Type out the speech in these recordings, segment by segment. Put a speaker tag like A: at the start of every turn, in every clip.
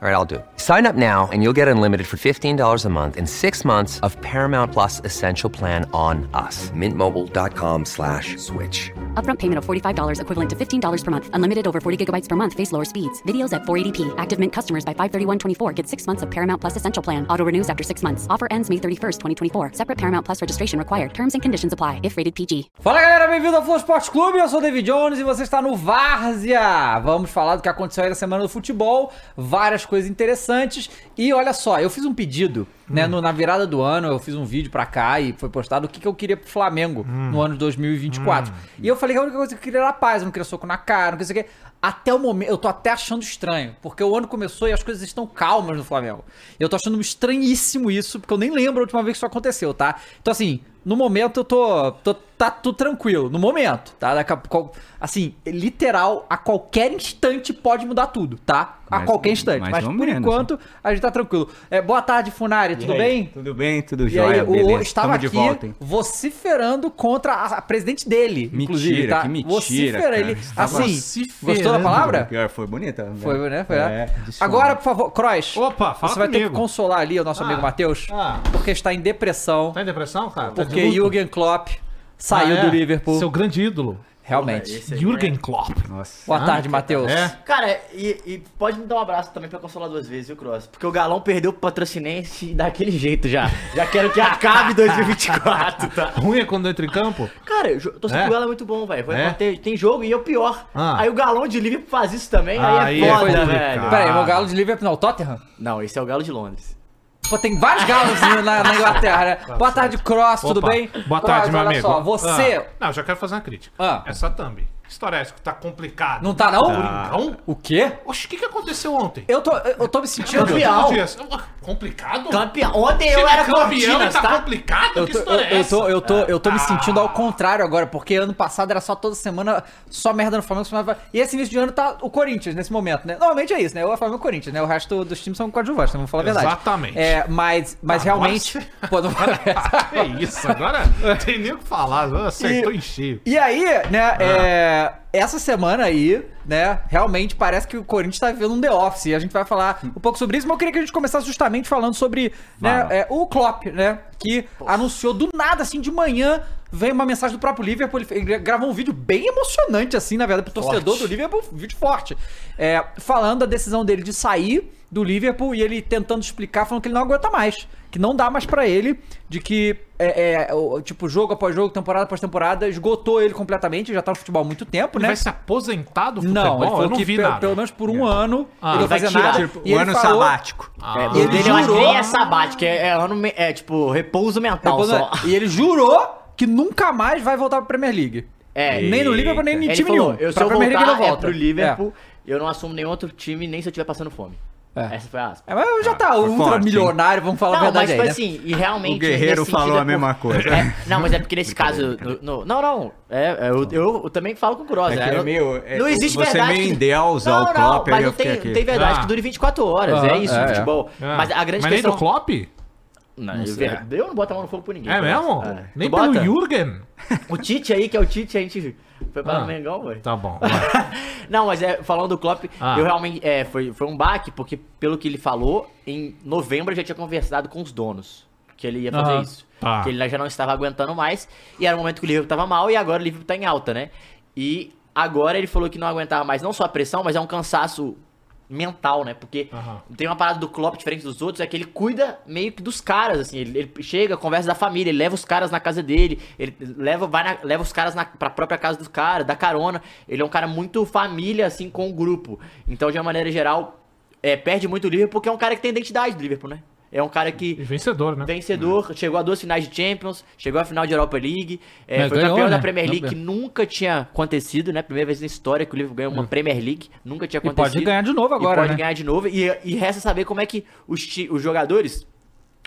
A: All right, I'll do it. Sign up now and you'll get unlimited for $15 a month in six months of Paramount Plus Essential Plan on us. Mintmobile.com slash switch.
B: Upfront payment of $45 equivalent to $15 per month. Unlimited over 40 gigabytes per month. Face lower speeds. Videos at 480p. Active Mint customers by 531.24 get six months of Paramount Plus Essential Plan. Auto renews after six months. Offer ends May 31st, 2024. Separate Paramount Plus registration required. Terms and conditions apply if rated PG.
C: Fala galera, bem-vindo ao Flow Esporte Clube. Eu sou o David Jones e você está no Várzea. Vamos falar do que aconteceu aí na semana do futebol, várias coisas interessantes. E olha só, eu fiz um pedido, né? no- na virada do ano, eu fiz um vídeo pra cá e foi postado o que, que eu queria pro Flamengo no ano de 2024. E eu falei que a única coisa que eu queria era paz, eu não queria soco na cara, não queria isso aqui. Até o momento, eu tô até achando estranho, porque o ano começou e as coisas estão calmas no Flamengo. Eu tô achando estranhíssimo isso, porque eu nem lembro a última vez que isso aconteceu, tá? Então assim, no momento eu tô, tô- tá tudo tranquilo, no momento, tá? Daqui a pouco- assim, literal, a qualquer instante pode mudar tudo, tá? A
D: Mais-
C: qualquer instante,
D: mais
C: mas
D: ou
C: por
D: menos,
C: enquanto a gente tá tranquilo. É, boa tarde, Funari, tudo
D: E aí,
C: bem?
D: Tudo bem, tudo
C: E aí,
D: jóia,
C: o
D: beleza.
C: estava
D: Tamo
C: aqui
D: de volta, hein?
C: vociferando contra a, a presidente dele,
D: Mentira,
C: inclusive, tá?
D: que mentira,
C: Vocifera
D: cara.
C: ele,
D: Estava
C: assim,
D: vociferando.
C: gostou da palavra?
D: Pior, Foi bonita. né?
C: Foi, né? Foi, né?
D: É, disse
C: Agora,
D: uma-
C: por favor, Croix,
E: Opa, fala
C: você vai ter que
E: comigo.
C: consolar ali o nosso amigo Matheus,
E: ah.
C: porque está em depressão,
E: Tá em depressão, cara? Tá
C: porque
E: de luto?
C: Jürgen Klopp saiu
E: Ah, é?
C: do Liverpool,
E: Seu grande ídolo,
C: realmente.
E: Jürgen Klopp.
D: é. Nossa.
C: Boa tarde, Matheus.
E: É.
F: Cara, e, e pode me dar um abraço também pra eu consolar duas vezes, viu, Cross? Porque o Galão perdeu pro patrocinense daquele jeito já. Já quero que acabe 2024, tá?
E: Ruim é quando entra em campo?
F: Cara, eu jo- tô sendo
E: É?
F: que o Galão é muito bom, velho. Vai
E: É?
F: ter- Tem jogo e é o pior.
E: Ah.
F: Aí o Galão de Liverpool faz isso também,
E: Aí
F: aí
E: é
F: é foda,
E: complicado.
F: velho.
C: Peraí, o Galo de Liverpool, não, o Tottenham?
F: Não, esse é o Galo de Londres.
C: Pô, tem vários galos na, na Inglaterra, né? Boa tarde, Cross, tudo
E: Tá Opa,
C: bem?
E: Boa
C: Cross,
E: tarde, meu
C: olha
E: amigo.
C: só, você
E: Ah, não, já quero fazer uma crítica.
C: Ah.
E: Essa thumb. Que história é essa que tá complicado?
C: não tá, não?
E: Não?
C: O quê?
E: Oxe, o que, que aconteceu ontem?
C: Eu tô, eu tô me sentindo...
E: Todos os
F: campeão.
E: dias. Complicado?
F: Campeão. Ontem eu
E: Time
F: era
E: campeão
F: Cortinas,
E: e tá,
F: tá?
E: complicado?
C: Eu
E: que
C: tô, eu,
E: história é
C: eu
E: essa?
C: tô, eu tô, eu tô me
E: Ah.
C: sentindo ao contrário agora, porque ano passado era só toda semana, só merda no Flamengo. só merda no Flamengo. E esse início de ano tá o Corinthians nesse momento, né? Normalmente é isso, né? O Flamengo e o Corinthians, né? O resto dos times são coadjuvantes, né? vamos falar a verdade.
E: Exatamente.
C: É, mas, mas
E: Ah,
C: realmente.
E: nossa.
C: Pô, não-
E: É isso, agora tem nem o que falar. Acertou em cheio.
C: E aí, né, é, essa semana aí, né, realmente parece que o Corinthians tá vivendo um The Office. E a gente vai falar um pouco sobre isso, mas eu queria que a gente começasse justamente falando sobre né,
D: Vai.
C: é, o Klopp, né, que anunciou do nada, assim, de manhã, veio uma mensagem do próprio Liverpool. Ele, fe- ele gravou um vídeo bem emocionante, assim, na verdade, pro torcedor do Liverpool, um vídeo forte, é, falando da decisão dele de sair do Liverpool e ele tentando explicar, falando que ele não aguenta mais. Que não dá mais pra ele, de que, é, é, o- tipo, jogo após jogo, temporada após temporada, esgotou ele completamente, já tá no futebol há muito tempo,
E: Ele
C: né?
E: vai se aposentar do futebol?
C: Não, ele
E: eu
C: falou
E: não
C: que
E: vi
C: pe-
E: nada.
C: pelo menos por um ano
E: Ah.
C: ele não
F: Vai
C: fazia
F: tirar.
C: nada.
D: Tipo,
C: e
D: o
C: ele
D: ano
C: falou-
D: sabático.
E: Ah.
F: O dele eu acho que
C: jurou-
F: nem é sabático, é, é ano, me- é tipo repouso mental
C: Depois-
F: só.
C: E ele jurou que nunca mais vai voltar pra Premier League.
F: É.
C: Nem no Liverpool, nem em
F: Ele
C: time
F: falou,
C: nenhum.
F: Eu, se
C: Pra
F: eu
C: Premier League
F: voltar
C: ele não
F: é
C: volta.
F: pro Liverpool, eu não assumo nenhum outro time, nem se eu estiver passando fome.
C: É.
F: Essa foi a aspa.
C: É, mas já tá
D: foi
C: ultra
D: forte, hein?
C: milionário, vamos falar a
F: Não, mas
C: verdade
F: tipo
C: aí, né?
F: assim, e realmente...
D: O Guerreiro
F: nesse sentido
D: falou
F: é
D: a mesma coisa.
F: É, não, mas é porque nesse caso... no- no- não, não, é, é, eu, eu também falo com o Gross.
D: É que
F: é,
D: é
F: eu-
D: meio- é,
F: não existe
D: você
F: verdade...
D: meio
F: que-
D: endeusa
F: Não,
D: o
F: não,
D: Klopp, aí
F: mas
D: eu
F: não
D: fiquei
F: tem,
D: aqui.
F: não tem verdade
E: Ah.
F: que dure 24 horas,
C: Aham,
F: é isso
C: é,
F: no
C: é.
F: futebol.
E: Ah,
F: Mas a grande questão...
E: mas nem do Klopp?
F: Não,
D: Não
F: eu,
D: sei.
F: eu não boto a mão no fogo por ninguém.
E: É
F: Gross.
E: mesmo?
F: É. Tu
E: Nem
F: bota?
E: pelo Jürgen?
F: O Tite aí, que é o Tite, a gente foi para
E: Ah.
F: o Mengão, velho.
E: Tá bom, vai.
F: Não, mas é, falando do Klopp,
E: Ah.
F: eu realmente. É, foi, foi um baque, porque pelo que ele falou, em novembro eu já tinha conversado com os donos que ele ia fazer
C: Aham.
F: isso.
E: Tá.
F: Que ele já não estava aguentando mais. E era um momento que o Liverpool tava mal e agora o Liverpool tá em alta, né? E agora ele falou que não aguentava mais não só a pressão, mas é um cansaço mental, né? Porque
E: Aham.
F: tem uma parada do Klopp diferente dos outros, é que ele cuida meio que dos caras, assim, ele, ele chega, conversa da família, ele leva os caras na casa dele, ele leva, vai na- leva os caras na, pra própria casa dos caras, dá carona, ele é um cara muito família, assim, com o grupo. Então, de uma maneira geral, é, perde muito o Liverpool, porque é um cara que tem identidade do Liverpool, né? É um cara que
E: E vencedor, né?
F: vencedor, chegou a duas finais de Champions, chegou à final de Europa League, é,
C: Mas
F: foi
C: ganhou,
F: campeão
C: né?
F: da Premier League, que
C: Campeão.
F: nunca tinha acontecido, né? Primeira vez na história que o Liverpool ganhou uma Premier League, nunca tinha
C: É. E
F: acontecido.
C: pode ganhar de novo
F: E
C: agora,
F: pode
C: né?
F: ganhar de novo. E, e resta saber como é que os, ti- os jogadores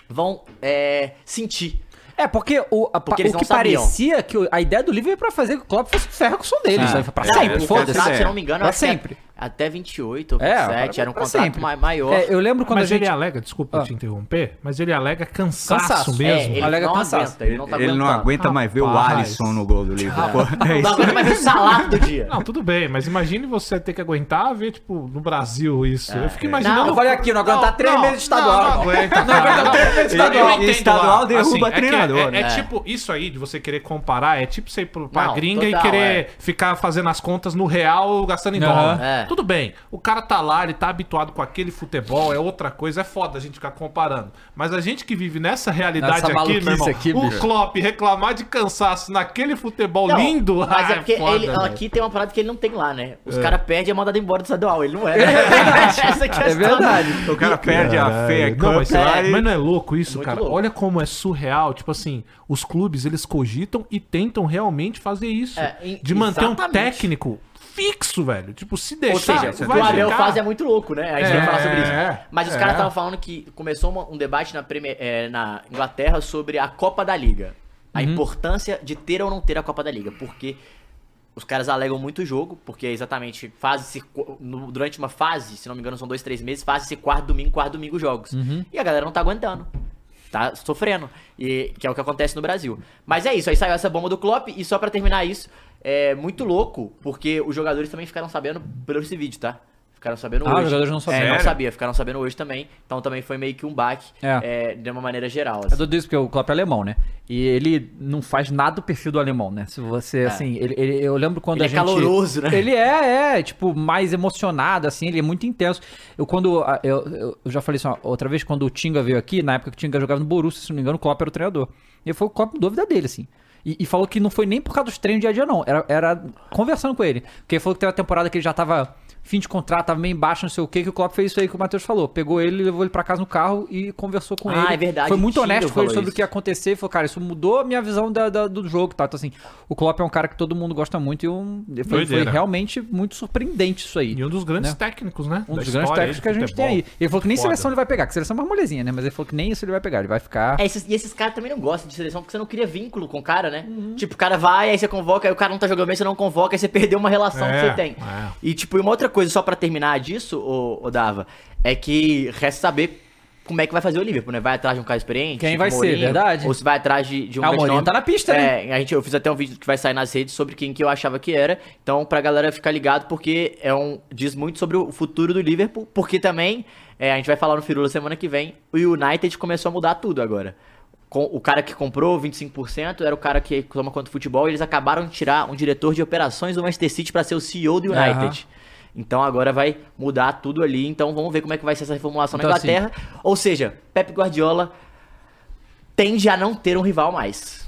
F: vão é, sentir.
C: É, porque o, a- o
F: Porque eles não
C: que
F: sabiam.
C: parecia que o- a ideia do Liverpool era é fazer que o Klopp fosse ferro com o som dele.
D: Ah,
C: isso aí foi pra
D: é,
C: sempre,
D: é,
F: O contrato,
C: foda-se.
D: é.
F: se eu não me engano,
C: Pra
F: acho que é-
C: sempre.
F: até 28 ou
C: É,
F: 27,
C: pra-
F: era um
C: pra
F: contrato
C: sempre.
F: mai- maior.
C: É, eu lembro quando
E: mas
C: a gente.
E: ele alega, desculpa
C: Ah.
E: te interromper, mas ele alega cansaço,
C: Cansaço,
F: É,
E: mesmo.
F: ele
C: Alega
F: não
C: cansaço.
F: aguenta, ele não tá
D: Ele não
F: aguentando.
D: aguenta mais ver o
E: Rapaz.
D: Alisson no gol do Liverpool. É
F: Não
D: isso.
F: aguenta mais o salário do dia.
E: Não, tudo bem, mas imagine você ter que aguentar ver, tipo, no Brasil isso. eu
F: É.
E: fico imaginando.
C: Não, eu falei aqui, não aguentar três meses de estadual.
E: Não, não aguenta.
C: Não aguenta três meses de estadual.
E: entendo,
D: Estadual
E: Lara.
D: derruba
E: é que é-
D: treinador,
E: É, é
D: né?
E: tipo, isso aí de você querer comparar, é tipo você ir pro- pra
F: Não,
E: gringa
F: total,
E: e querer
F: é.
E: ficar fazendo as contas no real, gastando em
C: Aham.
E: dólar.
F: É.
E: Tudo bem, o cara tá lá, ele tá habituado com aquele futebol, é outra coisa, é foda a gente ficar comparando. Mas a gente que vive nessa realidade
C: Nessa
E: aqui,
C: maluquice
E: meu irmão,
C: aqui,
E: o
C: bicho.
E: Klopp reclamar de cansaço naquele futebol
F: Não,
E: lindo,
F: Mas
E: ah,
F: é porque
E: foda,
F: ele-
E: velho.
F: aqui tem uma parada que ele não tem lá, né? Os caras perdem e é mandado embora do estadual. Ele não é. né? Essa a
C: É
F: questão.
C: verdade.
D: O cara perde a fé.
E: Não, mas,
D: campo lá
E: é,
D: e-
E: mas não é louco isso,
F: Muito
E: cara?
F: louco.
E: Olha como é surreal. Tipo assim, os clubes, eles cogitam e tentam realmente fazer isso.
F: É, e-
E: de manter um
F: exatamente.
E: técnico fixo, velho. Tipo, se
F: Ou
E: deixar,
F: seja, o que
E: vai
F: o Abel
E: ficar.
F: faz é muito louco, né? A gente
E: É,
F: vai falar sobre isso. Mas os
E: é.
F: caras estavam falando que começou uma- um debate na, Premier- eh, na Inglaterra sobre a Copa da Liga. A
C: Uhum.
F: importância de ter ou não ter a Copa da Liga. Porque os caras alegam muito o jogo, porque é exatamente fase durante uma fase, se não me engano, são dois, três meses, fase-se quarto domingo, quarto domingo jogos.
C: Uhum.
F: E a galera não tá aguentando. Tá sofrendo. E, que é o que acontece no Brasil. Mas é isso, aí saiu essa bomba do Klopp. E só pra terminar isso, é muito louco, porque os jogadores também ficaram sabendo pelo esse vídeo, tá? Ficaram sabendo
C: Ah,
F: hoje.
C: os jogadores não sabiam.
F: É, não
D: Sério?
F: sabia, ficaram sabendo hoje também. Então também foi meio que um baque
C: É.
F: é, de uma maneira geral.
C: É
F: assim.
C: tudo isso porque o Klopp é alemão, né? E ele não faz nada do perfil do alemão, né? Se você, assim, ele, ele- eu lembro quando
F: É. Ele
C: a
F: é
C: gente...
F: caloroso, né?
C: Ele é, é, tipo, mais emocionado, assim, ele é muito intenso. Eu quando, a- eu, eu- eu já falei isso uma- outra vez, quando o Tinga veio aqui, na época que o Tinga jogava no Borussia, se não me engano, o Klopp era o treinador. E foi o Klopp dúvida dele, assim. E, e falou que não foi nem por causa dos treinos dia a dia, não. Era, era conversando com ele. Porque ele falou que teve uma temporada que ele já tava fim de contrato, tava meio embaixo, não sei o que, que o Klopp fez isso aí que o Matheus falou. Pegou ele, levou ele pra casa no carro e conversou com
F: Ah,
C: ele.
F: é verdade,
C: Foi muito
F: o Tinga
C: honesto com ele
F: falou
C: sobre o
F: isso.
C: que ia acontecer e falou, cara, isso mudou a minha visão da- da- do jogo e tal. Então, assim, o Klopp é um cara que todo mundo gosta muito e um, foi, foi
E: Doideira.
C: realmente muito surpreendente isso aí.
E: E um dos grandes
C: Né?
E: técnicos, né?
C: Um
E: da
C: dos grandes
E: história aí
C: técnicos
E: de
C: que a gente tem
E: futebol.
C: aí. Ele falou que nem
E: Foda.
C: seleção ele vai pegar, que seleção é uma molezinha, né? Mas ele falou que nem isso ele vai pegar, ele vai ficar.
F: É, esses- e esses caras também não gostam de seleção porque você não cria vínculo com o cara, né?
C: Uhum.
F: Tipo, o cara vai, aí você convoca, aí o cara não tá jogando bem, você não convoca, aí você perdeu uma relação que
E: É,
F: você tem.
E: é.
F: E, tipo, e uma outra coisa, só pra terminar disso, o, Dava, é que resta saber como é que vai fazer o Liverpool, né? Vai atrás de um cara experiente?
C: Quem
F: tipo
C: vai ser, verdade?
F: Ou se vai atrás de, de um
C: Ah, o
F: grande
C: Mourinho
F: nome.
C: tá na pista,
F: É, a gente, eu fiz até um vídeo que vai sair nas redes sobre quem que eu achava que era. Então, pra galera ficar ligado, porque é um, diz muito sobre o futuro do Liverpool, porque também, é, a gente vai falar no Firula semana que vem, o United começou a mudar tudo agora. Com, o cara que comprou 25% era o cara que toma conta do futebol e eles acabaram de tirar um diretor de operações do Manchester City pra ser o CEO do United. Então agora vai mudar tudo ali, então vamos ver como é que vai ser essa reformulação
C: Então,
F: na
C: assim-
F: Inglaterra. Ou seja, Pep Guardiola tende a não ter um rival mais.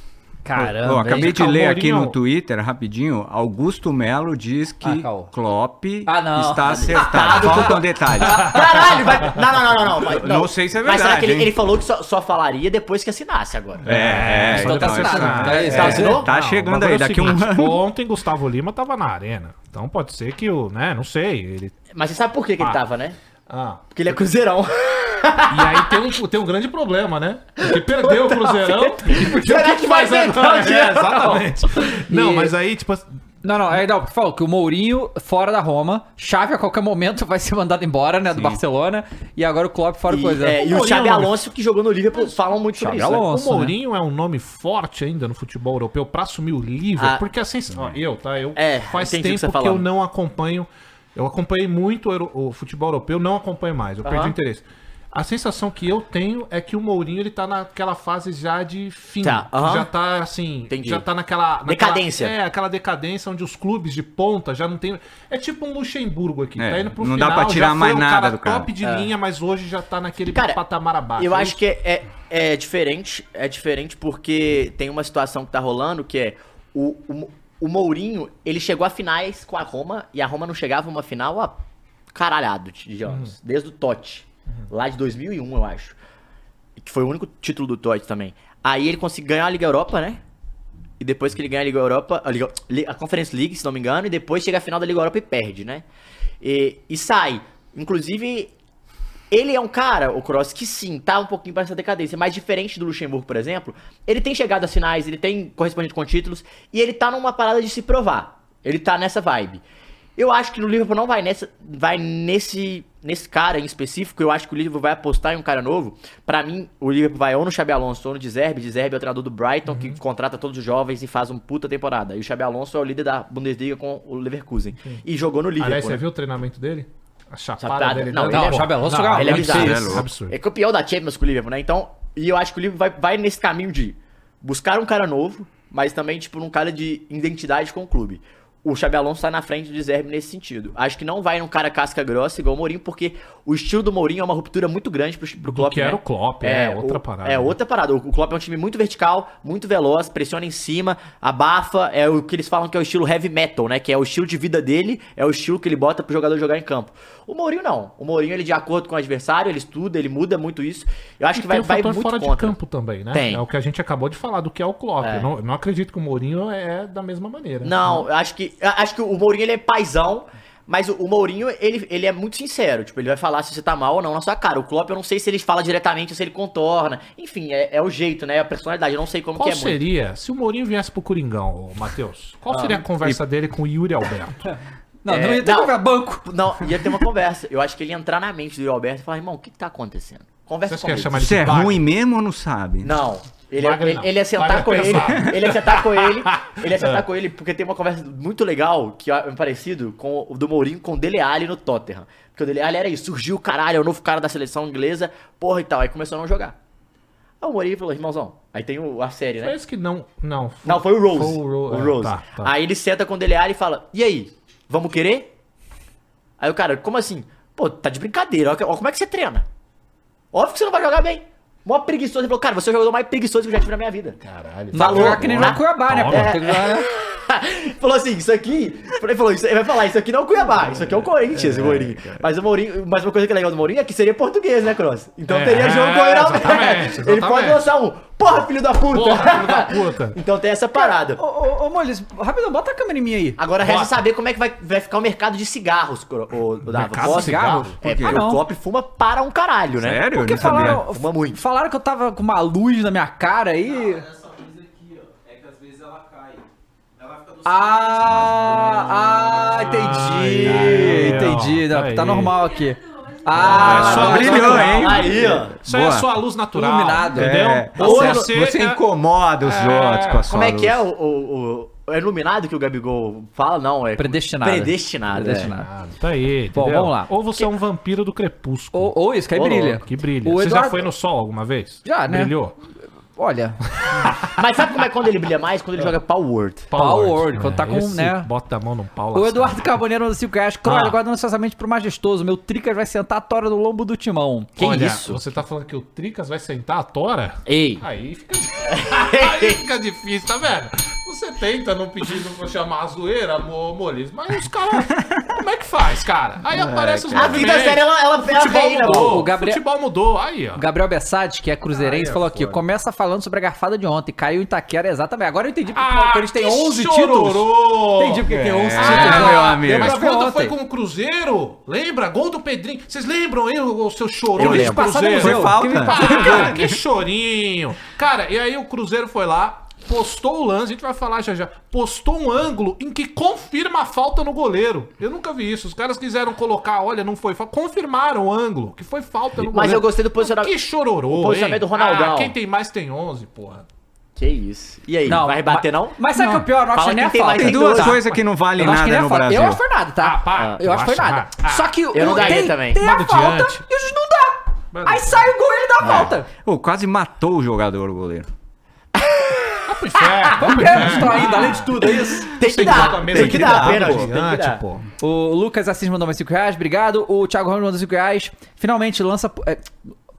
D: Ó, acabei
E: hein?
D: de ler
E: Calma,
D: aqui
E: Mourinho.
D: no Twitter, rapidinho. Augusto Melo diz que
C: Ah, calma.
D: Klopp
C: Ah, tá. não.
D: está acertado. Faltam detalhes.
F: Caralho, vai. Não, não, não, não, não. vai-
D: Não sei se é
F: Mas será
D: verdade,
F: que ele,
D: hein?
F: ele falou que só, só falaria depois que assinasse agora?
D: É, é,
C: Então tá
D: então,
C: assinado.
D: isso-
C: Tá aí,
D: é,
C: tá
F: assinou?
D: Tá
E: Não,
D: chegando
E: mas
D: aí,
E: é o
D: daqui a um
E: seguinte,
D: ano.
E: Ontem Gustavo Lima tava na arena. Então pode ser que o, né, não sei, ele
F: Mas você sabe por que, que ele
E: Ah.
F: tava, né?
E: Ah,
F: Porque ele é cruzeirão.
E: e aí tem um, tem um grande problema, né? Porque perdeu o Cruzeirão e
F: Será que vai ser
E: agora?
F: então,
E: É,
F: Diego?
E: exatamente. Não, mas aí, tipo,
C: Não, não, é não, porque falou que o Mourinho fora da Roma, Chave a qualquer momento vai ser mandado embora, né? Do Barcelona, e agora o Klopp fora
F: E,
C: coisa.
F: é, e o
E: Mourinho,
F: Xabi
E: né?
F: Alonso, que jogou no Liverpool, falam muito sobre
C: Xabi
F: isso. né?
C: Alonso. Nossa,
E: o Mourinho é um nome forte ainda no futebol europeu pra assumir o livro,
F: Ah.
E: porque assim, ó, eu, tá? Eu
F: É,
E: faz
F: entendi o que
E: tempo
F: você
E: que,
F: falou.
E: eu não acompanho. Eu acompanhei muito o, euro- o futebol europeu, não acompanho mais, eu perdi o
F: Aham.
E: interesse. A sensação que eu tenho é que o Mourinho ele tá naquela fase já de fim.
F: Tá, aham.
E: Já tá assim.
F: Entendi.
E: Já tá naquela, naquela-
F: Decadência.
E: É, aquela decadência onde os clubes de ponta já não tem. É tipo um Luxemburgo aqui.
D: É,
E: tá indo pro
D: não dá
E: final,
D: pra
E: já
D: tirar
E: foi
D: mais
E: um
D: nada do cara.
E: top de linha, mas hoje já tá naquele
F: É. Cara,
E: patamar abaixo.
F: Eu
E: É
F: acho que é, é, é diferente, é diferente porque tem uma situação que tá rolando que é o, o, Mo- o Mourinho, ele chegou a finais com a Roma e a Roma não chegava a uma final há caralhado de de anos, desde o Totti, lá de 2001, eu acho. Que foi o único título do Totti também. Aí ele conseguiu ganhar a Liga Europa, né? E depois que ele ganha a Liga Europa, a, Liga, Li- a Conference League, se não me engano, e depois chega a final da Liga Europa e perde, né? E, e sai. Inclusive, ele é um cara, o Cross, que sim, tá um pouquinho pra essa decadência, mas diferente do Luxemburgo, por exemplo, ele tem chegado às finais, ele tem correspondido com títulos, e ele tá numa parada de se provar. Ele tá nessa vibe. Eu acho que o Liverpool não vai nessa, vai nesse nesse cara em específico. Eu acho que o Liverpool vai apostar em um cara novo. Pra mim, o Liverpool vai ou no Xabi Alonso ou no Deserbe. Deserbe é o treinador do Brighton
E: Uhum.
F: que contrata todos os jovens e faz uma puta temporada. E o Xabi Alonso é o líder da Bundesliga com o Leverkusen e jogou no Liverpool.
E: Aliás, você
F: né?
E: viu o treinamento dele? A chapada
F: Chapada.
E: dele.
F: Não,
E: né?
F: ele é bom.
C: Não,
F: ele é bizarro.
E: Isso,
D: louco.
E: absurdo.
F: É campeão da Champions com o Liverpool, né? Então, e eu acho que o Liverpool vai, vai nesse caminho de buscar um cara novo, mas também, tipo, um cara de identidade com o clube. O Xabi Alonso tá na frente do Zerbe nesse sentido. Acho que não vai num cara casca grossa igual o Mourinho, porque o estilo do Mourinho é uma ruptura muito grande pro, pro Klopp,
E: que
F: né?
E: era o Klopp, é, outra
F: o-
E: parada.
F: É outra parada. O o Klopp é um time muito vertical, muito veloz, pressiona em cima, abafa, é o que eles falam que é o estilo heavy metal, né? Que é o estilo de vida dele, é o estilo que ele bota pro jogador jogar em campo. O Mourinho não. O Mourinho, ele de acordo com o adversário, ele estuda, ele muda muito isso. Eu acho
E: E
F: que vai,
E: tem o
F: vai
E: fator
F: muito
E: fora de
F: contra.
E: campo também, né?
F: Tem.
E: É o que a gente acabou de falar do que é o Klopp. Eu não, eu não acredito que o Mourinho é da mesma maneira.
F: Não, eu acho que eu acho que o Mourinho ele é paizão, mas o, o Mourinho ele, ele é muito sincero, tipo, ele vai falar se você tá mal ou não na sua cara. O Klopp eu não sei se ele fala diretamente ou se ele contorna. Enfim, é, é o jeito, né? É a personalidade, eu não sei como
E: Qual
F: que é muito. Ah.
E: seria, se o Mourinho viesse pro Coringão, ô, Matheus, qual seria a conversa dele com o Yuri Alberto?
C: Não,
F: É,
C: não ia ter
F: não.
C: que comprar banco.
F: Não, ia ter uma conversa. Eu acho que ele ia entrar na mente do Alberto e falar, irmão, o que, que tá acontecendo? Conversa
E: Você
F: com
E: quer
F: ele.
E: chamar ele
D: Você é
E: de Wagner?
D: ruim mesmo ou não sabe?
F: Não. Ele, ia-
E: Wagner
F: ele,
E: não.
F: ele ia sentar
E: Wagner
F: com ele. É.
E: pensava.
F: Ele ia sentar com ele. Ele ia sentar com ele, porque tem uma conversa muito legal, que é parecido com o do Mourinho com o Dele Alli no Tottenham. Porque o Dele Alli era isso, surgiu o caralho, é o novo cara da seleção inglesa, porra e tal. Aí começou a não jogar. Aí o Mourinho falou, irmãozão, aí tem o- a série, né?
E: Parece que não. Não, foi,
F: Não, foi o Rose.
E: Foi
F: o
E: o
F: Rose.
E: Ro- é, tá, tá.
F: Aí ele senta com o Dele Alli e fala: E aí, vamos querer? Aí o cara, como assim? Pô, tá de brincadeira, ó, que- ó como é que você treina. Óbvio que você não vai jogar bem. Mó preguiçoso. Ele falou: Cara, você é o jogador mais preguiçoso que eu já tive na minha vida.
E: Caralho.
C: Não
F: Falou.
C: jogar que nem jogar Cuiabá, né? pô?
E: Toma.
C: Tem que jogar, né?
F: falou assim: Isso aqui. Ele falou: isso, Ele vai falar: Isso aqui não é o Cuiabá, isso aqui é o Corinthians, o Mourinho. Mas o Mourinho. Mas uma coisa que é legal do Mourinho é que seria português, né, Cross? Então
E: É,
F: teria jogo com o Irão.
E: exatamente,
F: Ele pode
E: exatamente.
F: lançar um: Porra, filho da puta!
E: Porra, filho da puta.
F: então tem essa parada.
C: Ô, ô, ô Molis, rapidão, bota a câmera em mim aí.
F: Agora resta
E: Bota.
F: saber como é que vai, vai ficar o mercado de cigarros, o, Dava.
E: Mercado de
F: Posso-
E: cigarro?
F: É,
D: Por quê?
F: porque
C: Ah, não.
F: o Klopp fuma para um caralho, né?
D: Sério? Eu
C: Porque
D: não sabia.
C: falaram,
F: Fuma muito.
C: falaram que eu tava com uma luz na minha cara aí. Ah, ah, entendi,
E: Ai, aí, ó,
C: entendi. Não,
E: aí.
C: Tá normal aqui. Ah,
E: É só
C: tá
E: brilhou,
C: normal.
D: hein?
F: Aí, ó.
E: Isso aí
D: Boa.
E: é só a luz natural.
C: Iluminado.
E: Entendeu?
D: É,
E: Ou
D: você,
E: você-
D: você incomoda os outros com a sua
F: Como é
D: luz.
F: que é o, o, o- É iluminado que o Gabigol fala? Não, é.
C: Predestinado.
F: Predestinado. é.
C: Predestinado.
E: Ah, tá aí.
C: Bom,
E: entendeu?
C: vamos lá.
E: Ou você é um vampiro do crepúsculo.
C: Ou, ou isso, que aí
F: Ô,
C: brilha.
F: louco,
E: Que brilha.
C: O
E: Você já
C: Eduardo-
E: foi no sol alguma vez?
C: Já, né?
E: Brilhou?
C: Olha,
F: é. Mas sabe como é quando ele brilha mais? Quando ele joga Power Word.
C: Power
E: Word,
C: Word,
E: né?
C: quando tá com,
E: Esse
C: né?
E: Bota a mão no pau assim.
C: o
E: lascado.
C: Eduardo Carboneiro mandou 5 reais. Crowley,
E: Ah.
C: agora anunciosamente pro Majestoso. Meu Tricas vai sentar a tora no lombo do timão.
F: Que
E: Olha,
F: isso?
E: Você tá falando que o Tricas vai sentar a tora?
F: Ei.
E: Aí fica, aí fica difícil, tá vendo? Você tenta não pedindo pra chamar a zoeira, amor, molis, mas os caras. Como é que faz, cara? Aí aparece os
F: A vida é séria, ela, ela, ela
E: É. Futebol
F: reina, pô.
E: mudou.
C: O Gabriel-
E: Futebol mudou. Aí, ó.
C: O Gabriel Bessades, que é cruzeirense,
E: Aí é
C: falou aqui:
E: foda.
C: começa falando sobre a garfada de ontem. Caiu em Itaquera, exatamente. Agora eu entendi porque
E: Ah,
C: o Corinthians tem
E: que
C: 11 títulos.
E: chororô.
C: Entendi porque tem 11
D: É,
C: títulos.
E: Ah,
D: meu amigo.
C: Eu
E: Mas
C: tava
E: quando foi
C: ontem.
E: com o Cruzeiro, lembra? Gol do Pedrinho. Vocês lembram aí o, o seu
C: Eu
E: chororô de
C: lembro. Passado
E: Cruzeiro?
C: no museu.
D: Foi falta.
E: Ah, cara, que chorinho. Cara, e aí o Cruzeiro foi lá, postou o lance, a gente vai falar já já, postou um ângulo em que confirma a falta no goleiro. Eu nunca vi isso. Os caras quiseram colocar, olha, não foi falta. Confirmaram o ângulo, que foi falta no goleiro.
F: Mas eu gostei do posicionamento.
E: Que chororô,
F: O posicionamento
E: hein?
F: do Ronaldão.
E: Ah, quem tem mais tem 11, porra.
F: Que isso. E aí? vai bater,
C: mas-
F: não?
C: Mas sabe o que é o pior? Eu não
F: Fala
C: acho que nem
F: quem
C: a
F: tem
C: falta.
F: mais,
D: Tem
F: Tem
D: duas
F: duas.
D: coisas que não valem
C: Eu acho que nem
D: nada
C: a
D: no
C: falta.
D: Brasil.
C: Eu acho que foi nada, tá?
E: Ah, pá,
C: eu, acho que foi
E: acho-
C: nada.
E: ah,
C: Só que
F: eu não
C: o-
F: daria
C: tem,
F: também.
C: tem a
E: Mando
C: falta
E: diante.
C: e o juiz não dá.
E: Mando
C: Aí
E: diante.
C: sai o gol e ele dá a falta.
D: Ô, quase matou o jogador, o goleiro.
E: Vai pro inferno.
C: Vamos ver a história ainda, é além de tudo, é isso.
F: Tem que dar. é, Tem que dar, pena. Tem que dar.
E: tá, pô. Ah,
C: O Lucas Assis mandou mais 5 reais, obrigado. O Thiago Ramos mandou 5 reais. Finalmente lança. é,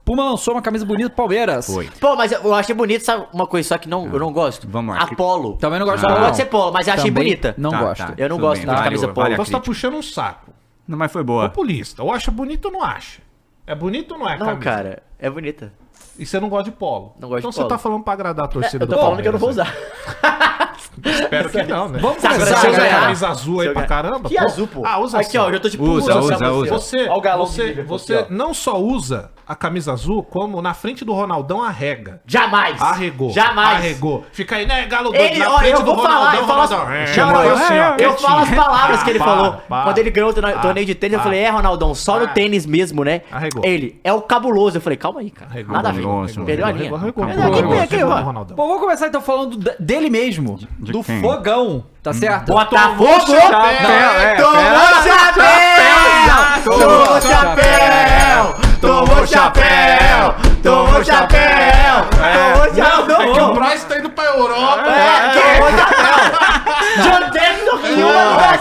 C: Puma lançou uma camisa bonita do Palmeiras.
D: Foi.
F: Pô, mas eu achei bonito, sabe uma coisa só que não, eu não gosto?
D: Vamos lá.
F: Apolo.
C: Também não gosto
F: Só
C: dela,
F: não
C: não.
F: gosto de ser polo, mas eu achei
C: Também
F: bonita.
C: Não
D: Tá,
C: gosto.
D: tá,
F: Eu não
D: tudo
F: gosto
D: bem,
F: da
D: vale
F: camisa
D: o-
F: polo.
D: vale a
E: Posso estar
D: crítica.
E: puxando um saco.
D: Não, mas foi boa.
E: Populista. Ou acha bonito ou não acha? É bonito ou não é,
F: Não,
E: camisa?
F: cara, é bonita.
E: E você não gosta de polo.
F: Não gosto
E: então
F: de polo. É,
E: você tá falando pra agradar a torcida
F: Eu tô
E: do
F: falando que eu não vou
E: Palmeiras,
F: usar.
E: né? Espero que não, né?
C: Vamos
F: Sabe,
C: começar,
F: se eu
E: Você usa
F: ganhar-
C: galera.
E: camisa azul
F: se
E: aí
F: eu
E: pra
F: ganhar-
E: caramba?
F: Que azul, pô.
E: Ah, usa
F: Aqui,
E: sim.
F: ó, eu já tô de
D: Usa,
F: puta,
D: usa,
F: sabe?
D: usa.
E: Você,
F: Ó o galão do
E: você,
F: Liverpool
E: você
F: aqui, ó.
E: não só usa a camisa azul como na frente do Ronaldão arrega.
F: Jamais.
E: Arregou.
F: Jamais.
E: Arregou. Fica aí, né, Galo doido,
F: Ele, olha, eu vou falar, eu falo as,
E: Chamou
F: Não, não, eu,
E: assim, ó,
F: eu
E: quietinho.
F: falo as palavras que ele
E: Ah, Pá,
F: falou.
E: pá,
F: Quando ele ganhou o torneio
E: pá,
F: torneio de tênis, eu
E: pá.
F: falei, é, Ronaldão, só no
E: Pá.
F: tênis mesmo, né?
E: Arregou.
F: Ele, é o cabuloso. Eu falei, calma aí, cara.
E: Arregou,
F: Nada a ver.
D: arregou,
F: Perdeu a
D: arregou,
F: linha. Perdeu
E: Arregou, arregou,
F: a linha.
E: arregou,
F: Aqui, aqui,
E: arregou,
F: ó.
E: Ronaldão.
C: Bom, vamos começar então falando da- dele mesmo. do
D: quem?
C: fogão, tá certo?
F: Botafogo!
D: é,
F: Tomou chapéu! Tomou
D: é,
F: chapéu! Tomou chapéu! Tomou chapéu! Tomou chapéu!
E: É que o
F: Tomou chapéu!
E: Braz tá indo pra Europa.
F: John Denver do Rio, olha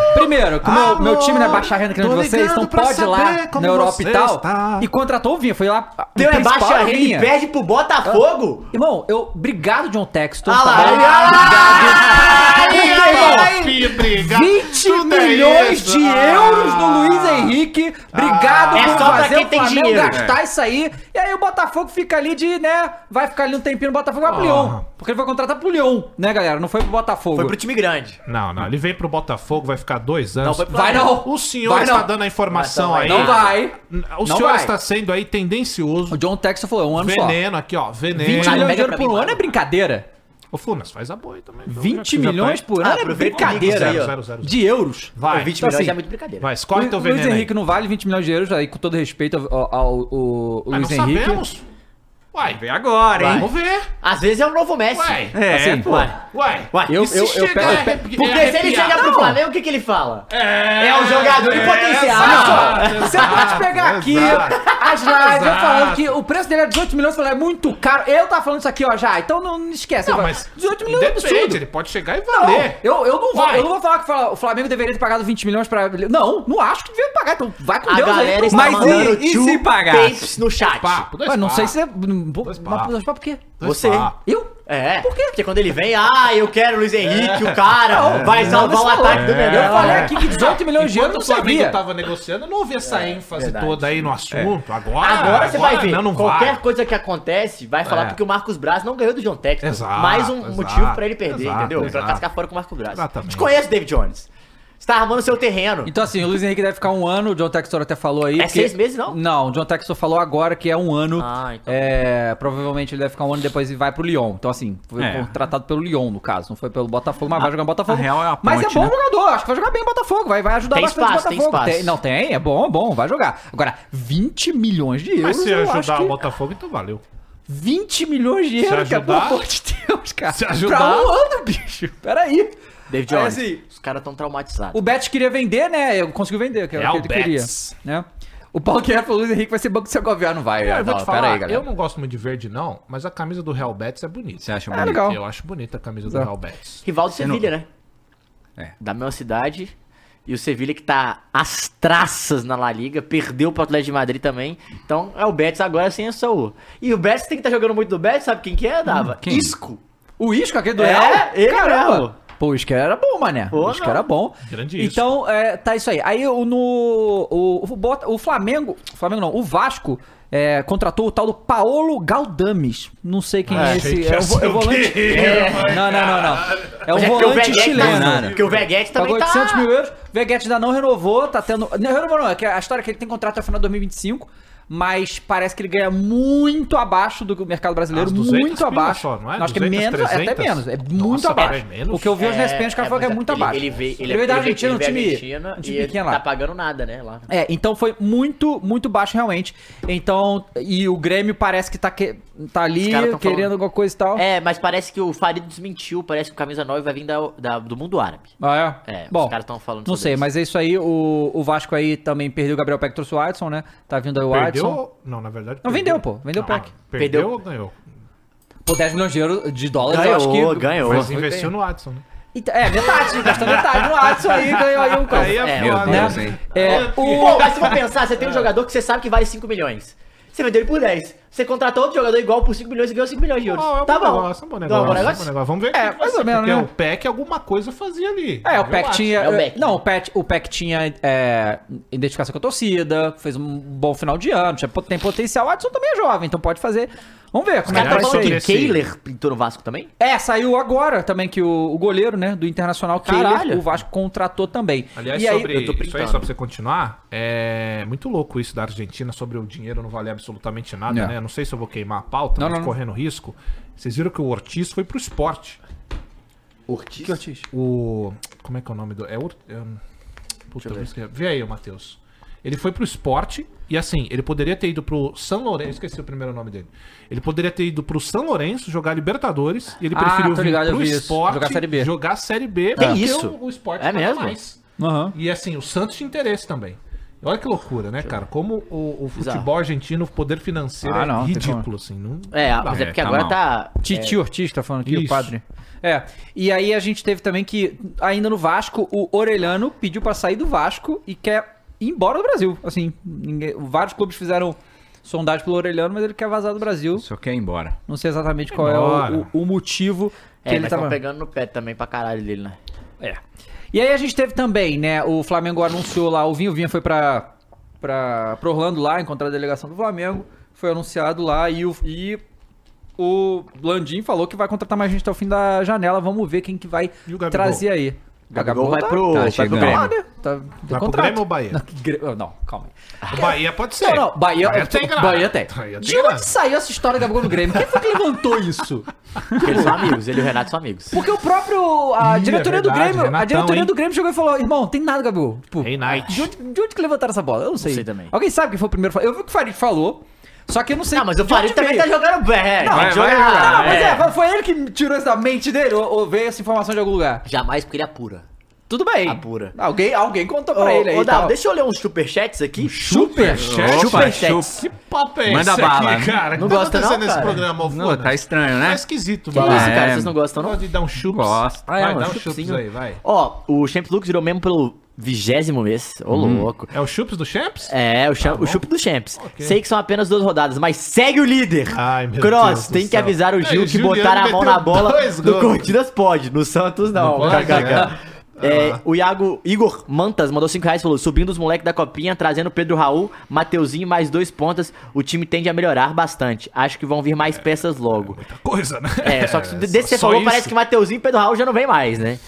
F: só!
C: Primeiro, como
E: Alô,
C: meu, meu time não é baixa renda que nem o de
E: tô
C: vocês, então
E: ligando pra
C: pode ir
E: saber
C: lá
E: como
C: na Europa
E: você
C: e tal.
E: está.
C: E contratou o Vinha, foi lá. o
F: Deu é
C: principal
F: baixa
C: é o
F: renda e
C: Vinha.
F: perde pro Botafogo?
C: Irmão, eu. Obrigado, John Texton.
F: Ah lá,
C: tá bom?
F: aí, ah lá!
C: Obrigado.
F: Aí, aí,
C: Obrigado.
E: Ih, briga.
C: 20
E: Tudo é
C: milhões
E: isso.
C: de
E: Ah.
C: euros no Luiz Henrique. Obrigado
F: É
C: por
F: só pra
C: fazer
F: quem
C: o
F: tem
C: Flamengo
F: dinheiro.
C: gastar isso aí. E aí o Botafogo fica ali de, né? Vai ficar ali um tempinho no Botafogo, vai pro Lyon. Porque ele foi contratar pro Lyon, né, galera? Não foi pro Botafogo.
F: Foi pro time grande.
E: Não, não, ele vem pro Botafogo, vai ficar dois anos.
F: Não, foi pro-
C: Vai não.
E: O senhor
C: Vai
E: está
C: não.
E: dando a informação
F: Vai,
E: aí.
F: então
C: Não vai.
E: O
C: Não
E: senhor
C: vai.
E: está sendo aí tendencioso.
C: O John Texton falou, é um ano só.
E: Veneno Tá, aqui, ó.
C: 20
E: Veneno.
C: milhões de
F: pega pra
C: euros
F: mim,
C: por
F: mano.
C: ano é brincadeira.
E: Ô, Funas, faz a boi também. então,
C: 20
E: já que
C: milhões
E: já tá aí.
C: por
F: Ah,
C: ano é
F: aproveita
C: brincadeira.
F: comigo,
E: zero, zero, zero.
C: De euros.
E: Vai,
F: 20
C: Então,
F: milhões
C: assim,
F: é muito brincadeira.
E: vai, escolhe teu
C: Lu- Luiz
E: veneno aí.
C: Henrique não vale 20 milhões de euros, aí com todo respeito ao, ao- ao
E: Mas
C: Luiz
E: não
C: Henrique.
E: sabemos. Uai,
D: Vem É agora, hein?
E: vamos ver.
F: Às vezes é o novo Messi.
E: Uai,
D: É,
C: Assim,
D: pô.
F: Uai.
E: uai.
F: Uai,
C: eu-
E: E se
C: eu- eu
E: chegar
C: pego-
E: a
C: eu
E: arrepi-
F: Porque se ele
E: arrepiar?
F: chegar pro
C: Não.
F: Flamengo, o que, que ele fala?
E: É,
F: É um jogador em
E: é,
F: potencial.
E: exato,
C: Olha "Ah, só, Você pode pegar aqui
E: exato.
C: as lives eu
E: Exato.
C: falando que o preço dele é 18 milhões, eu falei, é muito caro. Eu tava falando isso aqui, ó, já, então não esquece.
E: Não,
C: Eu falei,
E: mas
C: 18 milhões é
E: depende,
C: absurdo.
E: ele pode chegar e
C: Não,
E: valer.
C: eu, eu, não vou,
E: Vai.
C: eu não vou falar que fala- o Flamengo deveria ter pagado 20 milhões pra. Não, não acho que devia pagar, então vai com
F: A
C: Deus aí.
F: galera
C: pro-
F: está
D: Mas e-
F: mandando
D: e
F: two
D: se pagar?
F: tapes no chat.
E: Papo, dois
C: Mas não sei
E: papo,
C: se é. Mas
E: papos.
C: dois papos por quê?
E: dois
F: Você.
E: papo.
C: Eu?
F: É.
C: Por quê?
F: Porque quando ele vem, ah, eu quero o Luiz Henrique,
E: É.
F: o cara vai
C: Não, mas
F: salvar o ataque do
C: falou.
F: Mengão.
C: Eu falei aqui que 18 milhões de euros
E: Enquanto
C: não
E: o Flamengo tá
C: sabia.
E: tava negociando, eu não ouvi essa ênfase
F: verdade.
E: toda aí no assunto. Agora,
F: Agora você vai ver.
E: Não, não
F: Qualquer
E: vai.
F: coisa que acontece, vai falar
E: É.
F: porque o Marcos Braz não ganhou do John Texton.
E: Exato,
F: Mais um
E: exato,
F: motivo pra ele perder,
E: exato,
F: entendeu? Pra
E: exato.
F: cascar fora com o Marcos Braz.
E: Exatamente.
F: Te conheço, David Jones. Você tá armando seu terreno.
C: Então assim, o Luiz Henrique deve ficar um ano, o John Textor até falou aí.
F: É seis meses, não?
C: Não, o John Textor falou agora que é um ano.
F: Ah, então.
C: É, provavelmente ele deve ficar um ano e depois ele vai pro Lyon. Então assim, foi
D: É.
C: contratado pelo Lyon, no caso. Não foi pelo Botafogo, mas vai jogar no Botafogo.
D: a real é a
C: mas é
D: ponte,
C: bom
D: né?
C: jogador, acho que vai jogar bem o Botafogo, vai, vai ajudar
F: Tem
C: bastante
F: espaço,
C: o
F: tem
C: Botafogo.
F: espaço.
C: não tem, é bom, é bom, vai jogar. Agora, 20 milhões de euros.
E: Mas se
C: eu acho
E: ajudar
C: que-
E: o Botafogo, então valeu.
C: 20 milhões de euros, cara, pelo
E: ajudar-
C: amor de Deus, cara.
E: Se ajudar-
C: Pra um ano, bicho. Peraí.
F: David
C: Aí,
F: Jones,
C: assim,
F: os caras tão traumatizados.
C: O Bet queria vender, né? Eu conseguiu vender, que era
E: Real
C: o que ele queria.
E: Betis.
C: Né? O Paulo Guerra falou: Luiz Henrique vai ser banco do seu governo, não vai.
E: É, eu vou
C: não,
E: te falar,
C: aí, galera.
E: eu não gosto muito de verde, não, mas a camisa do Real Betis é bonita.
D: Você acha
C: É
D: bonito?
C: legal.
E: Eu acho bonita a camisa do
C: Exato.
E: Real Betis.
F: Rival do
D: não-
F: Sevilha, né?
D: É.
F: Da mesma cidade. E o Sevilha que tá às traças na La Liga, perdeu pro Atlético de Madrid também. Então é o Betis agora sem o Saúl. E o Betis tem que estar jogando muito do Betis, sabe quem que é,
C: Hum,
F: Dava?
D: quem?
F: Isco.
C: O Isco, aquele do
F: É,
C: Real?
F: ele
C: Caramba.
F: mesmo.
C: Pô, o Isco era bom, mané.
F: Pô,
C: o Isco
F: não.
C: era bom.
E: Grande Isco.
C: Então, é, tá isso aí. Aí o, no, o, o, Bota- o Flamengo. O Flamengo não, o Vasco. é, contratou o tal do Paolo Galdames. Não sei quem é
E: Ah, Achei
C: esse.
E: que
C: É
E: ia
C: um, vo-
E: ser
C: é um
E: o
C: volante.
E: Guerreiro,
C: É,
E: mas,
C: não, não, não, não. É um
F: Mas porque o
C: volante
F: Veguete tá-
C: chileno.
E: né?
F: Porque o Veguete
C: Pagou
F: também tá...
C: 800 mil euros. Veguete ainda não renovou, tá tendo. Não renovou, não. É que a história é que ele tem contrato até o final de 2025. Mas parece que ele ganha muito abaixo do mercado brasileiro.
E: Umas 200
C: muito
E: Ah, pila
C: abaixo.
E: só, não é?
C: Acho que é
E: 200,
C: menos, é até
E: 300?
C: menos. É
E: Nossa,
C: muito
E: cara,
C: abaixo.
E: é menos?
C: O que eu vi hoje na Espanha, os caras
F: mas
C: falaram que é muito abaixo.
F: Ele, veio, ele,
C: Ele veio da
F: ele
C: Argentina, um
F: veio da
C: time-
F: Argentina
C: um
F: e
C: time
F: ele
C: pequeno lá.
F: tá pagando nada, né? Lá.
C: É, então foi muito, muito baixo realmente. Então, e o Grêmio parece que tá, que, tá ali
F: Os caras tão
C: querendo
F: falando.
C: alguma coisa e tal.
F: É, mas parece que o Farid desmentiu, parece que o Camisa 9 vai vir da, da- do mundo árabe.
C: Ah, é?
F: É, os caras tão falando
C: Não
F: sobre
C: sei,
F: isso.
C: mas é isso aí. O, o Vasco aí também perdeu o Gabriel Peck, trouxe o Watson, né? Tá vindo aí o Watson.
E: Perdeu? Não, na verdade.
C: Não, vendeu, pô. Vendeu o
E: Não,
C: pack.
E: Perdeu,
F: Perdeu.
E: ou ganhou?
C: Por 10 milhões de euros de dólares, eu acho que.
E: Mas
C: foi
E: investiu no Watson. né?
C: Então, é, metade, gastou metade no Watson aí, ganhou aí um coisa.
E: Aí é,
F: É,
D: Meu
E: foda,
C: né?
D: Deus, hein?
C: É,
F: Pô, mas se for pensar, você tem um jogador que você sabe que vale 5 milhões. Você vendeu ele por 10. Você contratou outro jogador igual por 5 milhões e ganhou 5 milhões de euros.
E: Não, é um
F: tá
E: bom
F: bom.
E: negócio, é um bom
F: Não, é
E: negócio.
F: um bom negócio?
E: Vamos ver o que
C: É,
E: vai
C: mais
E: ser,
C: ou menos,
E: porque
C: né?
E: o PEC alguma coisa fazia ali.
C: É, o
E: Eu
C: PEC
E: acho.
C: tinha.
F: É o Beck.
C: Não, o PEC, o PEC tinha é, identificação com a torcida, fez um bom final de ano, tinha- tem potencial. O Adson também é jovem, então pode fazer. Vamos ver
F: Os
C: como é que vai
F: caras estão
E: Vai
F: falando
E: ser
F: que o
E: esse-
F: Kehler pintou no Vasco também?
C: É, saiu agora também que o, o goleiro, né, do Internacional, Kehler,
F: Caralho.
C: o Vasco contratou também.
E: Aliás,
C: e aí,
E: sobre
F: eu tô
E: isso aí,
F: brincando.
E: só pra você continuar, é muito louco isso da Argentina sobre o dinheiro não valer absolutamente nada,
C: É.
E: né? Não sei se eu vou queimar a pauta,
C: Não,
E: mas
C: não, não.
E: correndo risco. Vocês viram que o Ortiz foi pro esporte.
F: Ortiz.
E: O. Como é que é o nome do. É Or... é, hum, Puta, eu esqueci. Vê aí, ô, Matheus. Ele foi pro esporte e assim, ele poderia ter ido pro São Lourenço. Esqueci o primeiro nome dele. Ele poderia ter ido pro São Lourenço jogar Libertadores e ele
C: Ah,
E: preferiu
C: tô
E: vir
C: ligado, eu
E: pro
C: vi isso.
E: esporte
C: Jogar Série B.
E: jogar Série B
F: Tem
E: porque
F: isso?
E: O, o esporte
F: É
E: paga
F: mesmo?
E: mais.
C: Aham.
E: E assim, o Santos tinha interesse também. E Olha que loucura, né, cara? Como o, o
F: Bizarro.
E: futebol argentino, o poder financeiro
C: Ah,
E: é
C: não, tem como.
E: ridículo, assim. Não...
F: É, mas é porque
D: tá
F: agora
D: mal.
F: tá.
C: Titi Ortiz tá falando aqui, o
E: Isso.
C: padre. É. E aí a gente teve também que, ainda no Vasco, o Orelhano pediu pra sair do Vasco e quer ir embora do Brasil. Assim, ninguém- vários clubes fizeram sondagem pelo Orelhano, mas ele quer vazar do Brasil.
D: Só quer ir embora.
C: Não sei exatamente qual é o-
E: Embora.
C: o, o motivo que
F: É,
C: ele tá
F: mas estão
C: tava.
F: pegando no pé também pra caralho dele, né?
C: É. E aí a gente teve também, né? O Flamengo anunciou lá, o Vinho o Vinho foi pra, pra, pra Orlando lá, encontrar a delegação do Flamengo. Foi anunciado lá e o, e o Landim falou que vai contratar mais gente até o fim da janela. Vamos ver quem que vai
E: E o Gabigol?
C: trazer aí. O
F: Gabigol vai
D: tá
F: pro, vai pro
D: chegando.
C: Tá lá,
F: Grêmio.
C: né? Tá, tem
E: Vai pro
C: contrato.
E: Grêmio ou Bahia?
C: Não, que Grêmio- oh, Não, calma aí.
E: O Bahia pode ser.
C: Não, não, Bahia, Bahia tem.
E: grana.
C: Bahia tem.
E: Bahia
C: De
E: tem grana.
C: onde saiu essa história do Gabigol no Grêmio? Quem foi que levantou isso?
F: Porque eles são amigos, ele e o Renato são amigos.
C: Porque o próprio. A
E: Ih, é
C: diretoria do
E: verdade,
C: Grêmio. a
E: Renatão,
C: diretoria
E: hein?
C: do Grêmio chegou e falou: irmão, tem nada, Gabigol. Tipo,
E: Hey, Knight.
C: de onde, de onde que levantaram essa bola? Eu não sei.
F: sei também.
C: Alguém sabe quem foi o primeiro. fa- Eu vi o que o Farid falou, só que eu não sei.
F: Não, mas o
C: de onde
F: Farid também
C: veio.
F: tá jogando bem. é,
C: Não,
F: tem
C: vai
F: que jogar,
C: Não, não, mas
F: é.
C: é, foi ele que tirou isso da mente dele ou, ou veio essa informação de algum lugar.
F: Jamais porque ele é apura.
C: Tudo bem.
F: Apura.
C: Alguém, alguém contou pra
F: Ô,
C: ele aí. tá
F: ô,
C: e tal.
F: Dal, deixa eu ler uns superchats aqui.
D: É
E: Superchat?
F: Superchats.
E: Que papo é
D: Manda
E: esse
D: bala.
E: aqui, cara?
F: Não
E: O que
F: gosta não,
E: nesse
F: cara?
E: programa, ô
D: Não,
E: Funa?
D: tá estranho, né?
E: Tá esquisito,
F: Que
E: mano.
F: isso, cara?
D: É.
F: Vocês não gostam, não?
E: Pode dar um chups.
D: Gosto.
E: Vai,
F: um
E: dá um chups
F: chupzinho.
E: aí, vai.
F: Ó, o Champs Lux virou membro pelo vigésimo mês. Ô, louco.
E: É o chups do Champs? Tá
F: É, o, champ, o chup do Champs.
E: Ok.
F: Sei que são apenas duas rodadas, mas segue o líder.
E: Ai, meu
F: Cross,
E: Deus do
F: tem que
E: céu.
F: avisar o
E: É,
F: Gil
E: o
F: que
E: Juliano
F: botar a mão na
E: meteu
F: bola
E: dois
F: no
E: gols.
F: Cortinas pode. No Santos não.
E: pode,
F: KKK. É,
E: Ah.
F: o Iago Igor Mantas mandou 5 reais e falou: subindo os moleques da copinha, trazendo Pedro Raul, Mateuzinho mais dois pontas. O time tende a melhorar bastante. Acho que vão vir mais peças logo.
E: Coisa, né?
F: É, só que desse que você
E: só
F: falou,
E: isso.
F: parece que Mateuzinho e Pedro Raul já não vem mais, né?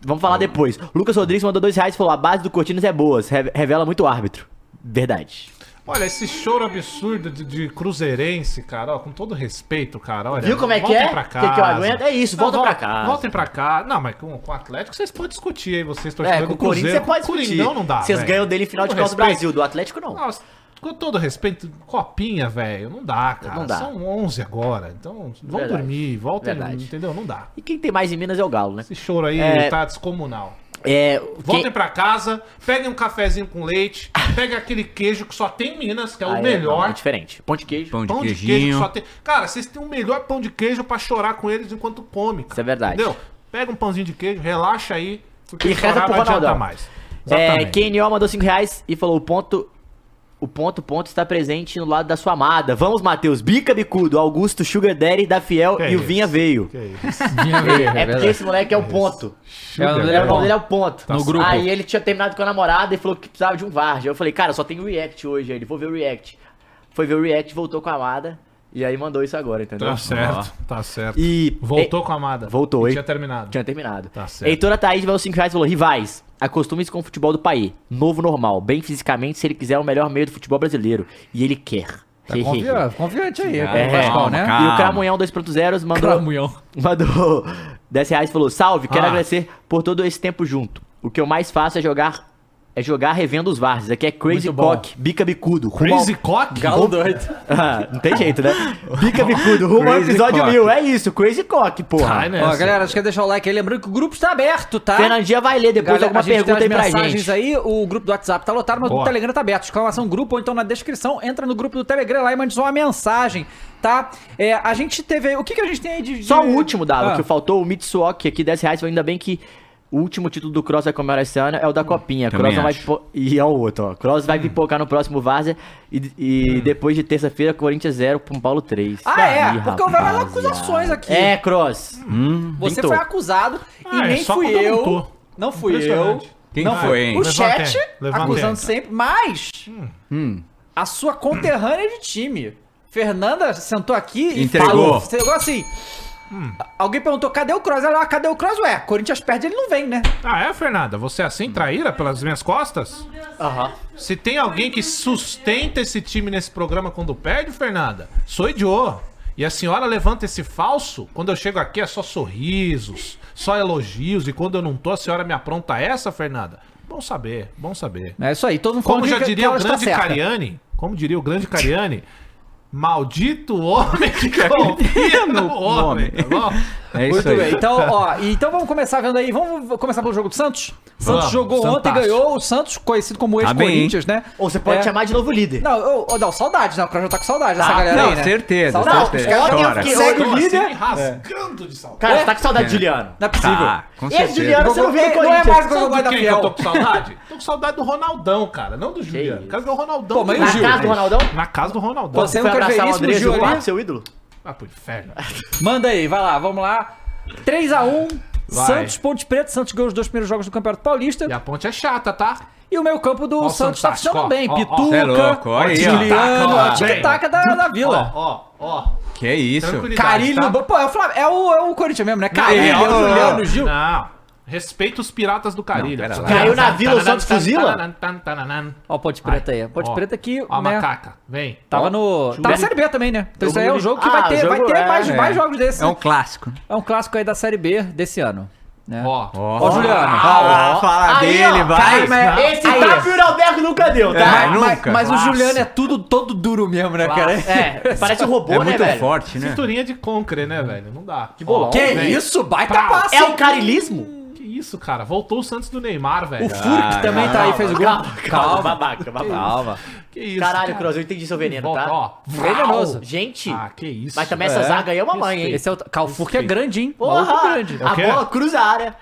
F: Vamos falar depois. Lucas Rodrigues mandou dois reais e falou: a base do Cortinas é boa, se re- revela muito árbitro. Verdade.
E: Olha, esse choro absurdo de, de cruzeirense, cara, ó, com todo respeito, cara, olha.
F: Viu como é que
E: voltem
F: é?
E: Pra
F: Que que eu
E: casa.
F: aguento? É isso, volta pra casa.
E: Voltem pra cá. Não, mas com, com o Atlético vocês podem discutir aí, vocês estão
F: É, com o Corinthians você pode discutir.
E: Não, não dá,
F: Vocês
E: velho.
F: ganham dele em final de
E: Com
F: Copa do
E: respeito.
F: Brasil, do Atlético não.
E: Nossa, com todo respeito, copinha, velho, não dá, cara.
F: Não dá.
E: São 11 agora, então vão
F: Verdade.
E: dormir, voltem,
F: Verdade.
E: entendeu? Não dá.
F: E quem tem mais em Minas é o Galo, né?
E: Esse choro aí
F: É.
E: tá descomunal.
F: É,
E: Voltem
F: quem-
E: pra casa, peguem um cafezinho com leite, peguem aquele queijo que só tem em Minas, que é o
F: Ah, é,
E: melhor.
F: não, é diferente. Pão de queijo.
D: Pão de
E: Pão de queijo que
D: queijinho.
E: só tem. Cara, vocês têm o melhor pão de queijo pra chorar com eles enquanto come. Cara.
F: Isso é verdade.
E: Entendeu? Pega um pãozinho de queijo, relaxa aí, porque
F: E reza
E: chorar
F: pro
E: não adianta
F: Ronaldão.
E: mais.
F: É,
E: Exatamente.
F: KNO mandou 5 reais e falou: o ponto. O ponto, ponto está presente no lado da sua amada. Vamos, Matheus. Bica bicudo, Augusto, Sugar Daddy, da Fiel
E: Que é
F: e o
E: isso?
F: Vinha veio.
E: Que isso?
F: É, porque esse moleque é o ponto.
C: É, o nome dele
F: É,
C: é
F: o nome
C: bom.
F: dele é o ponto.
C: No grupo.
F: Aí ele tinha terminado com a namorada e falou que precisava de um Varge. Eu falei, cara, só tem o React hoje. Aí ele, vou ver o React. Foi ver o React, voltou com a amada. E aí mandou isso agora, entendeu?
E: Tá certo, tá certo.
F: E-
E: voltou com a amada.
F: Voltou,
E: E
F: hein?
E: tinha terminado.
F: Tinha terminado.
E: Tá certo.
F: Heitor Ataíde valeu 5 reais e falou: Rivais, acostume-se com o futebol do país. Novo normal. Bem fisicamente, se ele quiser, é o melhor meio do futebol brasileiro. E ele quer. He, he, he.
C: Confia- Confiante aí,
F: É,
C: é, Vascão, né?
D: calma.
F: E o Cramunhão 2.0 mandou,
C: Cramunhão.
F: mandou 10 reais e falou: Salve, quero
E: Ah.
F: agradecer por todo esse tempo junto. O que eu mais faço é jogar é jogar revendo os Vars. Aqui é Crazy
C: Muito bom.
F: Cock, bica bicudo. rumo ao-
E: Crazy Cock?
C: Galo doido.
F: Ah, não tem jeito, né? Bica bicudo, rumo ao
D: Crazy
F: episódio
D: Cock.
F: mil. É isso, Crazy Cock, porra.
E: Ai, né?
C: Ó, galera, acho que é deixar o like aí. Lembrando que o grupo está aberto, tá?
F: Fernandinha vai ler depois
C: Galera,
F: alguma
C: a gente
F: pergunta aí
C: tem as
F: pra
C: mensagens
F: gente.
C: aí, o grupo do WhatsApp tá lotado, mas o
E: Boa.
C: do Telegram tá aberto. Exclamação grupo, ou então na descrição, entra no grupo do Telegram lá e mande só uma mensagem, tá? É, a gente teve aí. O que, que a gente tem aí de.
F: Só
C: de-
F: o último, Dava,
C: é- Ah,
F: que faltou, o Mitsuoki aqui, 10 reais. Ainda bem que O último título do Cross vai comemorar esse ano é o da Copinha.
D: também
F: Cross não vai
D: acho.
F: pipo- E é o outro, ó. Cross vai pipocar no próximo Várzea. E,
D: Hum.
F: e depois de terça-feira, Corinthians 0, São Paulo 3.
C: Ah, é, porque houveram
F: rapaz.
C: acusações aqui.
F: É, Cross.
D: Hum.
C: Você
F: pintou.
C: foi acusado
E: Ah,
C: e
E: é,
C: nem
E: só
C: fui
E: quando
C: eu.
E: pintou.
C: Não fui eu.
E: Impressionante. Ah, é.
D: Quem
C: não
D: foi, hein?
C: O
E: Levantei,
C: chat
E: levantei. Hum.
C: acusando sempre, mas
F: Hum.
C: a sua conterrânea de time. Fernanda sentou aqui e
D: Entregou.
C: falou, chegou assim.
E: Hum.
C: Alguém perguntou, cadê o Cross? Ela, ah, cadê o Cross? Ué, Corinthians perde, ele não vem, né?
E: Ah, é, Fernanda? Você é assim, traíra pelas minhas costas? Se tem alguém que sustenta esse time nesse programa quando perde, Fernanda, sou idiota. E a senhora levanta esse falso, quando eu chego aqui é só sorrisos, só elogios, e quando eu não tô, a senhora me apronta essa, Fernanda? Bom saber, bom saber.
C: É isso aí, todo mundo
E: Como
C: falando
E: já
C: que- que
E: diria
C: ela
E: o
C: está
E: grande
C: certa.
E: Cariani, como diria o grande Cariani, maldito homem que confia no homem, tá bom?
D: É isso
C: Muito bem.
D: aí.
C: Então, ó, então vamos começar vendo aí. Vamos começar pelo jogo do Santos. Santos
E: Vamos,
C: jogou ontem,
D: fantástico.
C: ganhou. O Santos, conhecido como
D: Tá bem, hein?
C: ex-Corinthians, né?
F: Ou você pode
C: É.
F: chamar de novo líder.
C: Não, eu, eu, não, saudade, né? O Cross já tá com saudade dessa galera
D: Ah, não,
C: aí, né?
D: certeza,
C: Saudade.
D: certeza.
C: Os caras-
F: Ontem eu
D: Chora.
F: fiquei-
C: Segue
E: Eu
C: o
E: tô assim,
C: líder.
E: rasgando de saudade.
F: Cara, você tá com saudade de Juliano.
C: Não é possível.
D: Tá, com
F: Esse
D: certeza.
F: Juliano, você não viu
C: Não
F: no
C: é mais
F: Corinthians.
C: que eu sou
E: Sabe
C: guarda
E: de quem que eu tô
C: fiel.
E: com saudade? tô com saudade do Ronaldão, cara, não do Juliano.
F: isso.
E: Quero ver o Ronaldão.
C: Pô, mas e
E: de
C: o
F: Na
E: novo.
C: Gil?
F: casa do Ronaldão?
E: Na casa do Ronaldão.
C: Você- Tem um
F: Foi abraçar o
C: carveiríssimo
F: André
C: Gil
F: Gil,
C: ali.
F: seu ídolo?
E: Ah, pro inferno.
C: Manda aí, vai lá, vamos lá. 3x1.
E: Vai.
C: Santos, Ponte Preta, Santos ganhou os dois primeiros jogos do Campeonato Paulista.
E: E a ponte é chata, tá?
C: E o meio campo do
E: Ó o
C: Santos tá
E: Fantástico,
C: funcionando
E: ó,
C: bem.
E: ó, ó.
C: Pituca,
D: Cê é louco, olha aí, ó.
C: Juliano,
E: Ó,
C: a tic-tac da, da vila.
E: Ó, ó, ó.
D: Que é isso.
E: Tranquilidade,
C: Carilho no
E: tá?
C: banco. Pô, é o, Flamengo, é, o, é o Corinthians mesmo, né? Carilho,
D: é, ó, ó, ó.
C: Juliano, Gil.
E: Não. Respeita os piratas do
D: Não,
E: Carilho.
D: pera lá.
F: Caiu na vila, o Santos fuzila?
C: Ó, o Ponte Preta aí. Ponte
E: Ó,
C: Preta que.
E: Ó, a
C: né,
E: macaca. Vem.
C: Tava no. Tá na Série B também, né? Então isso aí é um jogo que
F: Ah,
C: vai ter,
F: jogo
C: vai ter
F: é,
C: mais,
D: é.
C: mais jogos desses.
D: É um clássico.
C: clássico aí da Série B desse ano. Né?
E: Ó.
D: Ó,
C: Ó, Juliano.
D: Fala, fala
F: Aí,
D: dele,
F: ó.
C: Cara,
D: vai.
C: mas-
F: Esse
C: Aí.
F: tapa e o Nalberto Tá, nunca deu,
D: É,
F: tá?
D: mas nunca.
C: Mas o Juliano é tudo todo duro mesmo, né, cara?
F: É, parece um robô,
D: É
F: né,
D: muito
F: velho?
D: forte, né?
E: Cinturinha de concre, né, velho? Não dá. Que
F: bolão.
C: Que
E: vem.
C: isso? Baita
E: Pau.
C: passe.
F: É o carilismo?
E: Que isso, cara? Voltou o Santos do Neymar, velho.
C: O Furk também tá aí, fez o gol.
F: Calma, calma, babaca, babaca.
C: Calma.
E: Que isso,
F: Caralho,
E: cara?
F: Cross, eu entendi seu veneno,
E: Volta,
F: tá?
E: ó.
C: Venenoso.
F: Gente,
E: Ah, que isso.
F: mas também essa zaga aí é uma mãe, hein?
C: Esse é o. Cara, o Furk é grande, hein?
F: Porra!
C: Maluco grande.
F: A
E: quê?
F: bola cruza a área.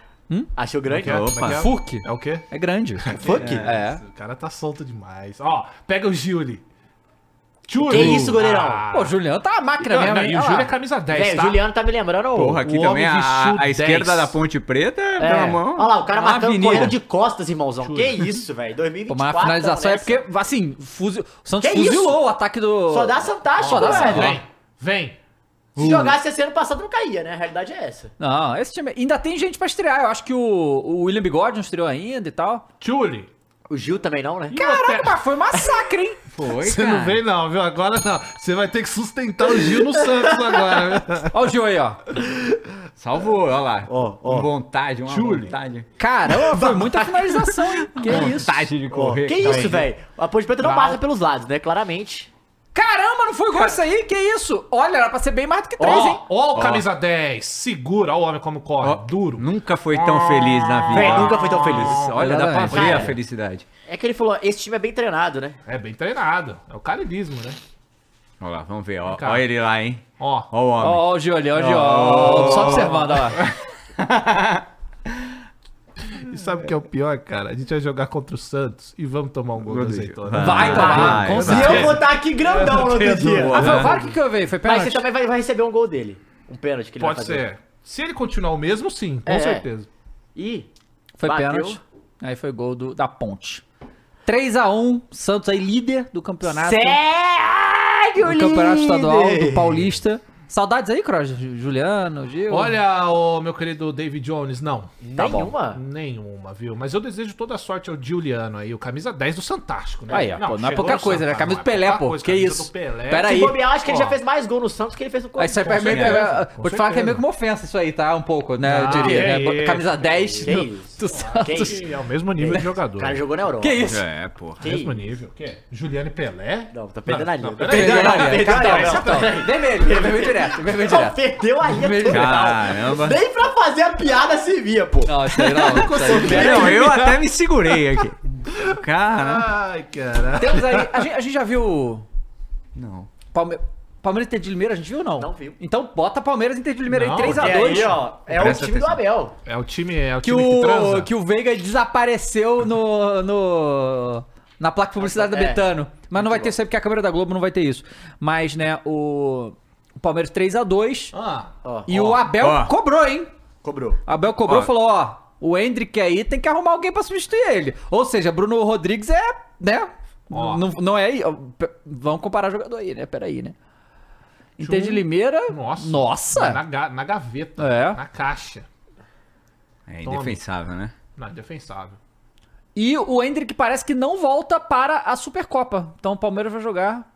F: Achou grande?
E: É,
D: Opa.
E: como é que é?
C: Furk.
E: É o quê?
C: É grande.
F: Fuck.
C: É.
E: O cara tá solto demais. Ó, pega o Júlio. Júlio. Ah.
F: Que isso, goleirão?
C: Pô, o Juliano tá uma máquina
E: não,
C: mesmo,
E: não,
C: hein?
E: e o
C: Olha
E: Júlio
C: lá.
E: é camisa 10,
F: Velho,
E: tá?
F: o Juliano tá me lembrando. o-
D: Porra, aqui
E: O
D: também
E: homem
D: a,
E: vestiu
D: a esquerda
E: 10.
D: da Ponte Preta é
F: É.
D: pela mão.
F: Olha lá, o cara
C: É uma
F: matando,
C: avenida.
F: correndo de costas, irmãozão. Que isso, velho.
C: Pô,
F: 2024.
C: mas
F: né?
C: a finalização é
F: tamo nessa.
C: porque, assim, fuzil... o Santos
F: Que isso?
C: fuzilou o ataque do.
F: Só dá fantástico,
C: é Só dá
F: velho.
C: Santástico.
E: Vem, vem.
F: Se jogasse esse ano passado, não caía, né? A realidade é essa.
C: Não, esse time. Ainda tem gente pra estrear. Eu acho que o, o William Bigode não estreou ainda e tal.
E: Júlio.
F: O Gil também não, né?
C: Caraca, mas foi um massacre, hein?
D: Foi,
E: Você não vem não, viu? Agora não. Você vai ter que sustentar o Gil no Santos agora. viu?
C: Ó o Gil aí, ó.
D: Salvou, olha lá.
F: Ó, ó.
D: Uma vontade, uma
E: Júlio.
D: vontade.
C: Caramba, foi muita finalização, hein? Que isso?
D: Vontade de
F: Pô,
D: correr.
F: que
D: Tá
F: isso,
D: aí.
F: velho. A Ponte Preta não
E: Brau.
F: passa pelos lados, né? Claramente.
C: Caramba, não foi gol isso aí? Que isso? Olha, era pra ser bem mais do que três, hein?
E: Ó, ó o camisa 10. Segura. Ó o homem como corre.
D: Ó,
E: Duro.
D: Nunca foi tão feliz na vida.
F: Velho, nunca foi tão feliz.
D: Olha, dá pra
C: Exatamente.
D: ver a
F: Cara.
D: felicidade.
F: É que ele falou, esse time é bem treinado, né?
E: É bem treinado. É o carilismo, né?
D: Olha lá, vamos ver. Ó,
E: cá.
D: ó ele lá, hein?
E: Ó.
D: Ó o homem.
C: Ó, ó o Gil ali, ó o Gil. ó. Só observando, ó.
E: E sabe o que é o pior, cara? A gente vai jogar contra o Santos e vamos tomar um gol do
D: Rodrigo.
E: azeitona.
C: Vai tomar.
D: vai,
C: Com
D: vai.
F: E
C: certeza.
F: eu vou estar aqui grandão no outro dia.
C: Ah, foi o VAR que que eu vi, foi
F: Mas você
C: pênalti.
F: também vai, vai receber um gol dele. Um pênalti que ele
E: Pode
F: vai fazer.
E: ser. Se ele continuar o mesmo, sim, com
F: É.
E: certeza.
F: Ih,
C: Foi
F: Bateu.
C: pênalti. Aí foi gol do, da Ponte. 3x1, Santos aí líder do campeonato.
F: segue o
C: do campeonato
F: líder.
C: estadual do Paulista. Saudades aí, Cross? Ju- Juliano, Gil.
E: Olha, ô, meu querido David Jones, não.
F: Nenhuma.
E: Nenhuma, viu? Mas eu desejo toda a sorte ao Giuliano aí, o camisa 10 do Fantástico, né?
C: Aí, ó, pô, não é
E: chegou
C: pouca
E: no
C: coisa, né?
E: Santa,
C: Camisa
E: não
C: do Pelé,
E: pouca
C: pô, que
E: camisa
C: isso?
E: do Pelé.
C: Pera aí.
F: Se bobear, acho que ele
E: Ó.
F: já fez mais gol no Santos que ele fez no
C: Aí Isso aí pra mim,
E: certeza,
C: é-
E: com
C: vou te falar que é meio
E: certeza.
C: que uma ofensa isso aí, tá? Um pouco, né? eu
E: Ah,
C: diria,
E: que
C: né? Bo-
E: isso,
C: Camisa 10
F: Que
C: do,
F: isso.
C: do
F: Que
C: Santos.
F: isso.
E: E é o mesmo nível de jogador. né?
F: O cara jogou na Europa.
C: Que isso?
D: É, porra.
F: Que
E: mesmo
F: isso?
E: nível. O quê? Juliano e Pelé?
F: Não, tá perdendo a linha. Tá
E: peraí.
F: perdendo a linha.
C: Vermelho,
F: Perdeu a
C: cartão,
F: linha.
C: cartão. Vermelho, vermelho direto, vermelho
F: Não,
C: direto.
F: perdeu a linha total.
D: Caramba.
F: Nem pra fazer a piada se via, pô.
C: Não, isso aí não. isso aí-
D: Não, eu até me segurei aqui. Cara,
E: Ai, cara.
C: Temos aí. A gente, a gente já viu.
D: não.
C: Palme... Palmeiras e Inter de Limeira, a gente viu ou não?
F: Não viu.
C: Então bota Palmeiras e Inter de Limeira
E: Não,
C: aí 3 a
F: E
C: 2
F: aí, ó, é o
E: Presta
F: time do
E: atenção.
F: Abel.
E: É o time, é o
C: que
E: time que transa.
C: o, que o Veiga desapareceu no, no- na placa de publicidade da
F: É.
C: Betano. Mas não vai ter isso aí porque a câmera da Globo não vai ter isso. Mas, né, o, o Palmeiras 3 a 2
E: Ah,
C: e o Abel
D: ó.
C: cobrou, hein?
F: Cobrou.
C: Abel cobrou
D: Ó.
C: e falou, ó, o Hendrick aí tem que arrumar alguém pra substituir ele. Ou seja, Bruno Rodrigues é, né?
E: Ó.
C: Não, não é aí. ó, p- Vamos comparar jogador aí, né? Peraí, né? Inter de Limeira.
E: nossa.
C: Nossa!
E: Na, ga- na gaveta.
C: É.
E: Na caixa.
D: É indefensável, né?
E: Não, defensável.
C: E o Hendrick parece que não volta para a Supercopa. Então o Palmeiras vai jogar,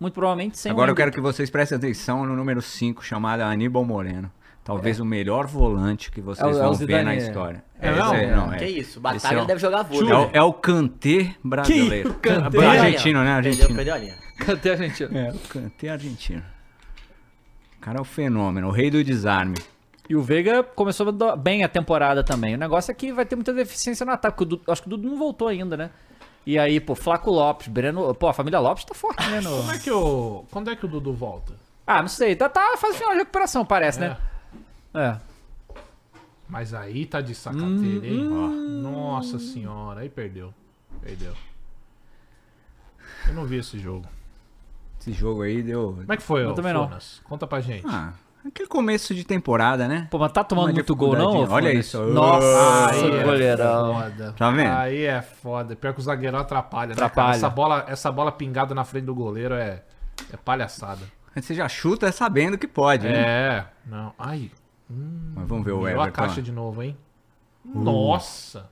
C: muito provavelmente, sem
D: Agora
C: o
D: eu quero que vocês prestem atenção no número 5, chamado Aníbal Moreno. Talvez o melhor volante que vocês
C: É o- é o
D: vão ver
C: Zidane,
D: na
C: é.
D: história.
E: É, não?
D: esse aí, é.
F: Que isso,
D: Esse é
F: Batalha
D: o-
F: deve jogar
D: É o,
F: vôlei.
D: é o Kanté brasileiro.
E: Kanté.
D: Bra- Argentino, né?
F: Argentino.
D: Argentino.
F: Perdeu a linha.
C: Cadê a gente?
D: É, o Kanté argentino. O cara é o fenômeno, o rei do desarme.
C: E o Veiga começou a dar bem a temporada também. O negócio é que vai ter muita deficiência no ataque. porque o Dudu- acho que o Dudu não voltou ainda, né? E aí, pô, Flaco Lopes, Breno. Pô, a família Lopes tá forte, né? no-
E: Como é que o... Quando é que o Dudu volta?
C: Ah, não sei. Tá, tá fase final de recuperação, parece, né? É.
E: Mas aí tá de sacateira, hein? Ó,
D: Uhum.
E: Nossa senhora, aí perdeu. Perdeu. Eu não vi esse jogo.
D: Esse jogo aí deu.
E: Como é que foi,
C: Eu
E: ô,
C: também não.
E: Fonas? Conta pra gente.
D: Ah, aquele começo de temporada, né?
C: Pô, mas tá tomando
D: Uma
C: muito gol, não?
D: dificuldade. Olha
C: Funes?
D: isso.
C: Nossa,
E: Aí é
C: goleirão.
E: foda.
D: Tá vendo?
E: Aí é foda. Pior que o zagueirão atrapalha, né, cara?
C: Atrapalha.
E: Essa bola, essa bola pingada na frente do goleiro é, é palhaçada.
D: Aí Você já chuta sabendo que pode, né?
E: É, não. Ai,
D: Mas vamos ver o
E: virou a
D: Everton.
E: caixa de novo, hein? Nossa!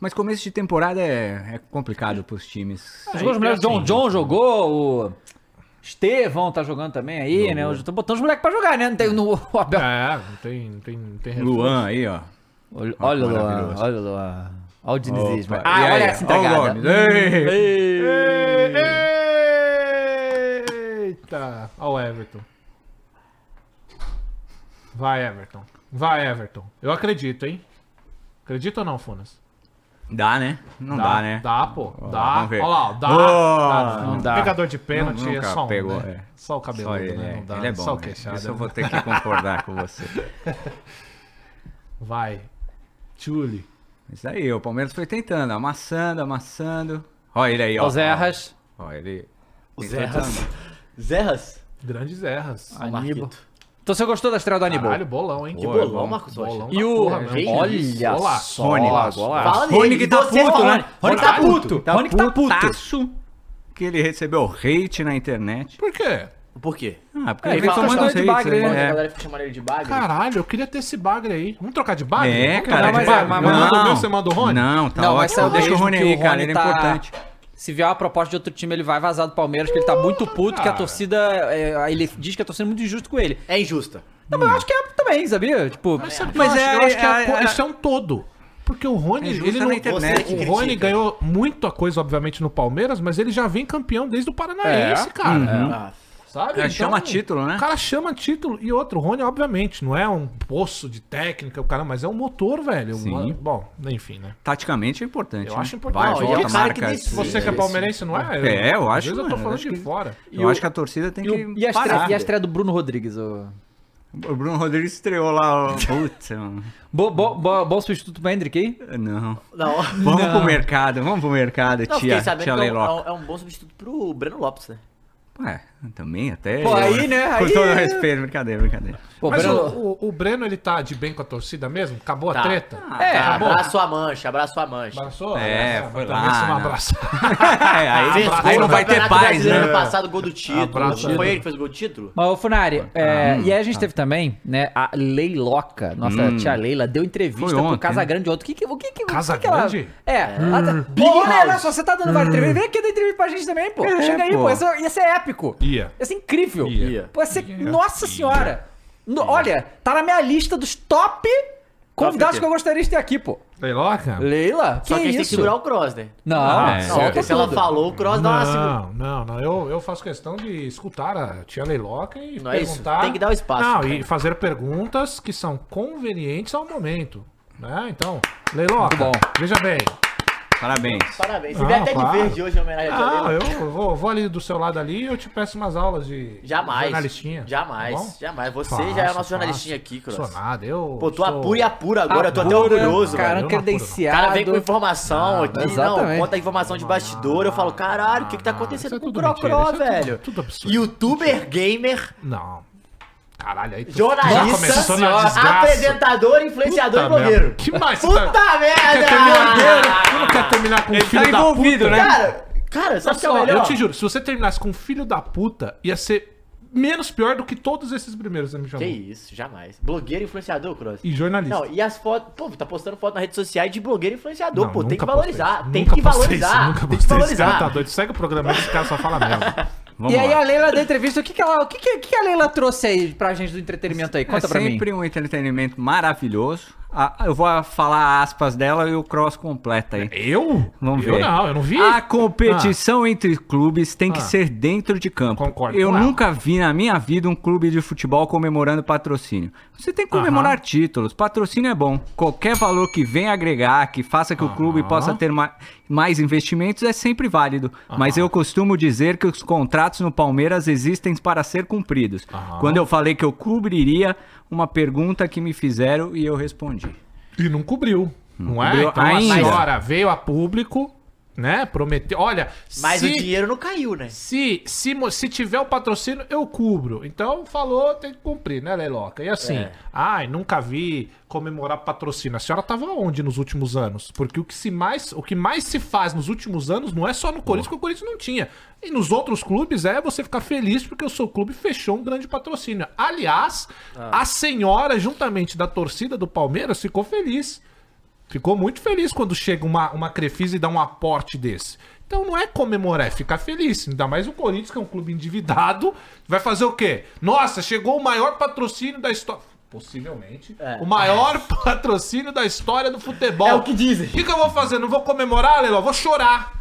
D: Mas começo de temporada é, é complicado pros times.
C: Os
E: Aí,
C: gols melhores, o John
E: assim,
C: John jogou, o Estevão tá jogando também aí, né? Hoje eu tô botando os moleques pra jogar, né? Não tem no o Abel.
E: É, não tem, não tem, não tem
C: É
E: reforço.
D: Luan aí, ó.
C: Olha olha o Luan,
D: Maravilhoso.
C: olha o Luan. Olha o dinizismo.
D: Opa,
C: Ah,
D: e aí?
C: olha essa
D: Ó o
C: entregada. Hum.
D: Gomes. Ei!
E: Eita! Olha o Everton. Vai, Everton. Vai, Everton. Eu acredito, hein? Acredita ou não, Funas?
D: Dá, né? Não dá, né?
E: Dá, pô.
D: Ó,
E: dá.
D: vamos ver.
E: Olha lá, ó, dá.
D: Ó,
E: dá.
C: não dá.
E: Pegador de pênalti
D: Nunca
E: é só um,
D: pegou,
E: né?
D: é.
E: Só o cabeludo,
D: Só ele,
E: né?
D: é.
E: Não dá,
D: ele é bom.
E: só o
D: né?
E: queixado.
D: Isso eu
E: né?
D: vou ter que concordar com você.
E: Vai. Tchuli.
D: Isso aí, o Palmeiras foi tentando, amassando, amassando. Ó ele aí, ó.
C: Ó, Os Erras.
D: Ó, ele...
F: Os
D: Ele
F: Erras.
D: tentando.
F: Zerras?
E: Grandes erras.
F: Ah, o
C: Aníbal.
F: Marquito.
C: Então você gostou da estreia do Aníbal?
E: Caralho, bolão, hein?
D: Boa,
E: Que
D: é
F: Bolão,
D: bom.
F: Marcos Rocha.
E: Bolão
C: E
E: da
C: o.
E: porra,
F: Que
E: mesmo.
C: olha
F: isso, olá.
C: só.
D: Rony.
C: Golaço.
D: Rony que tá
F: Você
D: puto,
F: falando.
D: né?
C: é Rony tá puto. Rony que tá puto.
D: putaço que ele recebeu hate na internet.
E: Por quê?
F: Por quê?
D: Ah, porque
C: É,
D: ele
C: ele
D: fez
C: fala
D: tomando
C: que é
D: hates.
C: de bagre,
F: Quando a
D: né?
F: galera fica chamando ele de bagre.
E: Caralho, eu queria ter esse bagre aí. Vamos trocar de bagre?
D: É,
E: Vamos
D: cara.
E: trocar
C: mas-
E: de bagre?
C: mas-
E: Você manda o meu,
D: Não,
E: você manda o Rony?
D: Não, tá
C: Não, mas saiu
D: ótimo. Deixa o
C: mesmo
D: Rony
C: que
D: aí,
C: o
D: cara.
C: Rony
D: Ele é
C: tá-
D: importante.
C: Se vier uma proposta de outro time, ele vai vazar do Palmeiras, que ele tá muito puto, que a
E: cara.
C: torcida. é, ele diz que a torcida é muito injusta com ele.
F: É injusta.
C: Não, mas eu acho que é também, sabia? Tipo,
E: Mas, sabe o que
D: Mas
E: eu acho?
D: é-
E: Eu acho que é,
D: é-
E: a-
D: é-
E: isso é um todo. Porque o Rony,
D: É justo
E: ele
D: na
E: não,
D: internet.
E: o Rony ganhou muita coisa, obviamente, no Palmeiras, mas ele já vem campeão desde o Paranaense,
C: É.
E: cara.
F: Ah,
E: Sabe?
D: Uhum.
E: Então,
D: É, chama
C: então,
D: título, né?
E: O cara chama título e outro. O Rony, obviamente, não é um poço de técnica, o cara, mas é um motor, velho.
D: Sim.
E: Bom, enfim, né?
D: Taticamente é importante.
E: Eu
D: né?
E: acho importante.
D: Vai,
E: Não, e
D: volta,
F: o cara que
D: marca.
F: decide.
E: Você que é palmeirense, não é?
D: É, eu
E: às
D: acho,
E: vezes eu tô
D: mano, eu
E: falando
D: acho
E: de
D: que-
E: fora.
D: Eu acho que a torcida tem
C: E,
D: que
C: o- e a estreia,
D: parar.
C: e a estreia do Bruno Rodrigues? O...
D: O Bruno Rodrigues estreou lá. ó. Putz, mano.
C: Bo, bo, bo, bom substituto pra Hendrick aí?
D: Não.
F: Não.
D: Vamos pro mercado, vamos pro mercado,
F: Não,
D: tia,
F: fiquei
D: tia
F: sabendo que é um, é
D: Leiloca.
F: um- é um bom substituto pro Breno Lopes, né?
D: Ué, também até...
C: é um- Pô,
D: eu,
C: aí, né,
D: Com
C: aí-
D: todo respeito, brincadeira, brincadeira.
C: Pô,
E: Mas
C: Breno-
E: o, o, o Breno, ele tá de bem com a torcida mesmo? Acabou a
F: Tá.
E: treta?
C: É,
F: Ah,
E: acabou.
F: abraço a mancha, abraço a mancha.
E: Abraçou?
D: É,
E: Abraçou,
D: foi
E: mas
D: lá,
E: também se não
D: né?
E: abraçar.
D: É, aí,
F: Fez
D: aí
F: gol
D: não
F: no
D: vai ter
F: Campeonato
D: paz,
F: Brasileiro
D: né?
F: ano passado, gol do título.
E: Abraço,
F: Não foi
E: né?
F: ele que fez o gol do título?
C: Mas, ô Funari, é, e aí a gente teve também, né, a Leiloca, nossa tia Leila, deu entrevista
D: Foi
C: pro
D: ontem,
C: Casagrande ontem. O que que, o que, que, o que que ela...
E: Casagrande?
C: É. ela tá- Ô, Ô, né, olha só, você tá dando várias entrevistas, vem aqui dar entrevista pra gente também, pô.
D: É,
C: Chega aí, pô,
D: pô.
C: Isso, ia ser épico.
E: Ia.
C: Ia ser incrível.
E: Ia.
C: Pô, ia ser... Nossa senhora. No- olha, tá na minha lista dos top convidados
F: o quê?
C: que eu gostaria de ter aqui, pô.
E: Leiloca?
C: Leila,
F: Só que,
C: que
F: a gente tem que
C: isso?
F: segurar o Cross, né?
C: Não,
D: Ah, é.
F: Não,
C: solta
F: porque se ela
C: tudo.
F: falou, o Cross dá uma segurada.
E: Não, não, não. Eu, eu faço questão de escutar a tia Leiloca e
F: Não é isso,
E: perguntar.
F: tem que dar o espaço.
E: Não, e fazer perguntas que são convenientes ao momento. Né? Então, Leiloca,
C: Muito bom.
E: veja bem.
D: Parabéns.
F: Parabéns. Você
E: Ah,
F: veio até
E: claro.
F: de verde hoje em homenagem a
E: Ah,
F: Jandela.
E: eu vou, vou ali do seu lado ali e eu te peço umas aulas de
F: Jamais.
E: jornalistinha. tá
F: Jamais,
E: bom?
F: jamais. Você
E: Faço,
F: já é o nosso
E: faço.
F: jornalistinha aqui,
E: Sou
F: Cross.
E: nada, eu.
F: Pô, tu
E: sou-
F: apura e apura agora, eu tô até
E: Apura,
F: orgulhoso,
E: cara.
F: velho. É
C: Cara,
E: eu não apuro, não.
F: O
C: credenciado.
F: cara vem com informação aqui, não,
C: exatamente.
F: conta informação de bastidor, eu falo, caralho, o que que tá acontecendo
E: Isso é
F: com o
E: tudo mentira,
F: Crocro,
E: isso é tudo-
F: velho?
E: tudo absurdo.
F: Youtuber, gamer,
E: Não. Caralho, aí. tu- Já começou na
F: jornalista,
E: desgraça.
F: apresentador, influenciador e
E: Puta merda.
F: blogueiro.
E: Que mais? você
F: Puta
E: tá- Quer terminar,
F: merda!
E: tu não quer terminar com o filho
C: tá
E: da
C: envolvido,
E: puta?
C: né?
F: Cara, cara, sabe o que é o
E: Só,
F: melhor?
E: eu te juro, se você terminasse com o filho da puta, ia ser menos pior do que todos esses primeiros, né, me
F: Que
E: chamou.
F: isso, jamais. Blogueiro e influenciador, Cross.
E: E jornalista.
F: Não, e as fotos. Pô, tá postando foto na rede social de blogueiro e influenciador,
E: Não,
F: pô. Tem
E: nunca
F: que valorizar.
E: postei isso,
F: Tem
E: nunca
F: que
E: postei isso,
F: valorizar.
E: Nunca
F: tem que
E: postei isso, cara tá
F: valorizar.
E: doido. Segue o programa, esse cara só fala merda.
D: Vamos
C: e aí
D: lá.
C: a Leila da entrevista, o que que, ela, o que, que, o que que a Leila trouxe aí pra gente do entretenimento aí? Conta
D: é
C: pra mim.
D: sempre um entretenimento maravilhoso. Ah, eu vou falar aspas dela e o cross completa aí.
E: Eu?
D: Vamos
E: eu
D: ver.
E: não, eu não vi.
C: Ah,
E: Ah.
D: A competição entre clubes tem que ser dentro de campo.
E: Concordo
D: Eu
E: com ela.
D: nunca vi na minha vida um clube de futebol comemorando patrocínio. Você tem que comemorar títulos. Patrocínio é bom. Qualquer valor que venha agregar, que faça que o clube possa ter ma- mais investimentos é sempre válido. Mas eu costumo dizer que os contratos no Palmeiras existem para ser cumpridos. Quando eu falei que eu cobriria uma pergunta que me fizeram e eu respondi.
E: E não cobriu. Não é?
D: cobriu
E: Então
D: ainda.
E: a senhora veio a público, né? Prometeu. Olha,
F: Mas
E: se,
F: o dinheiro não caiu, né?
E: se, se, mo- se tiver o patrocínio, eu cubro. Então falou, tem que cumprir, né, Leiloca? E assim,
F: É.
E: ai, nunca vi comemorar patrocínio. A senhora tava onde nos últimos anos? Porque o que, se mais, o que mais se faz nos últimos anos não é só no Corinthians, porque o Corinthians não tinha. E nos outros clubes é você ficar feliz porque o seu clube fechou um grande patrocínio. Aliás, a senhora, juntamente da torcida do Palmeiras, ficou feliz. Ficou muito feliz quando chega uma, uma Crefisa e dá um aporte desse. Então não é comemorar, é ficar feliz. Ainda mais o Corinthians, que é um clube endividado. Vai fazer o quê? Nossa, chegou o maior patrocínio da história. Possivelmente.
F: É.
E: O maior patrocínio da história do futebol.
F: É o que dizem.
E: O que, que eu vou fazer? Não vou comemorar, Leilão? Vou chorar.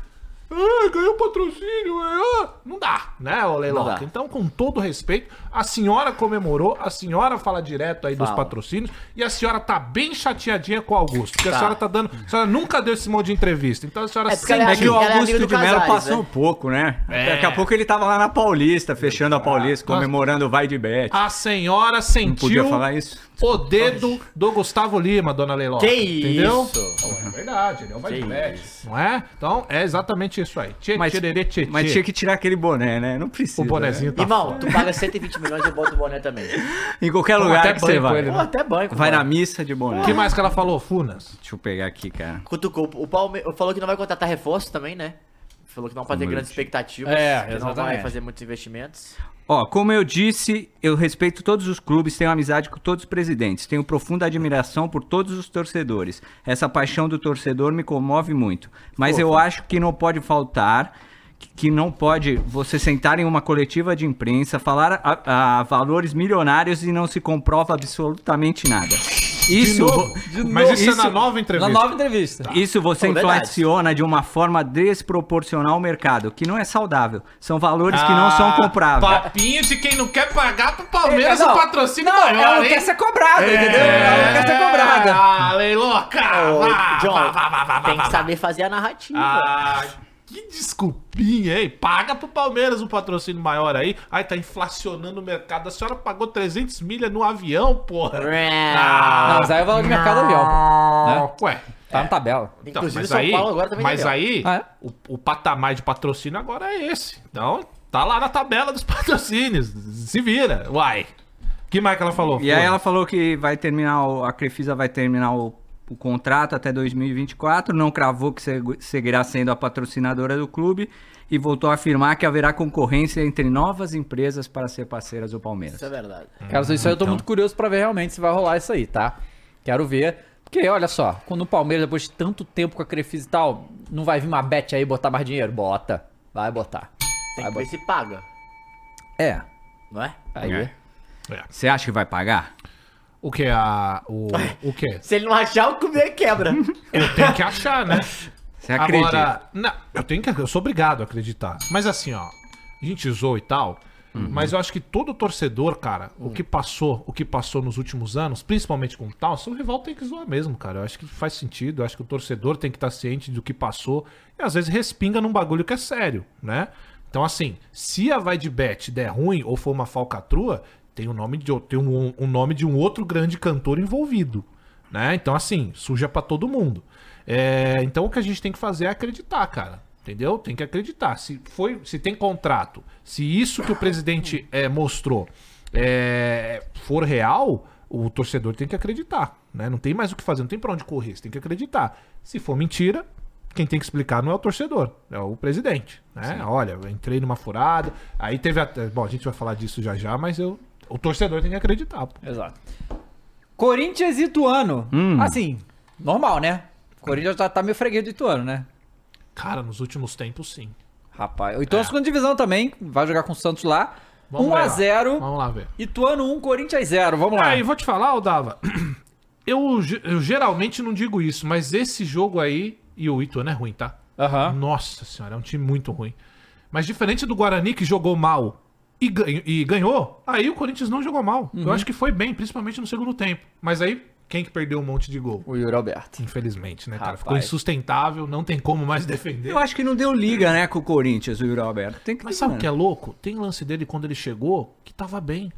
E: Ah, ganhou patrocínio. ah. Não dá, né, ô Leilão?
F: Não dá.
E: Então, com todo respeito, a senhora comemorou, a senhora fala direto aí dos
F: Fala.
E: patrocínios e a senhora tá bem chateadinha com o Augusto. Porque a
F: Tá.
E: senhora tá dando. A senhora nunca deu esse monte de entrevista. Então a senhora
F: É porque ela é
D: É que o
F: Ela amiga
D: Augusto
F: do
D: de Mello
F: Casares,
D: passou
F: né?
D: um pouco, né?
E: É.
D: Daqui a pouco ele tava lá na Paulista,
E: Ah,
D: fechando a Paulista, comemorando o Vai de Bet.
E: A senhora
D: Não podia
E: sentiu
D: falar isso?
E: o dedo do Gustavo Lima, dona Leilão.
F: Que
E: Entendeu?
F: isso?
E: É verdade, ele é o vai
F: Que
E: de bad,
F: isso.
E: Não é? Então, é exatamente isso aí. Tchê,
D: Mas,
E: tchererê, tchê,
D: mas
E: tchê.
D: tinha que tirar aquele boné, né? Não precisa.
E: O bonezinho tá
F: Irmão, tu paga 120 milhões e eu boto o boné também.
D: né? Em qualquer
E: Toma até
D: lugar que você
E: banho com
D: vai.
E: ele,
F: Pô, até banco.
D: Vai na
F: mano.
D: missa de boné.
E: O que mais que ela falou, Funas?
D: Deixa eu pegar aqui, cara.
F: Cutucou. O Palmeiras falou que não vai contratar reforço também, né? Falou que não vai fazer grandes expectativas.
C: É,
F: que não vai
C: exatamente.
F: fazer muitos investimentos.
D: Ó, como eu disse, eu respeito todos os clubes, tenho amizade com todos os presidentes, tenho profunda admiração por todos os torcedores. Essa paixão do torcedor me comove muito. Mas eu acho que não pode faltar, que- que não pode você sentar em uma coletiva de imprensa, falar a, a valores milionários e não se comprova absolutamente nada. Isso, vo-
E: Mas isso, é na
D: isso-
E: nova entrevista.
C: Na nova entrevista.
D: Isso você
F: Pô, verdade.
D: inflaciona de uma forma desproporcional o mercado, que não é saudável. São valores que
E: Ah,
D: não
F: Ah,
D: são compráveis.
E: Papinho de quem não quer pagar pro Palmeiras
C: É, Não,
E: o patrocínio
C: não,
E: maior,
C: ela não
E: hein?
C: quer ser cobrada, entendeu? Ela não quer ser cobrada.
E: Ah, leiloca!
F: tá Ô,
E: É. Vá,
F: John,
E: vá, vá, vá, vá,
F: tem
E: vá,
F: que
E: vá.
F: saber fazer a narrativa.
E: Ah, que desculpinha, hein? Paga pro Palmeiras um patrocínio maior aí. Ai, tá inflacionando o mercado. A senhora pagou 300 milha no avião, porra.
F: Ah,
C: Não, mas aí é o valor de mercado do avião. pô.
E: Ah, Ué,
C: Tá na tabela.
E: então,
F: né? Inclusive,
E: mas
F: São
E: aí,
F: Paulo agora também
E: mas
F: deu.
E: aí
C: Ah, é?
E: o, o patamar de patrocínio agora é esse. Então, tá lá na tabela dos patrocínios. Se vira, uai. que mais que ela falou?
D: E aí
E: Pô.
D: ela falou que vai terminar, o- a Crefisa vai terminar o, o contrato até 2024, não cravou que segu- seguirá sendo a patrocinadora do clube e voltou a afirmar que haverá concorrência entre novas empresas para ser parceiras do Palmeiras.
F: Isso é verdade.
C: Cara, isso aí eu tô muito curioso pra ver realmente se vai rolar isso aí, tá? Quero ver. Porque, olha só, quando o Palmeiras, depois de tanto tempo com a Crefisa e tal, não vai vir uma bet aí e botar mais dinheiro? Bota. Vai botar.
F: Tem
C: Vai
E: Ah,
F: que ver
C: botar.
F: se paga,
C: É.
F: não é?
C: Aí.
D: Você acha que vai pagar?
E: O que? A, o, o que?
F: Se ele não achar, o clube quebra.
E: Eu tenho que achar, né?
D: Você acredita?
E: Agora, não, eu tenho que, eu sou obrigado a acreditar. Mas assim, ó, a gente zoou e tal.
D: Uhum.
E: Mas eu acho que todo torcedor, cara, o que passou, o que passou nos últimos anos, principalmente com o tal, seu rival tem que zoar mesmo, cara. Eu acho que faz sentido, eu acho que o torcedor tem que estar ciente do que passou e às vezes respinga num bagulho que é sério, né? Então, assim, se a vai de bet der ruim ou for uma falcatrua, tem o nome de, ou- tem um, um nome de um outro grande cantor envolvido, né? Então, assim, suja pra todo mundo. É, então, o que a gente tem que fazer é acreditar, cara. Entendeu? Tem que acreditar. Se foi, se tem contrato, se isso que o presidente é, mostrou é, for real, o torcedor tem que acreditar, né? Não tem mais o que fazer, não tem pra onde correr, você tem que acreditar. Se for mentira, quem tem que explicar não é o torcedor, é o presidente, né? Olha, eu entrei numa furada, aí teve até, bom, a gente vai falar disso já já, mas eu o torcedor tem que acreditar. pô.
C: Exato. Corinthians e Ituano. Assim, normal, né? Corinthians tá, tá meio freguês do Ituano, né?
E: Cara, nos últimos tempos sim.
C: Rapaz. Então, segunda divisão também. Vai jogar com o Santos lá.
E: Vamos ver lá.
C: 1x0.
E: Vamos lá ver.
C: Ituano 1, Corinthians 0. Vamos lá.
E: Ah, e vou te falar, ô Dava. Eu, ge- eu geralmente não digo isso, mas esse jogo aí e o Ituano é ruim, tá?
C: Aham.
E: Nossa senhora, é um time muito ruim. Mas diferente do Guarani que jogou mal e, ganho- e ganhou, aí o Corinthians não jogou mal. Eu acho que foi bem, principalmente no segundo tempo. Mas aí, quem que perdeu um monte de gol?
C: O Yuri Alberto.
E: Infelizmente, né, cara?
C: Rapaz.
E: Ficou insustentável, não tem como mais defender.
D: Eu acho que não deu liga, né, com o Corinthians, o Yuri Alberto. Tem que
E: Mas
D: ter,
E: sabe o
D: mano.
E: que é louco? Tem lance dele quando ele chegou que tava bem.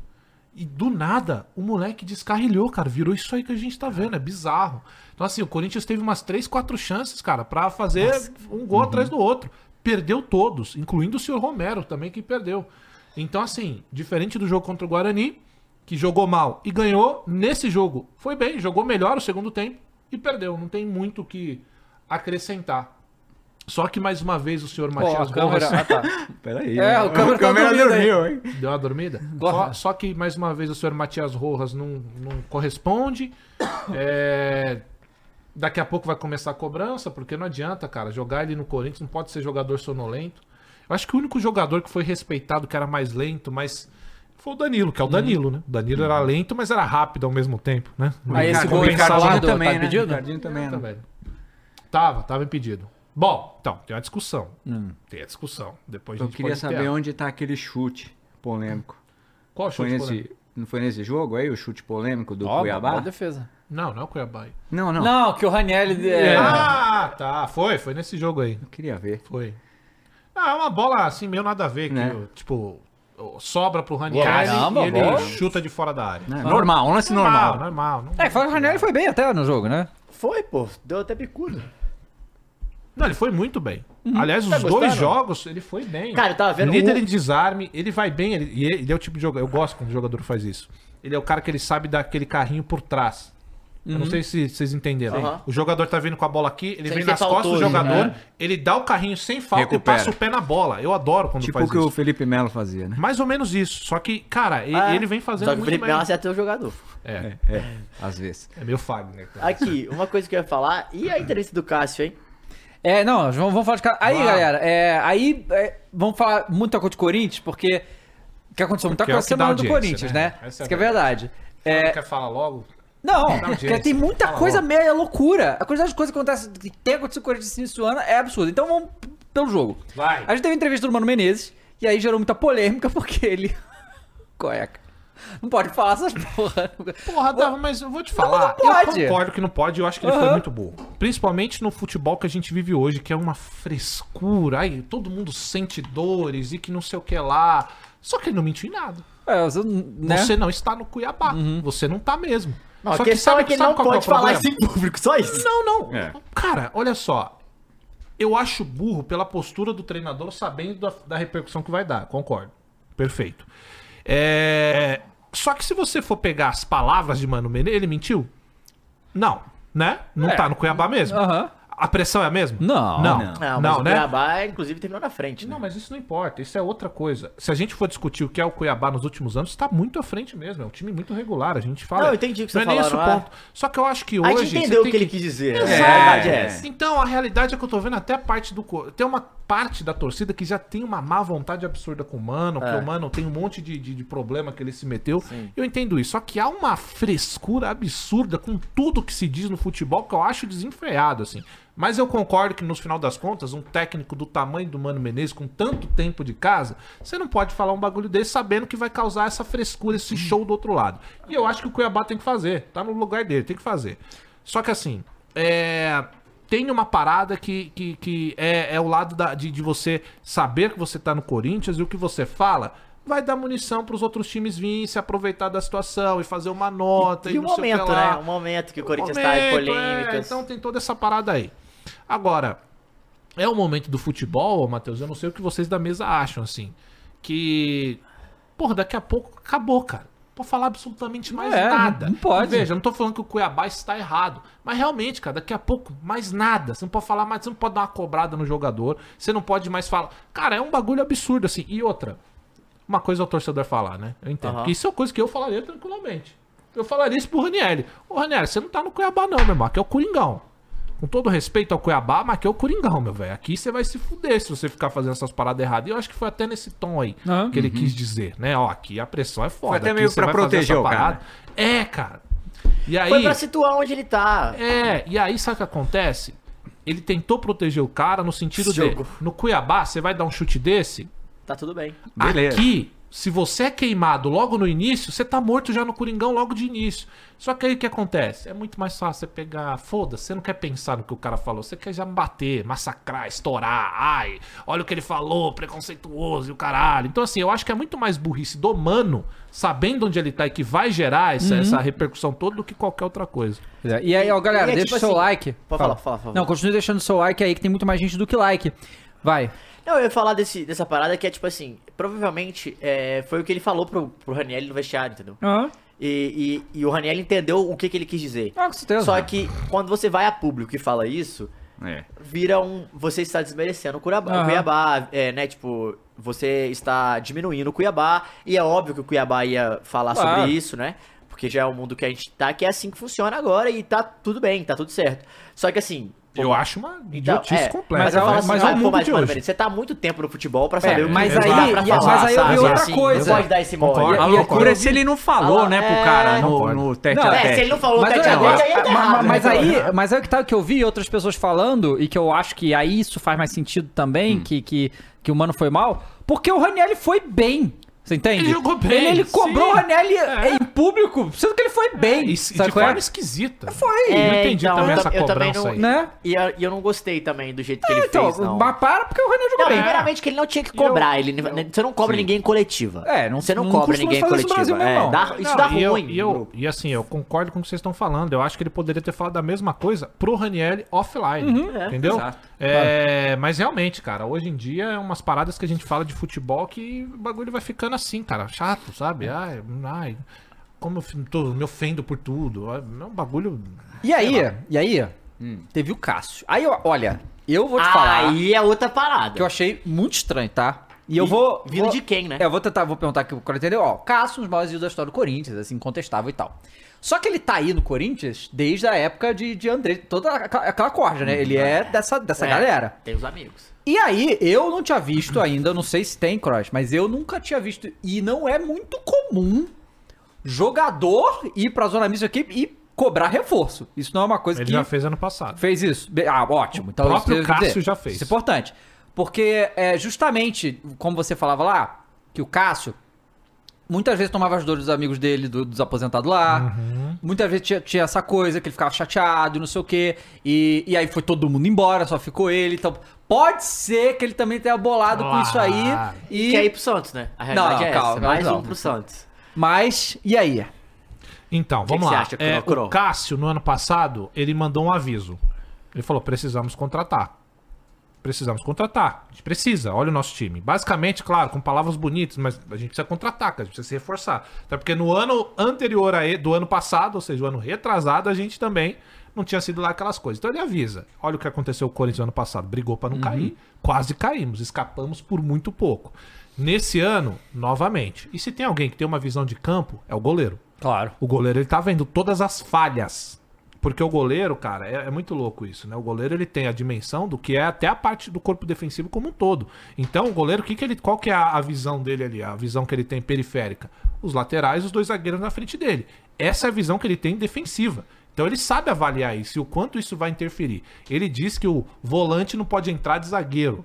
E: E do nada, o moleque descarrilhou, cara. Virou isso aí que a gente tá vendo. É bizarro. Então, assim, o Corinthians teve umas três, quatro chances, cara, pra fazer um gol atrás do outro. Perdeu todos, incluindo o senhor Romero também, que perdeu. Então, assim, diferente do jogo contra o Guarani, que jogou mal e ganhou, nesse jogo foi bem, jogou melhor o segundo tempo e perdeu. Não tem muito o que acrescentar. Só que, mais uma vez, o senhor
C: Ó,
E: Matias
C: a
E: Borras-
C: câmera. Ah, tá.
D: Peraí.
C: É,
D: né?
C: o câmera tá dormindo aí.
D: dormiu, hein?
E: Deu uma dormida?
D: Uhum.
E: Só, só que, mais uma vez, o senhor Matias Rojas não, não corresponde. É, Daqui a pouco vai começar a cobrança, porque não adianta, cara. Jogar ele no Corinthians não pode ser jogador sonolento. Eu acho que o único jogador que foi respeitado, que era mais lento, mas. Foi o Danilo,
D: Uhum.
E: que é o Danilo, né? O Danilo era lento, mas era rápido ao mesmo tempo, né?
C: Aí esse gol
E: Compensava
C: Ricardinho
E: muito.
C: também, né?
D: Pedido? Ricardinho também, né?
E: Também. Tava, tava impedido. Bom, então, tem uma discussão. Tem a discussão. Depois a
D: Hum. Eu
E: gente
D: queria
E: pode
D: saber
E: ter.
D: onde tá aquele chute polêmico.
E: Qual
D: Foi
E: chute
D: nesse,
E: polêmico?
D: Não foi nesse jogo aí, o chute polêmico do
C: Ó, boa
D: Cuiabá?
C: defesa.
E: Não, não é o Cuiabá. aí.
D: Não, não,
C: Não, que o Ranielli. É...
E: Ah, tá. Foi, foi nesse jogo aí.
D: Eu queria ver.
E: Foi. Ah, é uma bola assim, meio nada a ver, que,
D: Né?
E: tipo, sobra pro Ranieri
C: Caramba,
E: e ele
C: bola.
E: chuta de fora da área.
D: Não, é normal, um lance normal.
E: Normal, normal. Não...
C: É, fora o Ranielli foi bem até no jogo, né?
F: Foi, pô. Deu até bicudo.
E: Não, ele foi muito bem. Aliás, os
F: Tá
E: dois
F: gostando?
E: jogos, ele foi bem.
F: Cara, eu tava vendo
E: Líder
F: o-
E: em desarme, ele vai bem, ele, e ele é o tipo de jogador, eu gosto quando o jogador faz isso. Ele é o cara que ele sabe dar aquele carrinho por trás. Eu não sei se vocês entenderam.
F: Aham.
E: O jogador tá vindo com a bola aqui,
F: Sem
E: ele
F: né?
E: vem
F: ser
E: nas costas do
F: faltoso,
E: jogador, ele dá o carrinho sem falta
D: Recupera.
E: e passa o pé na bola. Eu adoro quando
D: Tipo
E: faz
D: o que
E: isso.
D: o Felipe Melo fazia, né?
E: Mais ou menos isso. Só que, cara, e-
F: Ah,
E: ele vem fazendo
F: Só que o
E: muito
F: Felipe
E: bem.
F: Melo acerta o jogador.
E: É,
D: Às vezes.
E: é meio Fagner. cara.
F: Aqui, uma coisa que eu ia falar. E a entrevista do Cássio, hein?
C: É, não, nós vamos, vamos falar de cara. Aí,
E: Vá.
C: galera, é, aí é, vamos falar muita coisa de Corinthians, porque que aconteceu muita
E: Porque é o
C: coisa
E: que dá
C: semana do
E: audiência,
C: Corinthians,
E: né?
C: né?
E: Essa é
C: Isso que é verdade. É,
E: Quer falar logo?
C: não,
E: audiência,
C: porque tem muita
E: fala
C: coisa
E: logo.
C: meia loucura. A quantidade de coisa que acontece, que tem acontecido com o Corinthians nesse ano é absurda. Então vamos p- pelo jogo.
E: Vai.
C: A gente teve entrevista do Mano Menezes, e aí gerou muita polêmica, porque ele. Cueca. Não pode falar essas porra.
E: Porra, Dava, mas eu vou te falar.
C: mas não pode.
E: Eu concordo que não pode, eu acho que ele foi
C: Aham.
E: muito burro. Principalmente no futebol que a gente vive hoje, que é uma frescura. Aí todo mundo sente dores e que não sei o que lá. Só que ele não mentiu em nada.
C: É, você, né?
E: Você não está no Cuiabá. Você não tá mesmo.
F: Uhum. Não,
E: Só
F: a questão é que ele não
E: qual é o
F: pode falar
E: problema?
F: isso em público, só isso.
E: Não, não.
D: É.
E: Cara, olha só. Eu acho burro pela postura do treinador sabendo da, da repercussão que vai dar. Concordo. Perfeito. É, Só que se você for pegar as palavras de Mano Menezes, ele mentiu? Não, né? Não tá no Cuiabá mesmo.
C: É. Aham.
E: A pressão é a mesma?
C: Não.
E: Não,
D: Não.
E: não,
F: mas o
E: né?
F: Cuiabá, inclusive, terminou na frente, né?
E: Não, mas isso não importa, isso é outra coisa. Se a gente for discutir o que é o Cuiabá nos últimos anos, tá muito à frente mesmo. É um time muito regular, a gente fala.
F: Não, eu entendi o que
E: Não
F: você
E: é nem esse
F: falou,
E: o
F: não é?
E: ponto. Só que eu acho que hoje.
F: a gente
E: você
F: entendeu o
E: tem
F: que ele quis dizer.
E: Exato.
F: A verdade é essa.
E: Então, a realidade é que eu tô vendo até a parte do. co- Tem uma parte da torcida que já tem uma má vontade absurda com o Mano, que o Mano tem um monte de, de, de problema que ele se meteu. Eu entendo isso. Só que há uma frescura absurda com tudo que se diz no futebol que eu acho desenfreado, assim. Mas eu concordo que, no final das contas, um técnico do tamanho do Mano Menezes, com tanto tempo de casa, você não pode falar um bagulho desse sabendo que vai causar essa frescura, esse show do outro lado. E eu acho que o Cuiabá tem que fazer. Tá no lugar dele, tem que fazer. Só que assim, é, tem uma parada que, que, que é, é o lado da- de, de você saber que você tá no Corinthians e o que você fala vai dar munição pros outros times virem se aproveitar da situação e fazer uma nota e,
F: E o
E: não sei o
F: momento,
E: que lá.
F: né? O momento que o Corinthians tá em
E: Momento, é,
F: polêmicas.
E: então tem toda essa parada aí. Agora, é o momento do futebol, ô, Matheus, eu não sei o que vocês da mesa acham, assim. Que. Porra, daqui a pouco acabou, cara. Não Pode falar absolutamente mais
C: É,
E: nada.
C: não pode.
E: Veja, eu não tô falando que o Cuiabá está errado. Mas realmente, cara, daqui a pouco, mais nada. Você não pode falar mais, você não pode dar uma cobrada no jogador. Você não pode mais falar. Cara, é um bagulho absurdo, assim. E outra, uma coisa é o torcedor falar, né? Eu entendo.
F: Aham.
E: Porque isso é uma coisa que eu falaria tranquilamente. Eu falaria isso pro Ranieri. Ô, Ranieri, você não tá no Cuiabá, não, meu irmão. Aqui é o Coringão. Com todo respeito ao Cuiabá, mas aqui é o Coringão, meu velho. Aqui você vai se fuder se você ficar fazendo essas paradas erradas. E eu acho que foi até nesse tom aí
C: Aham.
E: que ele quis dizer, né? Ó, aqui a pressão é foda.
D: Uhum. Foi até
E: aqui
D: meio
E: você
D: pra
E: vai fazer
D: proteger
E: essa
D: o cara, né?
E: parada. É, cara. E aí.
F: Foi pra situar onde ele tá.
E: É, e aí sabe o que acontece? Ele tentou proteger o cara no sentido de.
F: Jogo.
E: No Cuiabá, você vai dar um chute desse,
F: Tá tudo bem.
D: Beleza.
E: Aqui, se você é queimado logo no início, você tá morto já no Coringão logo de início. Só que aí o que acontece? É muito mais fácil você pegar. Foda-se, você não quer pensar no que o cara falou. Você quer já bater, massacrar, estourar. Ai, olha o que ele falou, preconceituoso e o caralho. Então, assim, eu acho que é muito mais burrice do mano, sabendo onde ele tá e que vai gerar essa, essa repercussão toda, do que qualquer outra coisa.
C: Pois é. E aí, ó, galera,
F: E é
C: deixa
F: tipo
C: o seu
F: assim-
C: like.
F: Pode falar, fala, fala.
C: Não, continue deixando o seu like aí, que tem muito mais gente do que like. Vai.
F: Não, eu ia falar desse, dessa parada que é tipo assim, provavelmente é, foi o que ele falou pro, pro Raniel no vestiário, entendeu? E, e- e o Raniel entendeu o que, que ele quis dizer.
C: Ah, com certeza.
F: Só que quando você vai a público e fala isso,
D: É.
F: vira um. Você está desmerecendo o Cuiabá,
C: Aham.
F: o Cuiabá é, né? Tipo, você está diminuindo o Cuiabá. E é óbvio que o Cuiabá ia falar
C: Claro.
F: sobre isso, né? Porque já é o mundo que a gente tá, que é assim que funciona agora e tá tudo bem, tá tudo certo. Só que assim.
E: Eu acho uma
F: Então,
E: idiotice
F: é,
E: completa.
F: Mas eu
E: né?
F: falo assim,
C: mas
F: mas
C: é o
F: olha, pô,
C: mundo
F: mas,
C: de
F: mano,
C: hoje.
F: peraí, você tá há muito tempo no futebol pra
C: É,
F: saber o que
C: mas
F: dá
C: aí-
F: pra
C: e-
F: falar,
C: mas aí eu vi
F: sabe?
C: outra
F: Assim,
C: coisa.
F: Não pode dar esse
E: Concordo.
F: mole.
D: A
C: E- e-
D: loucura é se ele não falou,
F: Ah,
D: né, pro
F: é.
D: cara no,
E: Concordo.
D: no tete
C: Não,
D: a
F: É, se ele
D: tete.
F: não falou
C: Mas,
F: tete
C: olha,
F: a tete, aí
C: mas-
F: tá errado,
C: mas
F: né?
C: aí, mas aí o que tá que eu vi outras pessoas falando, e que eu acho que aí isso faz mais sentido
E: Hum.
C: também, que, que, que o Mano foi mal, porque o Ranielli foi bem. Você entende?
E: Ele jogou bem,
C: Ele, ele
E: sim.
C: cobrou o Ranielli em público, sendo que ele foi bem.
E: E se-
C: sabe
E: de
C: qual
E: forma
C: é?
E: esquisita.
C: Foi.
E: Eu não
F: É,
E: entendi
F: então,
E: também
F: eu
E: essa
F: tam- eu também
E: cobrança
F: não-
E: aí.
C: Né?
F: E eu, e eu não gostei também do jeito que ele
C: Então,
F: fez, não.
C: mas para porque o Raniel jogou
F: Não,
C: bem.
F: primeiramente que ele não tinha que cobrar. ele, você não cobra ninguém em coletiva.
C: É, não-
F: você não,
C: não
F: cobra
C: costuma
F: ninguém em
C: fazer isso no
F: coletiva.
C: Brasil mesmo,
F: é,
C: não.
F: dá- isso
E: Não,
F: dá
E: e eu-
F: ruim.
E: E, eu- e assim, eu concordo com o que vocês estão falando. Eu acho que ele poderia ter falado a mesma coisa pro Raniel offline.
F: Uhum.
E: entendeu?
D: Exato.
E: É, Mas realmente, cara, hoje em dia é umas paradas que a gente fala de futebol que o bagulho vai ficando assim, cara. Chato, sabe? Ai, ai, como eu f- tô, me ofendo por tudo. É um bagulho.
C: E aí, e aí,
F: Hum.
C: teve o Cássio. Aí, ó, olha, eu vou te falar
F: Aí é outra parada.
C: que eu achei muito estranho, tá? E eu
F: E
C: vou.
F: vindo
C: vou-
F: de quem, né?
C: É, eu vou tentar, vou perguntar aqui pro cara entender. Ó, Cássio, um dos maiores ídolos da história do Corinthians, assim, contestável e tal. Só que ele tá aí no Corinthians desde a época de, de André, toda aquela aquela corda, né? Ele é dessa, dessa
F: É,
C: galera.
F: Tem os amigos.
C: E aí, eu não tinha visto ainda, eu não sei se tem cross, mas eu nunca tinha visto. E não é muito comum jogador ir pra zona mista aqui e cobrar reforço. Isso não é uma coisa
E: Ele
C: que
E: já fez ano passado.
C: fez isso. Be- Ah, ótimo. Então,
E: O próprio
C: isso que eu ia
E: Cássio já fez.
C: Isso é importante. Porque é justamente, como você falava lá, que o Cássio muitas vezes tomava as dores dos amigos dele, do- dos aposentados lá.
E: Uhum.
C: Muitas vezes tinha, tinha essa coisa que ele ficava chateado, não sei o quê. E, e aí foi todo mundo embora, só ficou ele. Então, pode ser que ele também tenha bolado com isso aí.
E: Claro.
C: E,
F: Quer ir pro Santos, né? A realidade
C: Não, não,
F: é
C: calma,
F: essa.
C: calma,
F: Mais
C: não.
F: um pro Santos.
C: Mas, e aí?
E: Então,
F: que
E: vamos
F: você
E: lá.
F: acha,
E: É,
F: Kurokuro?
E: o Cássio, no ano passado, ele mandou um aviso. Ele falou: precisamos contratar. Precisamos contratar. A gente precisa, olha o nosso time. Basicamente, claro, com palavras bonitas, mas a gente precisa contratar, cara. A gente precisa se reforçar. Até porque no ano anterior a e- do ano passado, ou seja, o ano retrasado, a gente também não tinha sido lá aquelas coisas. Então ele avisa. Olha o que aconteceu com o Corinthians ano passado. Brigou pra não
F: Uhum.
E: cair. Quase caímos. Escapamos por muito pouco. Nesse ano, novamente. E se tem alguém que tem uma visão de campo, é o goleiro.
C: Claro.
E: O goleiro ele tá vendo todas as falhas. Porque o goleiro, cara, é, é muito louco isso, né? O goleiro ele tem a dimensão do que é até a parte do corpo defensivo como um todo. Então, o goleiro, o que que ele, qual que é a, a visão dele ali? A visão que ele tem periférica? Os laterais, os dois zagueiros na frente dele. Essa é a visão que ele tem defensiva. Então ele sabe avaliar isso e o quanto isso vai interferir. Ele diz que o volante não pode entrar de zagueiro,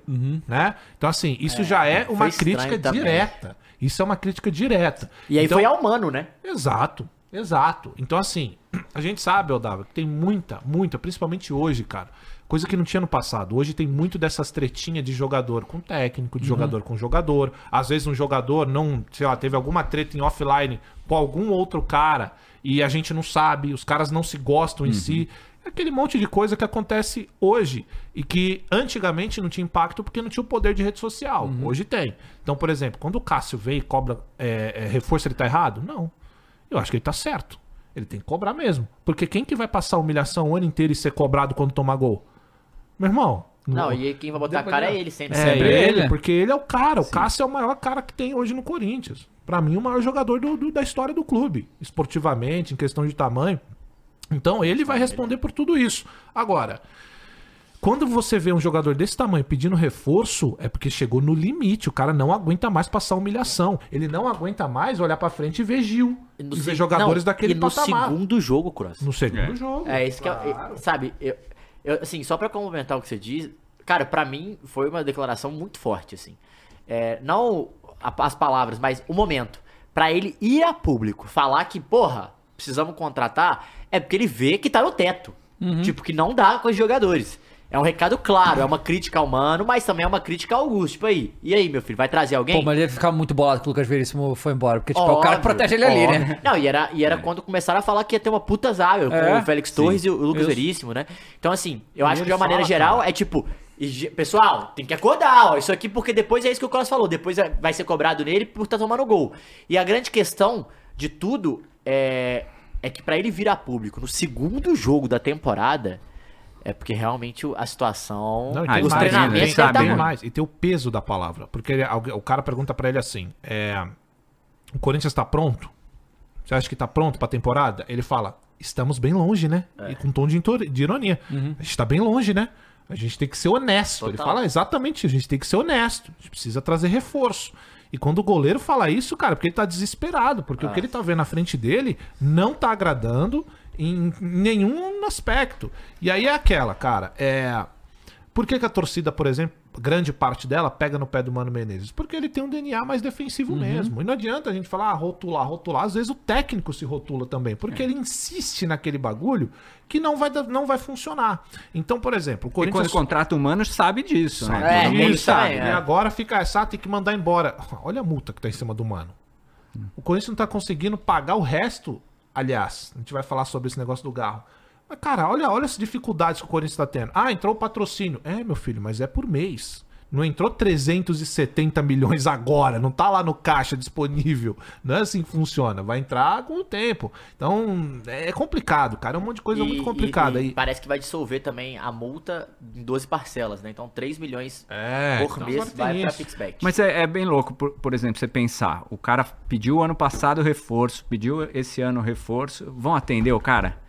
E: né? Então assim, isso já é
F: foi
E: uma
F: estranho
E: crítica
F: também.
E: direta. Isso é uma crítica direta.
F: E aí
E: então,
F: foi ao mano, né?
E: Exato, exato. Então, assim, a gente sabe, Aldava, que tem muita, muita, principalmente hoje, cara. Coisa que não tinha no passado. Hoje tem muito dessas tretinhas de jogador com técnico, de jogador com jogador. Às vezes um jogador não, sei lá, teve alguma treta em offline com algum outro cara e a gente não sabe, os caras não se gostam em si. É Aquele monte de coisa que acontece hoje e que antigamente não tinha impacto porque não tinha o poder de rede social.
F: Uhum.
E: Hoje tem. Então, por exemplo, quando o Cássio vem e cobra é, é, reforço, ele tá errado? Não. Eu acho que ele tá certo. Ele tem que cobrar mesmo. Porque quem que vai passar humilhação o ano inteiro e ser cobrado quando tomar gol? Meu irmão.
F: Não, e quem vai botar a cara é ele sempre.
E: É
F: sempre.
E: ele,
C: ele.
E: porque ele é o cara. O Cássio é o maior cara que tem hoje no Corinthians. Pra mim, o maior jogador do- do- da história do clube. Esportivamente, em questão de tamanho. Então, ele vai responder por tudo isso. Agora, quando você vê um jogador desse tamanho pedindo reforço, é porque chegou no limite. O cara não aguenta mais passar humilhação. Ele não aguenta mais olhar pra frente e ver Gil.
F: E
E: E,
F: no
E: ver
F: se-
E: jogadores
F: não,
E: daquele
F: e no
E: patamar.
F: segundo jogo, Cross.
E: No segundo jogo.
F: É, isso que é, é. Sabe, eu, eu, assim, só pra complementar o que você diz, cara, pra mim foi uma declaração muito forte, assim. É, não a- as palavras, mas o momento. Pra ele ir a público, falar que, porra, precisamos contratar, é porque ele vê que tá no teto.
C: Uhum.
F: Tipo, que não dá com os jogadores. É um recado claro, é uma crítica ao Mano, mas também é uma crítica ao Augusto. Tipo aí, e aí, meu filho, vai trazer alguém?
C: Pô, mas ele ia ficar muito bolado que o Lucas Veríssimo foi embora. Porque, tipo, é o cara que
F: Óbvio,
C: protege ele ali,
F: óbvio.
C: né?
F: Não, e era, e era quando começaram a falar que ia ter uma puta zaga com
C: É,
F: o Félix Torres e o Lucas Veríssimo, né? Então, assim, eu acho que de uma
E: ele
F: maneira
E: fala,
F: geral é tipo. e ge- Pessoal, tem que acordar, ó. Isso aqui, porque depois é isso que o Cross falou. Depois é- vai ser cobrado nele por estar tomando gol. E a grande questão de tudo é, é que pra ele virar público no segundo jogo da temporada, é porque realmente o- a situação.
E: Não, e
D: Ah,
E: tem
D: os
E: mais,
D: treinamentos
E: tem-
D: dele tá
E: tem
D: ruim.
E: mais. E tem o peso da palavra. Porque ele- alguém- o cara pergunta pra ele assim: é, O Corinthians tá pronto? Você acha que tá pronto pra temporada? Ele fala: Estamos bem longe, né? E com um tom de, intor- de ironia. A gente tá bem longe, né? A gente tem que ser honesto. Ele
F: Total.
E: fala exatamente, isso, a gente tem que ser honesto. A gente precisa trazer reforço. E quando o goleiro fala isso, cara, é porque ele tá desesperado, porque o que ele tá vendo na frente dele não tá agradando em nenhum aspecto. E aí é aquela, cara, é por que, que a torcida, por exemplo, grande parte dela pega no pé do Mano Menezes? Porque ele tem um DNA mais defensivo mesmo. E não adianta a gente falar, ah, rotular, rotular. Às vezes o técnico se rotula também, porque ele insiste naquele bagulho que não vai, dar- não vai funcionar. Então, por exemplo, o
D: E quando
E: Corinthians...
D: contrata humanos, sabe disso, né?
F: É,
D: Todo
F: tem
D: mundo
F: isso
D: sabe.
F: também,
E: E
F: é.
E: agora fica essa, ah, tem que mandar embora. Olha a multa que tá em cima do mano. O Corinthians não tá conseguindo pagar o resto. Aliás, a gente vai falar sobre esse negócio do Garro. Mas, cara, olha, olha as dificuldades que o Corinthians tá tendo. Ah, entrou o patrocínio. É, meu filho, mas é por mês. Não entrou 370 milhões agora, não tá lá no caixa disponível. Não é assim que funciona, vai entrar com o tempo. Então, é complicado, cara, é um monte de coisa
F: E-
E: muito
F: e-
E: complicada.
F: e
E: aí.
F: Parece que vai dissolver também a multa em 12 parcelas, né? Então 3 milhões
E: É,
F: por
E: então
F: mês
E: agora tem
F: vai pra
E: isso.
F: Pixback.
D: Mas é, é bem louco, por, por exemplo, você pensar, o cara pediu ano passado reforço, pediu esse ano reforço, vão atender o cara?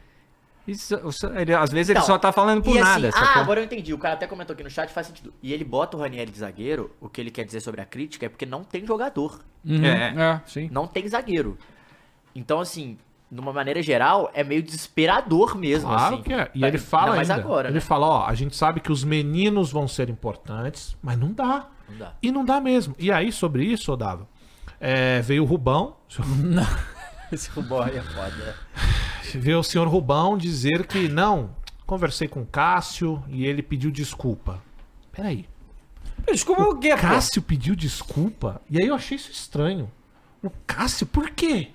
D: Isso- isso- ele- às vezes ele
F: Então,
D: só tá falando por
F: e assim,
D: nada,
F: Ah,
D: sacou?
F: agora eu entendi. O cara até comentou aqui no chat, faz sentido. E ele bota o Ranieri de zagueiro, o que ele quer dizer sobre a crítica é porque não tem jogador.
D: É,
C: É, sim.
F: Não tem zagueiro. Então, assim, de uma maneira geral, é meio desesperador mesmo,
E: Claro
F: assim.
E: que é. E
F: Tá-
E: ele fala
F: ainda mais
E: ainda.
F: agora,
E: ele
F: né?
E: fala, ó, a gente sabe que os meninos vão ser importantes, mas não dá.
F: Não dá.
E: E não dá mesmo. E aí, sobre isso, Odava, é, veio o Rubão,
C: Esse futebol aí é foda.
E: veio o senhor Rubão dizer que não, conversei com o Cássio e ele pediu desculpa. Peraí.
C: Desculpa o quê, cara?
E: Cássio pediu desculpa? E aí eu achei isso estranho. O Cássio, por quê?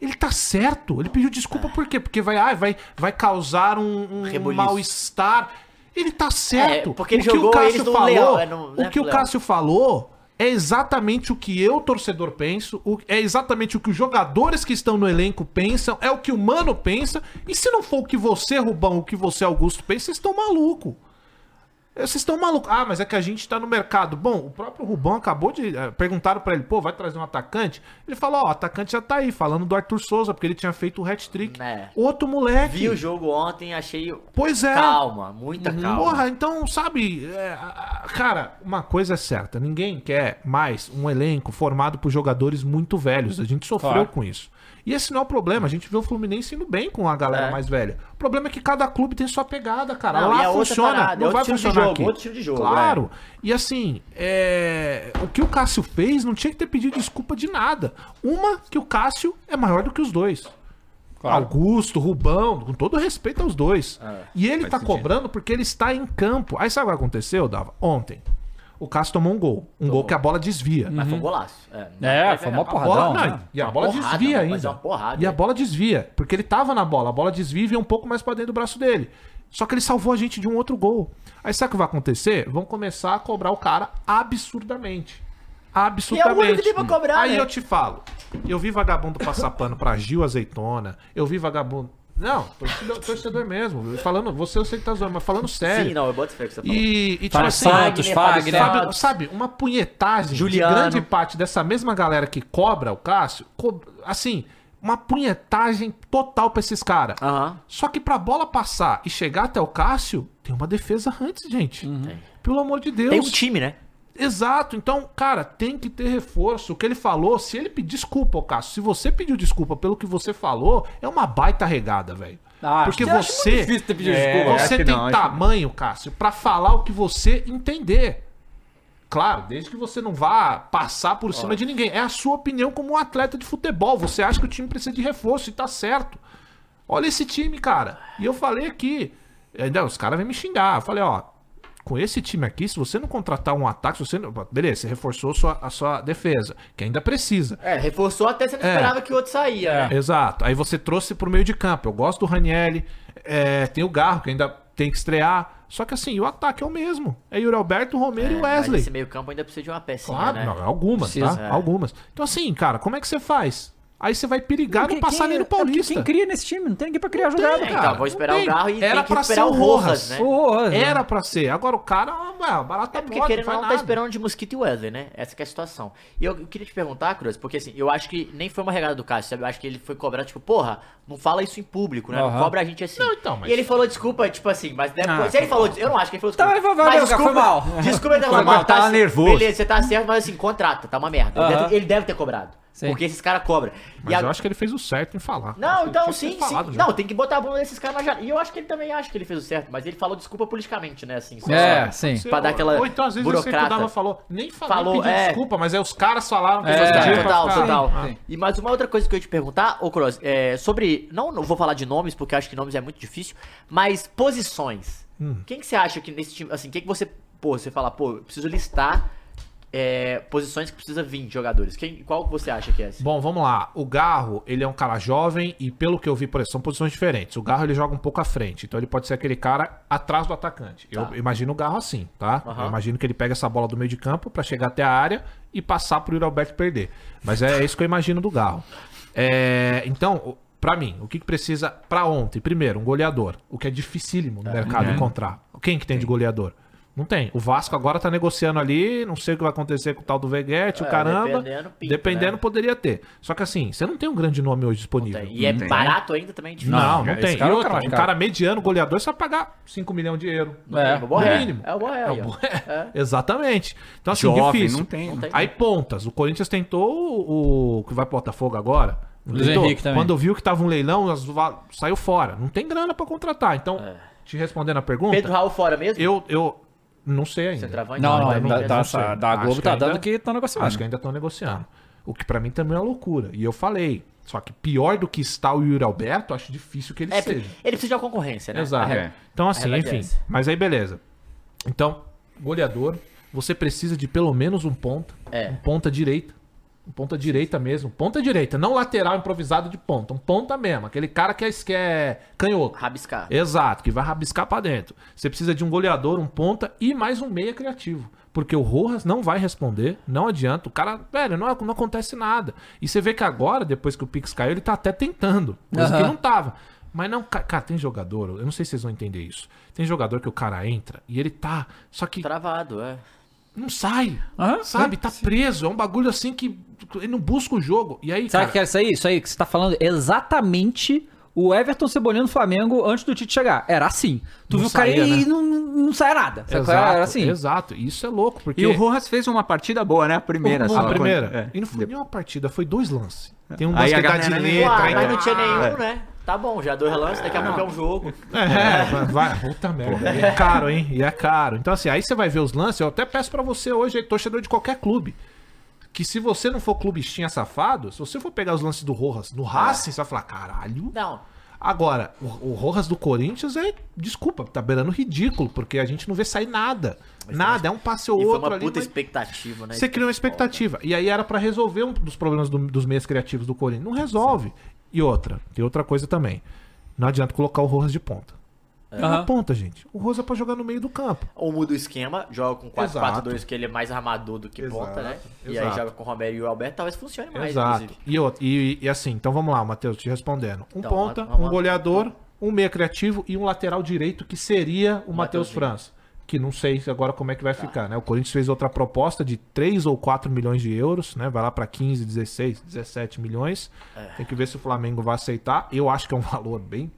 E: Ele tá certo. Ele pediu desculpa por quê? Porque vai, ai, vai, vai causar um, um
F: É. Rebuliço.
E: mal-estar. Ele tá certo.
F: É, porque ele
E: o que
F: jogou
E: o Cássio
F: eles no
E: falou,
F: Leão, é, no- né,
E: o que o
F: Leão.
E: Cássio falou é exatamente o que eu, torcedor, penso, o- é exatamente o que os jogadores que estão no elenco pensam, é o que o Mano pensa, e se não for o que você, Rubão, o que você, Augusto, pensa, vocês estão maluco. "Eh, Vocês estão malucos. Ah, mas é que a gente tá no mercado. Bom, o próprio Rubão acabou de. eh, Perguntaram pra ele, pô, vai trazer um atacante? Ele falou, ó, o atacante já tá aí, falando do Arthur Souza, porque ele tinha feito o hat-trick.
F: É.
E: Outro moleque.
F: Vi o jogo ontem, achei
E: Pois é.
F: calma, muita calma.
E: Porra, então, sabe, é, a- a- cara, uma coisa é certa, ninguém quer mais um elenco formado por jogadores muito velhos. A gente sofreu
C: Claro.
E: com isso. E esse não é o problema, a gente vê o Fluminense indo bem com a galera
F: É.
E: mais velha. O problema é que cada clube tem sua pegada, cara.
F: Não, e
E: Lá
F: é outra
E: funciona,
F: parada, é
E: não
F: outro
E: vai
F: estilo de
E: funcionar
F: jogo,
E: aqui.
F: outro estilo de jogo,
E: Claro. E assim, é, o que o Cássio fez não tinha que ter pedido desculpa de nada. Uma, que o Cássio é maior do que os dois. Augusto, Rubão, com todo respeito aos dois. e ele tá cobrando porque ele está em campo. Aí sabe o que aconteceu, Dava? Ontem. O Cássio tomou um gol. Um gol que a bola desvia.
F: Mas foi um golaço. É, não
C: É,
F: vai
C: foi
F: pegar.
C: mó
E: A bola,
C: porradão.
E: não,
C: né?
E: e a
F: Uma
E: bola
F: porrada,
E: desvia
F: mas
E: ainda.
F: é uma porrada,
E: e a
F: é.
E: bola desvia, porque ele tava na bola, a bola desvia e vem um pouco mais pra dentro do braço dele. Só que ele salvou a gente de um outro gol. Aí sabe o que vai acontecer? Vão começar a cobrar o cara absurdamente. Absurdamente.
F: E é o único que tem pra cobrar,
E: Aí
F: né?
E: eu te falo, eu vi vagabundo passar pano pra Gil Azeitona, eu vi vagabundo... Não, torcedor, torcedor mesmo. Falando, você eu sei que tá zoando, mas falando sério.
F: Sim, não, eu boto fé que você tá falou.
E: E, e tipo
C: Fábio
E: assim,
C: Santos,
F: Fábio
C: Fagner.
E: Sabe,
F: Santos.
E: sabe, uma punhetagem
F: Juliano.
E: de grande parte dessa mesma galera que cobra o Cássio, co- assim, uma punhetagem total pra esses caras.
F: Aham.
E: Só que pra bola passar e chegar até o Cássio, tem uma defesa antes, gente. Pelo amor de Deus.
F: Uhum. Tem um time, né?
E: Exato. Então, cara, tem que ter reforço. O que ele falou, se ele pedir desculpa, ô Cássio, se você pediu desculpa pelo que você falou, é uma baita regada, velho.
C: Ah,
E: Porque
C: acho que- acho muito
E: você.
C: difícil ter pedido
E: É,
C: desculpa.
E: você
D: acho que
E: tem
D: não, acho que não.
E: tamanho, Cássio, pra falar o que você entender. Claro, desde que você não vá passar por cima de ninguém. É a sua opinião como um atleta de futebol. Você acha que o time precisa de reforço e tá certo. Olha esse time, cara. E eu falei aqui. eh, não, os caras vêm me xingar. Eu falei, ó. Com esse time aqui, se você não contratar um ataque, se você não... Beleza, você reforçou sua- a sua defesa, que ainda precisa.
F: É, reforçou até você não esperava que o outro saía,
C: É.
E: É.
F: né?
E: Exato. Aí você trouxe pro meio de campo. Eu gosto do Ranielli. é, tem o Garro, que ainda tem que estrear. Só que assim, o ataque é o mesmo. É Yuri Alberto, Romero e
F: É, mas
E: Wesley.
F: Esse meio campo ainda precisa de uma pecinha,
E: Claro,
F: né?
E: não, algumas,
C: Precisa,
E: tá?
F: é.
E: Algumas. Então assim, cara, como é que você faz? Aí você vai perigar não,
C: Quem-
E: passar
C: quem-
E: nem no
C: é porque
E: Paulista.
C: Quem cria nesse time? Não tem ninguém pra criar
E: Não tem,
C: jogada,
F: então,
C: cara.
F: vou esperar
E: não
F: o Garro e
E: Era
F: tem que
E: pra ser
F: esperar
E: o
F: o Rojas,
E: Rojas.
F: né?
C: Ô, Rojas, né?
E: Era pra ser. Agora o cara, ah, barata
F: É porque
E: mole,
F: querendo ou
E: faz
F: não, tá
E: nada.
F: esperando de Mosquito e Wesley, né? Essa que é a situação. E eu, eu queria te perguntar, Cruz, porque assim, eu acho que nem foi uma regada do Cássio, sabe? Eu acho que ele foi cobrar, tipo, porra, não fala isso em público, né?
C: Aham.
F: Não cobra a gente assim.
E: Não, então, mas-
F: E ele falou desculpa, tipo assim, mas depois... se ele falou... Eu não acho que ele falou
C: Tá,
F: desculpa.
C: mas vai- vai,
F: mas
C: meu cara, foi mal.
F: Desculpa, ele tá
D: Foi
F: falando,
D: mal,
F: "Tá
D: tava
F: certo,
D: nervoso."
F: Beleza, você tá certo, mas assim, contrata, tá uma merda. Ele,
C: Aham.
F: deve, ele deve ter cobrado.
C: Sim.
F: Porque esses caras cobram.
E: Mas eu acho que ele fez o certo em falar.
F: Não,
E: Ele
F: então
E: tinha
F: sim,
E: que ter falado né?
F: sim.
E: já.
F: Não, tem que botar a bunda desses caras na janela. E eu acho que ele também acha que ele fez o certo, mas ele falou desculpa politicamente, né? Assim, só-
C: É, sim.
E: Sei
F: Pra
E: lá.
F: dar aquela
E: Ou então, às vezes, eu sei que o
F: burocrata.
E: Dava falou, nem falou,
F: Falou,
E: pediu
F: é.
E: desculpa, mas aí os caras falaram que
C: É,
E: eles pediram pra
F: total,
E: ficar.
F: total.
E: Ah,
F: E mais uma outra coisa que eu ia te perguntar, ô Cross, é sobre. Não, não vou falar de nomes, porque eu acho que nomes é muito difícil, mas posições.
E: Hum.
F: Quem que você acha que nesse time. Assim, quem que você. Pô, você fala, pô, eu preciso listar é, posições que precisa vir de jogadores. Quem, qual que você acha que é esse?
E: Bom, vamos lá. O Garro, ele é um cara jovem e pelo que eu vi, por exemplo, são posições diferentes. O Garro, ele joga um pouco à frente, então ele pode ser aquele cara atrás do atacante. Eu imagino o Garro assim, tá?
F: Aham.
E: Eu imagino que ele pega essa bola do meio de campo pra chegar até a área e passar pro Yuri Alberto perder. Mas é isso que eu imagino do Garro. É, então, o- pra mim, o que que precisa pra ontem? Primeiro, um goleador, o que é dificílimo no
F: É.
E: mercado encontrar. Quem que tem de goleador? Não tem. O Vasco agora tá negociando ali, não sei o que vai acontecer com o tal do Veguete, o
F: É,
E: caramba.
F: dependendo,
E: Dependendo,
F: pinta, né?
E: poderia ter. Só que assim, você não tem um grande nome hoje disponível.
F: E é barato ainda também é difícil.
E: Não, não,
C: cara,
E: tem.
C: esse cara é
E: e
C: um
E: outra,
C: cara
E: um
C: caro.
E: cara mediano, goleador, você vai pagar 5 milhões de euros.
C: É,
F: É o Borré.
E: no mínimo.
F: É o Borré.
E: É o
F: aí, ó.
E: Borré.
F: É.
E: Exatamente. Então, assim,
D: Jovem,
E: difícil.
D: não tem.
F: Não tem.
E: Aí pontas. O Corinthians tentou o, o que vai pro Botafogo agora. não
C: Luiz
E: tentou?
C: Henrique também.
E: Quando viu que tava um leilão, as va- saiu fora. Não tem grana pra contratar. Então, te respondendo a pergunta,
F: É. Pedro Raul fora mesmo?
E: eu, eu não sei ainda.
F: Centroavante? é
C: Não, não,
E: não, é
C: da,
E: não
C: da-
E: sei.
C: da- da
E: Acho
C: Globo
E: que
C: tá
E: ainda-
C: dando que tá negociando.
E: Acho que ainda estão negociando. O que pra mim também é uma loucura. E eu falei. Só que pior do que está o Yuri Alberto, acho difícil que ele
F: É,
E: seja.
F: ele precisa de uma concorrência, né?
E: Exato.
D: É.
E: Então, assim,
F: realidade é
E: enfim.
F: essa.
E: Mas aí, beleza. Então, goleador, você precisa de pelo menos um ponta.
F: É.
E: Um ponta direita. Um ponta direita mesmo. Ponta direita, não lateral improvisado de ponta. Um ponta mesmo. Aquele cara que é, que é canhoto.
F: Rabiscar.
E: Exato, que vai rabiscar pra dentro. Você precisa de um goleador, um ponta e mais um meia criativo. Porque o Rojas não vai responder, não adianta. O cara, velho, não, não acontece nada. E você vê que agora, depois que o Pix caiu, ele tá até tentando, coisa que
C: Aham.
E: não tava. Mas não, ca- cara, tem jogador, eu não sei se vocês vão entender isso. Tem jogador que o cara entra e ele tá, só que
F: Travado, é.
E: não sai.
C: Aham,
E: sabe? tá preso, é um bagulho assim que ele não busca o jogo. E aí,
C: Sabe o
E: cara,
C: que era isso aí? Isso aí que você tá falando é exatamente o Everton Cebolinha no Flamengo antes do Tite chegar. Era assim. Tu
E: Não
C: viu o cara
E: saía,
C: e
E: né?
C: não, não saia nada. Sabe qual é?
E: Exato,
C: era assim.
E: exato. E Isso é louco, porque
D: E o Rojas fez uma partida boa, né? A primeira.
E: a
D: só.
E: primeira.
D: É.
E: E não foi nem uma partida, foi dois lances. Tem um
D: Aí
E: lance que
D: a
E: dá de
D: galera nem-
E: letra.
D: Tá,
F: Ah,
E: aí
F: mas
E: dá-
F: não tinha nenhum, né? Tá bom, já dois relances,
E: Ah,
F: daqui a pouco é um jogo.
E: É, vai, puta merda. E é caro, hein? E é caro. Então, assim, aí você vai ver os lances. Eu até peço pra você hoje, aí, torcedor de qualquer clube, que se você não for clubistinha safado, se você for pegar os lances do Rojas no Racing, você vai falar, caralho.
F: Não.
E: Agora, o, o Rojas do Corinthians é, desculpa, tá beirando ridículo, porque a gente não vê sair nada. Nada, é um passe ou
F: E foi
E: outro
F: uma
E: ali.
F: puta
E: mas-
F: expectativa, né?
E: Você cria uma expectativa. E aí era pra resolver um dos problemas do- dos meias criativos do Corinthians. Não resolve. E outra, tem outra coisa também. Não adianta colocar o Rojas de ponta. Não é
C: Aham.
E: ponta, gente. O Rojas é pra jogar no meio do campo.
F: Ou muda o esquema, joga com 4-4-2, que ele é mais armador do que
E: Exato,
F: ponta, né? E aí
E: exato.
F: joga com o Romero e o Alberto, talvez funcione mais,
E: Exato.
F: inclusive.
E: E, outra- e, e assim, então vamos lá, Matheus, te respondendo. Um
F: Então,
E: ponta,
F: vamos
E: um
F: lá.
E: goleador, um meia criativo e um lateral direito, que seria o Matheus França. Que não sei agora como é que vai
F: Tá.
E: ficar, né? O Corinthians fez outra proposta de 3 ou 4 milhões de euros, né? Vai lá pra 15, 16, 17 milhões.
F: É.
E: Tem que ver se o Flamengo vai aceitar. Eu acho que é um valor bem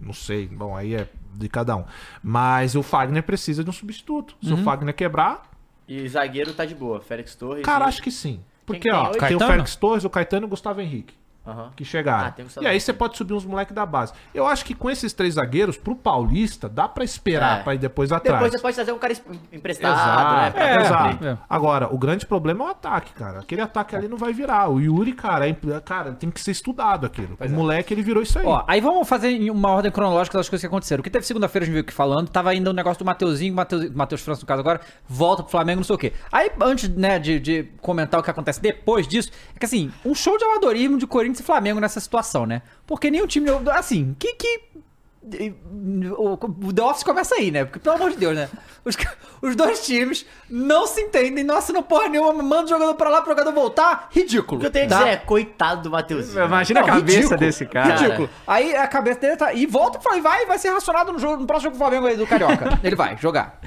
E: não sei, bom, aí é de cada um. Mas o Fagner precisa de um substituto. Se o Fagner quebrar,
F: E zagueiro tá de boa, Félix Torres.
E: cara,
F: e-
E: acho que sim. Porque,
F: Quem tem
E: ó,
F: hoje?
E: tem o
C: Caetano?
E: Félix Torres, o Caetano e o Gustavo Henrique,
F: Aham.
E: que tá chegaram.
F: Ah, tem o Gustavo
E: e aí
F: Henrique.
E: você pode subir uns moleques da base. Eu acho que com esses três zagueiros, pro Paulista, dá pra esperar
F: É.
E: pra ir depois
F: Depois
E: atrás.
F: você pode trazer um cara es- emprestado, né?
E: Exato,
F: Pra
E: é, exato.
C: É.
E: Agora, o grande problema é o ataque, cara. Aquele ataque ali não vai virar. O Yuri, cara, é imp- cara tem que ser estudado aquilo.
F: é.
E: o moleque, ele virou isso aí.
C: Ó, aí vamos fazer em uma ordem cronológica das coisas que aconteceram. O que teve segunda-feira, a gente viu aqui falando, tava ainda um negócio do Mateuzinho, Mateus, Mateus França, no caso agora, volta pro Flamengo, não sei o quê. Aí, antes, né, de, de comentar o que acontece depois disso, é que assim, um show de amadorismo de Corinthians e Flamengo nessa situação, né? Porque nenhum time. Assim, que. que o o The Office começa aí, né? Porque, pelo amor de Deus, né? Os, ca- os dois times não se entendem, não assinam porra nenhuma, manda o jogador pra lá pro jogador voltar, ridículo.
F: O que eu tenho a
C: tá?
F: dizer é, coitado do Mateuzinho.
D: Imagina a
C: Não,
D: cabeça
C: ridículo,
D: desse cara.
C: Ridículo. Aí a cabeça dele tá. E volta e vai, vai ser racionado no jogo, no próximo jogo do Flamengo aí do Carioca. Ele vai jogar.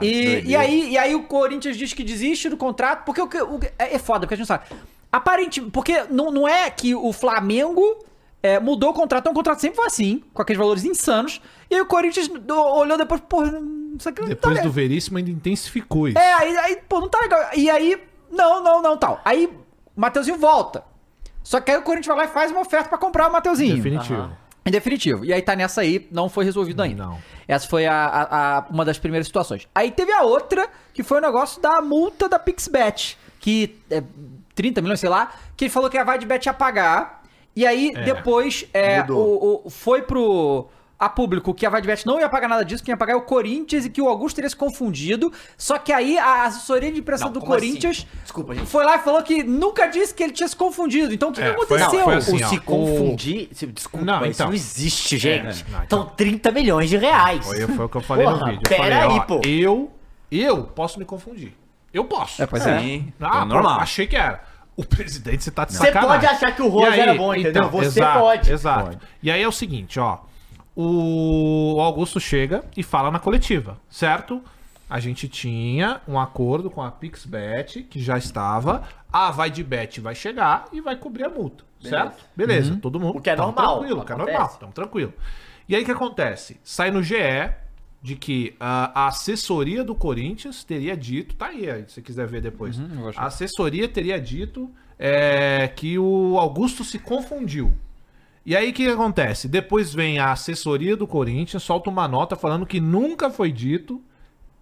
C: E, e, aí, e aí o Corinthians diz que desiste do contrato, porque o, que- o- é é foda, porque a gente não sabe. Aparentemente, porque não, não é que o Flamengo é, mudou o contrato, então o contrato sempre foi assim, com aqueles valores insanos, e aí o Corinthians do- olhou depois, porra, não sei o que não tá
E: Depois
C: legal.
E: do Veríssimo, ainda intensificou isso.
C: É, aí, aí, pô, não tá legal. E aí, não, não, não, tal. Aí, o Mateuzinho volta. Só que aí o Corinthians vai lá e faz uma oferta pra comprar o Mateuzinho.
E: Definitivo.
C: Em definitivo. E aí tá nessa aí, não foi resolvido ainda.
E: não.
C: Essa foi a, a- a- uma das primeiras situações. Aí teve a outra, que foi o negócio da multa da Pixbet, que é 30 milhões, sei lá, que ele falou que a Vadebet ia pagar. E aí depois é, o, o- foi pro a público que a Vadebet não ia pagar nada disso, quem ia pagar é o Corinthians e que o Augusto teria se confundido. Só que aí a assessoria de imprensa
F: Não,
C: do
F: como assim?
C: Corinthians
F: Desculpa, gente.
C: foi lá e falou que nunca disse que ele tinha se confundido. Então o que, que
E: É, foi-
C: aconteceu?
E: não, foi assim,
F: o se
E: ó,
F: confundir. se- desculpa,
E: Não,
F: mas isso
E: então.
F: não existe, gente.
E: não, então.
F: São 30 milhões de reais.
E: Foi, foi o que eu falei no
F: Porra,
E: vídeo. Eu
F: pera
E: falei,
F: aí,
E: ó,
F: pô.
E: eu, eu posso me confundir. Eu posso.
C: É, pois é.
D: Sim,
E: Ah,
D: é
E: pô,
D: normal.
E: achei que era. O presidente, você tá de
F: Você
E: sacanagem.
F: pode achar que o Rose
E: E aí, Então,
F: era bom, entendeu? Você
E: exato,
F: pode.
E: Exato. E aí é o seguinte, ó. O Augusto chega e fala na coletiva, certo? A gente tinha um acordo com a Pixbet, que já estava. A vai de bet vai chegar e vai cobrir a multa, certo?
D: Uhum.
E: Beleza, todo mundo.
F: O que é
E: tamo
F: normal,
E: Tranquilo, o que é
F: acontece.
E: normal, tamo tranquilo. E aí o que acontece? Sai no GE de que ah, a assessoria do Corinthians teria dito. Tá aí, aí, se você quiser ver depois.
F: Uhum,
E: a assessoria teria dito é, que o Augusto se confundiu. E aí o que acontece? Depois vem a assessoria do Corinthians, solta uma nota falando que nunca foi dito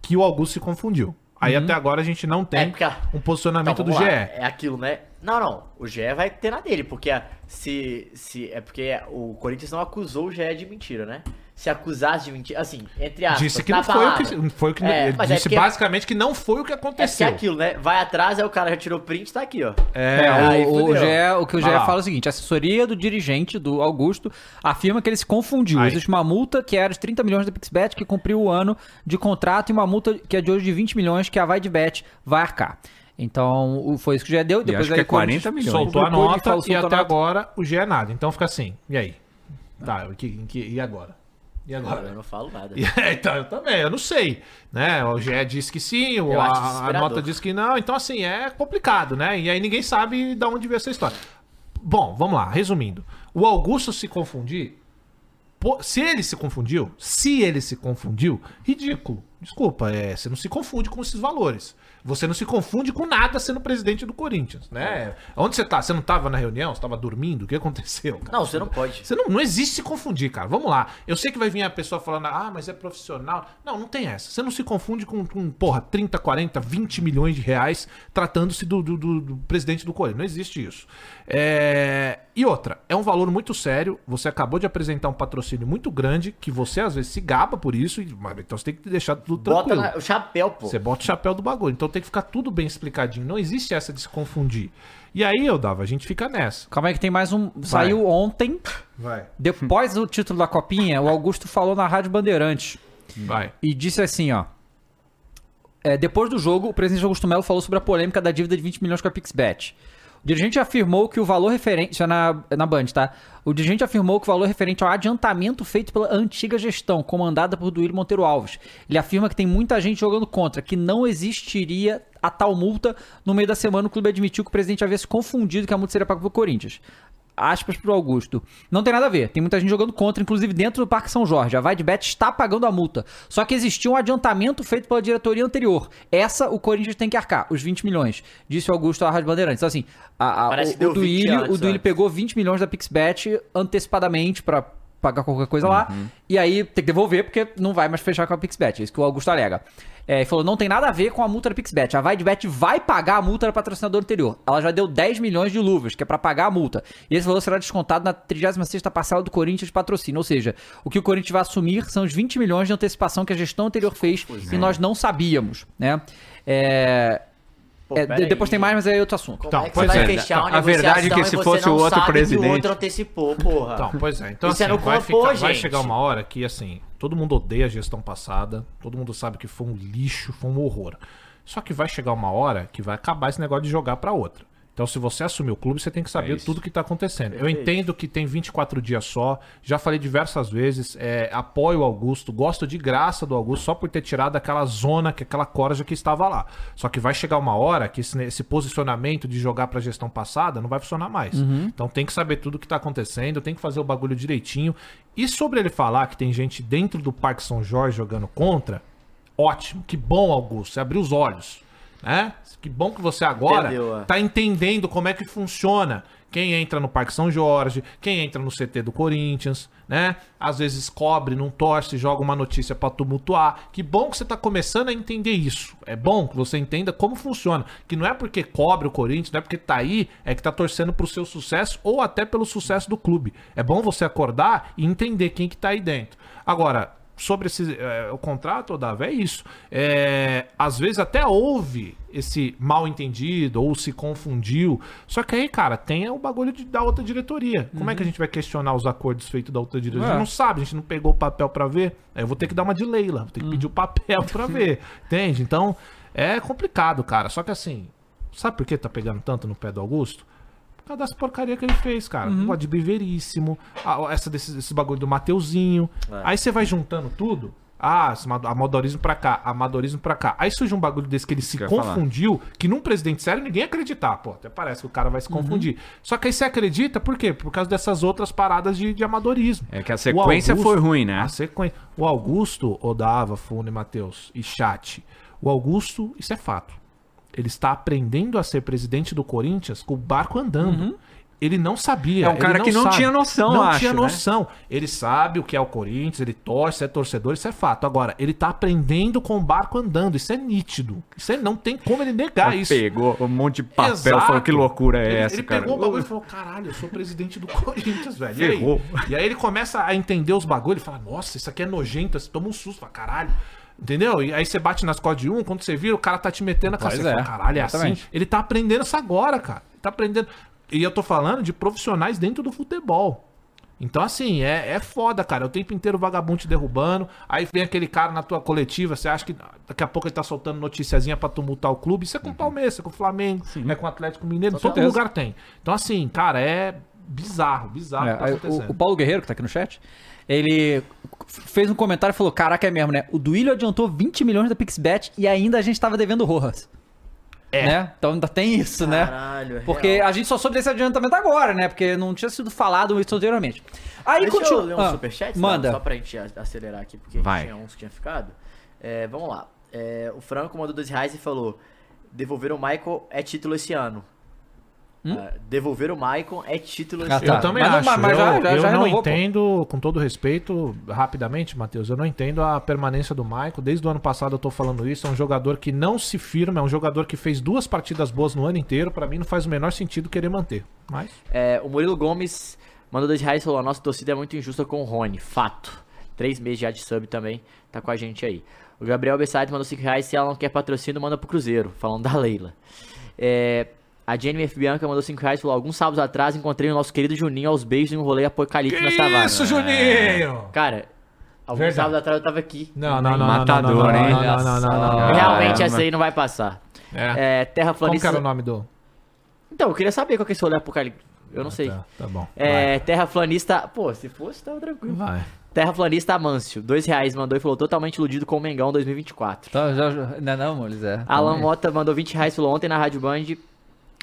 E: que o Augusto se confundiu. Aí até agora a gente não tem
F: Uhum. É, porque a-
E: um posicionamento
F: Então,
E: do
F: vamos
E: GE.
F: lá. É aquilo, né? Não, não. O GE vai ter na dele, porque a- se, se. É porque o Corinthians não acusou o GE de mentira, né? Se acusasse de mentira. Assim, entre aspas.
E: Disse que
F: na
E: não foi o
F: palavra.
E: que, foi o que
F: É,
E: ele
F: mas é
E: disse
F: porque-
E: basicamente que não foi o que
F: É porque
E: aconteceu.
F: é aquilo, né? Vai atrás, aí o cara já tirou print, tá aqui, ó.
E: É,
C: É,
F: Aí
C: o, o,
F: fudeu.
C: GE o que o GE
E: Vai lá.
C: fala é o seguinte: a assessoria do dirigente do Augusto afirma que ele se confundiu.
E: Aí.
C: Existe uma multa que era de 30 milhões da Pixbet, que cumpriu o ano de contrato, e uma multa que é de hoje de 20 milhões, que a Vaidbet vai arcar. Então, o- foi isso que o GE deu.
D: E
C: Depois
D: acho que é
C: quando
D: 40 milhões.
E: Soltou a
C: Publicou, ele
E: nota
C: falou,
E: e
C: soltou a
E: até
C: nota.
E: agora o G é nada. Então fica assim. E aí? Tá, e que- em que- e agora? E
F: Agora eu
E: agora?
F: não falo nada.
E: É, então, eu também, eu não sei. Né? O GE diz que sim, o-
F: Eu acho
E: a, a
F: desesperador.
E: nota diz que não. Então, assim, é complicado, né? E aí ninguém sabe de onde veio essa história. Bom, vamos lá, resumindo. O Augusto se confundir. pô, Se ele se confundiu, se ele se confundiu, ridículo. Desculpa, é, você não se confunde com esses valores. Você não se confunde com nada sendo presidente do Corinthians, né? Onde você tá? Você não tava na reunião? Você tava dormindo? O que aconteceu? cara?
F: Não, você não pode.
E: Você não, não existe se confundir, cara. Vamos lá. Eu sei que vai vir a pessoa falando, ah, mas é profissional. Não, não tem essa. Você não se confunde com, com porra, 30, 40, 20 milhões de reais tratando-se do, do- do- do presidente do Corinthians. Não existe isso. É, E outra, é um valor muito sério. Você acabou de apresentar um patrocínio muito grande, que você às vezes se gaba por isso. e- mas Então você tem que deixar tudo
F: Bota
E: tranquilo.
F: na- o chapéu, pô.
E: Você bota o chapéu do bagulho. Então tem que ficar tudo bem explicadinho. Não existe essa de se confundir. E aí, eu dava, a gente fica nessa.
C: Calma aí que tem mais um. Saiu ontem,
E: Vai.
C: depois do título da copinha, o Augusto falou na Rádio Bandeirantes.
E: Vai.
C: e disse assim, ó. É, depois do jogo, o presidente Augusto Melo falou sobre a polêmica da dívida de 20 milhões com a Pixbet. O dirigente afirmou que o valor referente. Isso é na, é na Band, tá? O dirigente afirmou que o valor referente ao adiantamento feito pela antiga gestão, comandada por Duílio Monteiro Alves. Ele afirma que tem muita gente jogando contra, que não existiria a tal multa. No meio da semana, o clube admitiu que o presidente havia se confundido que a multa seria paga pelo Corinthians aspas pro Augusto. Não tem nada a ver, tem muita gente jogando contra, inclusive dentro do Parque São Jorge. A Vaidbet está pagando a multa. Só que existia um adiantamento feito pela diretoria anterior. Essa o Corinthians tem que arcar, os 20 milhões, disse o Augusto à Rádio Bandeirantes. Então, assim, a- a-
F: Parece que
C: o,
F: deu
C: o
F: 20
C: Duílio,
F: antes,
C: o Duílio
F: antes.
C: pegou 20 milhões da Pixbet antecipadamente pra pagar qualquer coisa lá. E aí tem que devolver porque não vai mais fechar com a Pixbet. É isso que o Augusto alega. É, e falou, não tem nada a ver com a multa da Pixbet. A Vaidbet vai pagar a multa do patrocinador anterior. Ela já deu 10 milhões de luvas, que é pra pagar a multa. E esse valor será descontado na 36ª parcela do Corinthians de patrocínio. Ou seja, o que o Corinthians vai assumir são os 20 milhões de antecipação que a gestão anterior fez e nós não sabíamos, né? É,
F: Pô,
C: é,
F: peraí.
C: depois tem mais, mas é outro assunto.
F: Como
E: Então,
F: é que você
E: pois
F: vai
E: é.
F: fechar uma
D: A verdade é que
F: negociação
D: se
F: e você
D: fosse
F: não
D: o outro
F: sabe que o
D: presidente.
F: outro antecipou, porra.
E: Então, pois é. Então,
F: Isso
E: assim,
F: é no
E: vai,
F: corpo,
E: ficar- vai
F: gente.
E: chegar uma hora que, assim, todo mundo odeia a gestão passada, todo mundo sabe que foi um lixo, foi um horror. Só que vai chegar uma hora que vai acabar esse negócio de jogar pra outra. Então, se você assumir o clube, você tem que saber tudo que tá acontecendo. Eu entendo que tem 24 dias só, já falei diversas vezes, é, apoio o Augusto, gosto de graça do Augusto só por ter tirado aquela zona, que é aquela corja que estava lá. Só que vai chegar uma hora que esse, esse posicionamento de jogar pra gestão passada não vai funcionar mais.
F: Uhum.
E: Então tem que saber tudo o que tá acontecendo, tem que fazer o bagulho direitinho. E sobre ele falar que tem gente dentro do Parque São Jorge jogando contra, ótimo, que bom, Augusto, você abriu os olhos. Né? Que bom que você agora
F: Entendeu, é.
E: tá entendendo como é que funciona. Quem entra no Parque São Jorge, quem entra no CT do Corinthians, né? Às vezes cobre, não torce, joga uma notícia pra tumultuar. Que bom que você tá começando a entender isso. É bom que você entenda como funciona. Que não é porque cobre o Corinthians, não é porque tá aí, é que tá torcendo pro seu sucesso ou até pelo sucesso do clube. É bom você acordar e entender quem que tá aí dentro. Agora, sobre esse, é, o contrato, Davi, é isso. É, às vezes até houve esse mal entendido ou se confundiu. Só que aí, cara, tem o bagulho de- da outra diretoria. Como é que a gente vai questionar os acordos feitos da outra diretoria? A
C: É.
E: gente não sabe, a gente não pegou o papel pra ver. Aí eu vou ter que dar uma de Leila, vou ter que pedir o papel pra ver. Entende? Então, é complicado, cara. Só que assim, sabe por que tá pegando tanto no pé do Augusto? Por causa das porcaria que ele fez, cara. O negócio de biveríssimo, a- essa desse, esse bagulho do Mateuzinho.
D: É.
E: Aí você vai juntando tudo. Ah, esse amado- amadorismo pra cá, amadorismo pra cá. Aí surge um bagulho desse que ele se
D: que eu ia falar.
E: confundiu, que num presidente sério ninguém ia acreditar. Pô, até parece que o cara vai se confundir. Só que aí você acredita, por quê? Por causa dessas outras paradas de, de amadorismo.
D: É que a
E: O
D: sequência foi ruim, né?
E: A sequência. O Augusto, Odava, Fune, Matheus e Chat. O Augusto, isso é fato. Ele está aprendendo a ser presidente do Corinthians com o barco andando. Ele não sabia.
D: Uhum. É um
E: ele
D: cara que não
E: sabe.
D: tinha noção,
E: Não
D: eu
E: tinha
D: acho, né?
E: noção. Ele sabe o que é o Corinthians, ele torce, é torcedor, isso é fato. Agora, ele tá aprendendo com o barco andando. Isso é nítido. Isso é, não tem como ele negar isso.
D: Pegou um monte de papel,
E: Exato.
D: falou que loucura é
E: Ele-
D: essa,
E: Ele
D: cara.
F: um
E: pegou o bagulho e falou: caralho, eu sou presidente do Corinthians, velho. E
D: Ferrou.
E: aí? E aí ele começa a entender os bagulhos e fala: nossa, isso aqui é nojento, você toma um susto, fala, caralho. Entendeu? E aí você bate nas costas de um, quando você vira, o cara tá te metendo a
C: Pois
E: cacete. Você
C: é,
E: fala, Caralho, é assim.
C: exatamente.
E: Ele tá aprendendo isso agora, cara. Ele Tá aprendendo. E eu tô falando de profissionais dentro do futebol. Então, assim, é, é foda, cara. O tempo inteiro o vagabundo te derrubando. Aí vem aquele cara na tua coletiva. Você acha que daqui a pouco ele tá soltando noticiazinha pra tumultar o
C: Uhum.
E: clube. Isso é com o Palmeiras, isso é com o Flamengo, é com o Atlético Mineiro. todo lugar tem. Então, assim, cara, é bizarro, bizarro
C: É,
E: que tá
C: aí
E: acontecendo.
C: o, o Paulo Guerreiro, que tá aqui no chat, ele f- fez um comentário e falou: Caraca, é mesmo, né? O Duílio adiantou 20 milhões da PixBet e ainda a gente tava devendo Rojas. É. Né? Então ainda tem isso,
F: Caralho, é
C: né? Porque
F: real.
C: a gente só soube desse adiantamento agora, né? Porque não tinha sido falado isso anteriormente. Aí
F: Deixa
C: continua.
F: eu ler um
C: Ah,
F: superchat, Gustavo,
C: Manda.
F: só pra gente a- acelerar aqui, porque
D: Vai.
F: tinha uns que tinha ficado. É, vamos lá. É, o Franco mandou dois reais e falou: Devolver o Michael é título esse ano. Ah, devolver o Michael é título esse
C: Hum? Ah,
F: ano.
C: tá.
E: Eu também
C: Mas não-
E: acho.
C: mas já-
E: eu
C: já-
E: eu
C: já
E: não
C: renovou, pô.
E: entendo, com todo respeito, rapidamente, Matheus, eu não entendo a permanência do Maicon. Desde o ano passado eu tô falando isso. É um jogador que não se firma, é um jogador que fez duas partidas boas no ano inteiro. Pra mim não faz o menor sentido querer manter. Mas.
F: É, o Murilo Gomes mandou dois reais e falou: a nossa torcida é muito injusta com o Rony. Fato. Três meses já de sub também, tá com a gente aí. O Gabriel Bessade mandou cinco reais. Se ela não quer patrocínio, manda pro Cruzeiro. Falando da Leila. É, a Jenny F. Bianca mandou cinco reais e falou: alguns sábados atrás encontrei o nosso querido Juninho aos beijos em um rolê apocalipse na savana.
E: Juninho!
F: Cara, alguns
E: Verdade.
F: sábados atrás eu tava aqui.
E: Não, não, não.
D: Matador,
E: não, não,
D: hein?
E: Não, não, não, não, não, não.
F: Realmente
D: Caramba.
F: essa aí não vai passar.
E: É.
F: É, Terra
E: Como que
F: Florista.
E: era o nome do.
F: Então, eu queria saber qual que é esse rolê apocalipse. Eu não sei.
E: Tá, tá bom.
F: É, terraflanista. Pô, se fosse, tava tranquilo.
E: Vai. Vai.
F: Terraflanista Amâncio, dois reais mandou e falou totalmente iludido com o Mengão 2024.
C: Tá, já, já- não, é não, Mules, é.
F: Alan Mota mandou 20 reais, falou ontem na Rádio Band.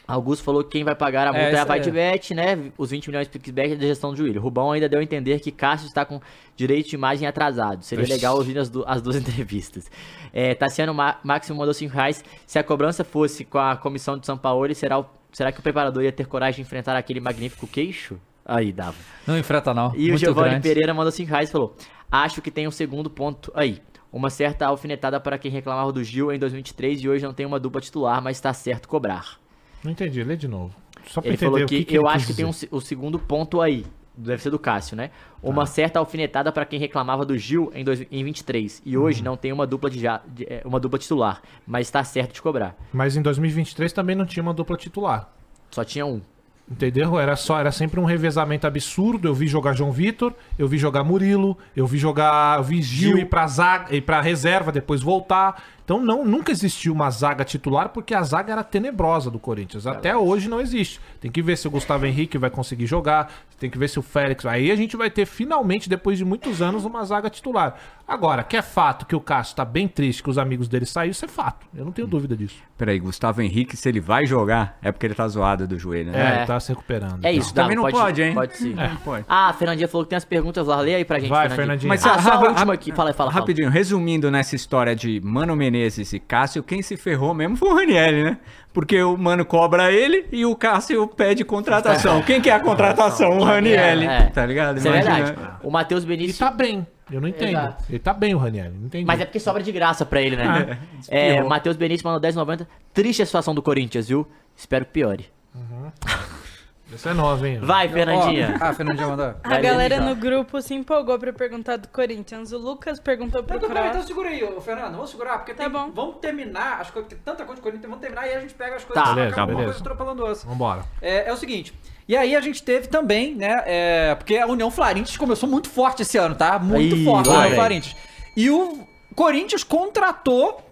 F: Augusto falou que quem vai pagar a multa é,
C: isso
F: a
C: aí.
F: Vaidbet, né? Os 20 milhões de PixBet é da gestão do Júlio. Rubão ainda deu a entender que Cássio está com direito de imagem atrasado. Seria legal ouvir as, du- as duas entrevistas. É, Tassiano Ma Máximo mandou 5 reais. Se a cobrança fosse com a comissão de São Paulo, será, o- será que o preparador ia ter coragem de enfrentar aquele magnífico queixo? Aí, dava.
C: Não enfrenta, não.
F: E o
C: Muito
F: Giovanni
C: grande.
F: Pereira mandou 5 reais e falou: Acho que tem um segundo ponto aí. Uma certa alfinetada para quem reclamava do Gil em 2023 e hoje não tem uma dupla titular, mas tá certo cobrar.
E: Não entendi, lê de novo. Só pra
F: Ele
E: entender
F: falou
E: o
F: que,
E: que, que
F: eu
E: ele
F: acho
E: quis
F: que tem um,
E: dizer. Tá.
F: se- o segundo ponto aí. Deve ser do Cássio, né? Uma certa alfinetada para quem reclamava do Gil em 2023 e
E: Uhum.
F: hoje não tem uma dupla de, ja- de- é, uma dupla titular, mas tá certo de cobrar.
E: Mas em 2023 também não tinha uma dupla titular.
F: Só tinha um.
E: Entendeu? Era só, era sempre um revezamento absurdo. Eu vi jogar João Vitor, eu vi jogar Murilo, eu vi jogar, eu vi Gil, ir pra zaga, ir pra reserva, depois voltar. Então não, nunca existiu uma zaga titular porque a zaga era tenebrosa do Corinthians. Até hoje não existe. Tem que ver se o Gustavo Henrique vai conseguir jogar, tem que ver se o Félix. Aí a gente vai ter finalmente depois de muitos anos uma zaga titular. Agora, que é fato que o Cássio tá bem triste que os amigos dele saíram, isso é fato. Eu não tenho dúvida disso.
D: Peraí, Gustavo Henrique, se ele vai jogar, é porque ele tá zoado do joelho, né?
E: É,
F: É.
E: ele tá se recuperando.
F: É
E: então.
F: isso,
D: Também
F: Dava,
D: não pode, hein?
F: Pode sim.
D: Não pode.
F: Ah, a Fernandinha falou que tem as perguntas lá. Lê aí pra gente,
E: É. Vai, Fernandinha. Mas,
F: ah, só a
D: rapa-
F: última
D: rap-
F: aqui. Fala aí, fala, fala.
D: Rapidinho, resumindo nessa história de Mano Menezes e Cássio, quem se ferrou mesmo foi o Ranielli, né? Porque o Mano cobra ele e o Cássio pede contratação. Quem quer a contratação? O Ranielli.
F: É, é.
D: Tá ligado?
F: Isso é
D: Imagina.
F: verdade. O Matheus
E: E
F: Benício.
E: tá bem. Eu não entendo.
F: Exato.
E: Ele tá bem, o Raniel. Não entendi.
F: Mas é porque sobra de graça pra ele, né? é,
D: espirrou.
F: Matheus Benício mandou 10,90. Triste a situação do Corinthians, viu? Espero que piore.
E: Isso é novo, hein?
F: Vai,
C: Ó,
F: Fernandinha. É
C: Ah, Fernandinha mandou.
F: Vai
G: A
F: ler,
G: galera
F: Michel.
G: no grupo se empolgou pra perguntar do Corinthians. O Lucas perguntou pro
C: Então, peraí, então
G: Cross.
C: segura aí, ô, Fernando. Vamos segurar, porque
G: Tá
C: tem-
G: bom.
C: vamos terminar as coisas, porque tanta coisa de Corinthians, vamos terminar e a gente pega as coisas
F: Tá.
C: só
E: Beleza,
C: acaba uma
E: beleza.
C: coisa atropelando a outra.
E: Vambora.
C: É, é o seguinte. E aí a gente teve também, né? é, porque a União Flarintes começou muito forte esse ano, tá? Muito
F: Ih,
C: forte a
F: lá
C: União
F: vem.
C: Flarintes. E o Corinthians contratou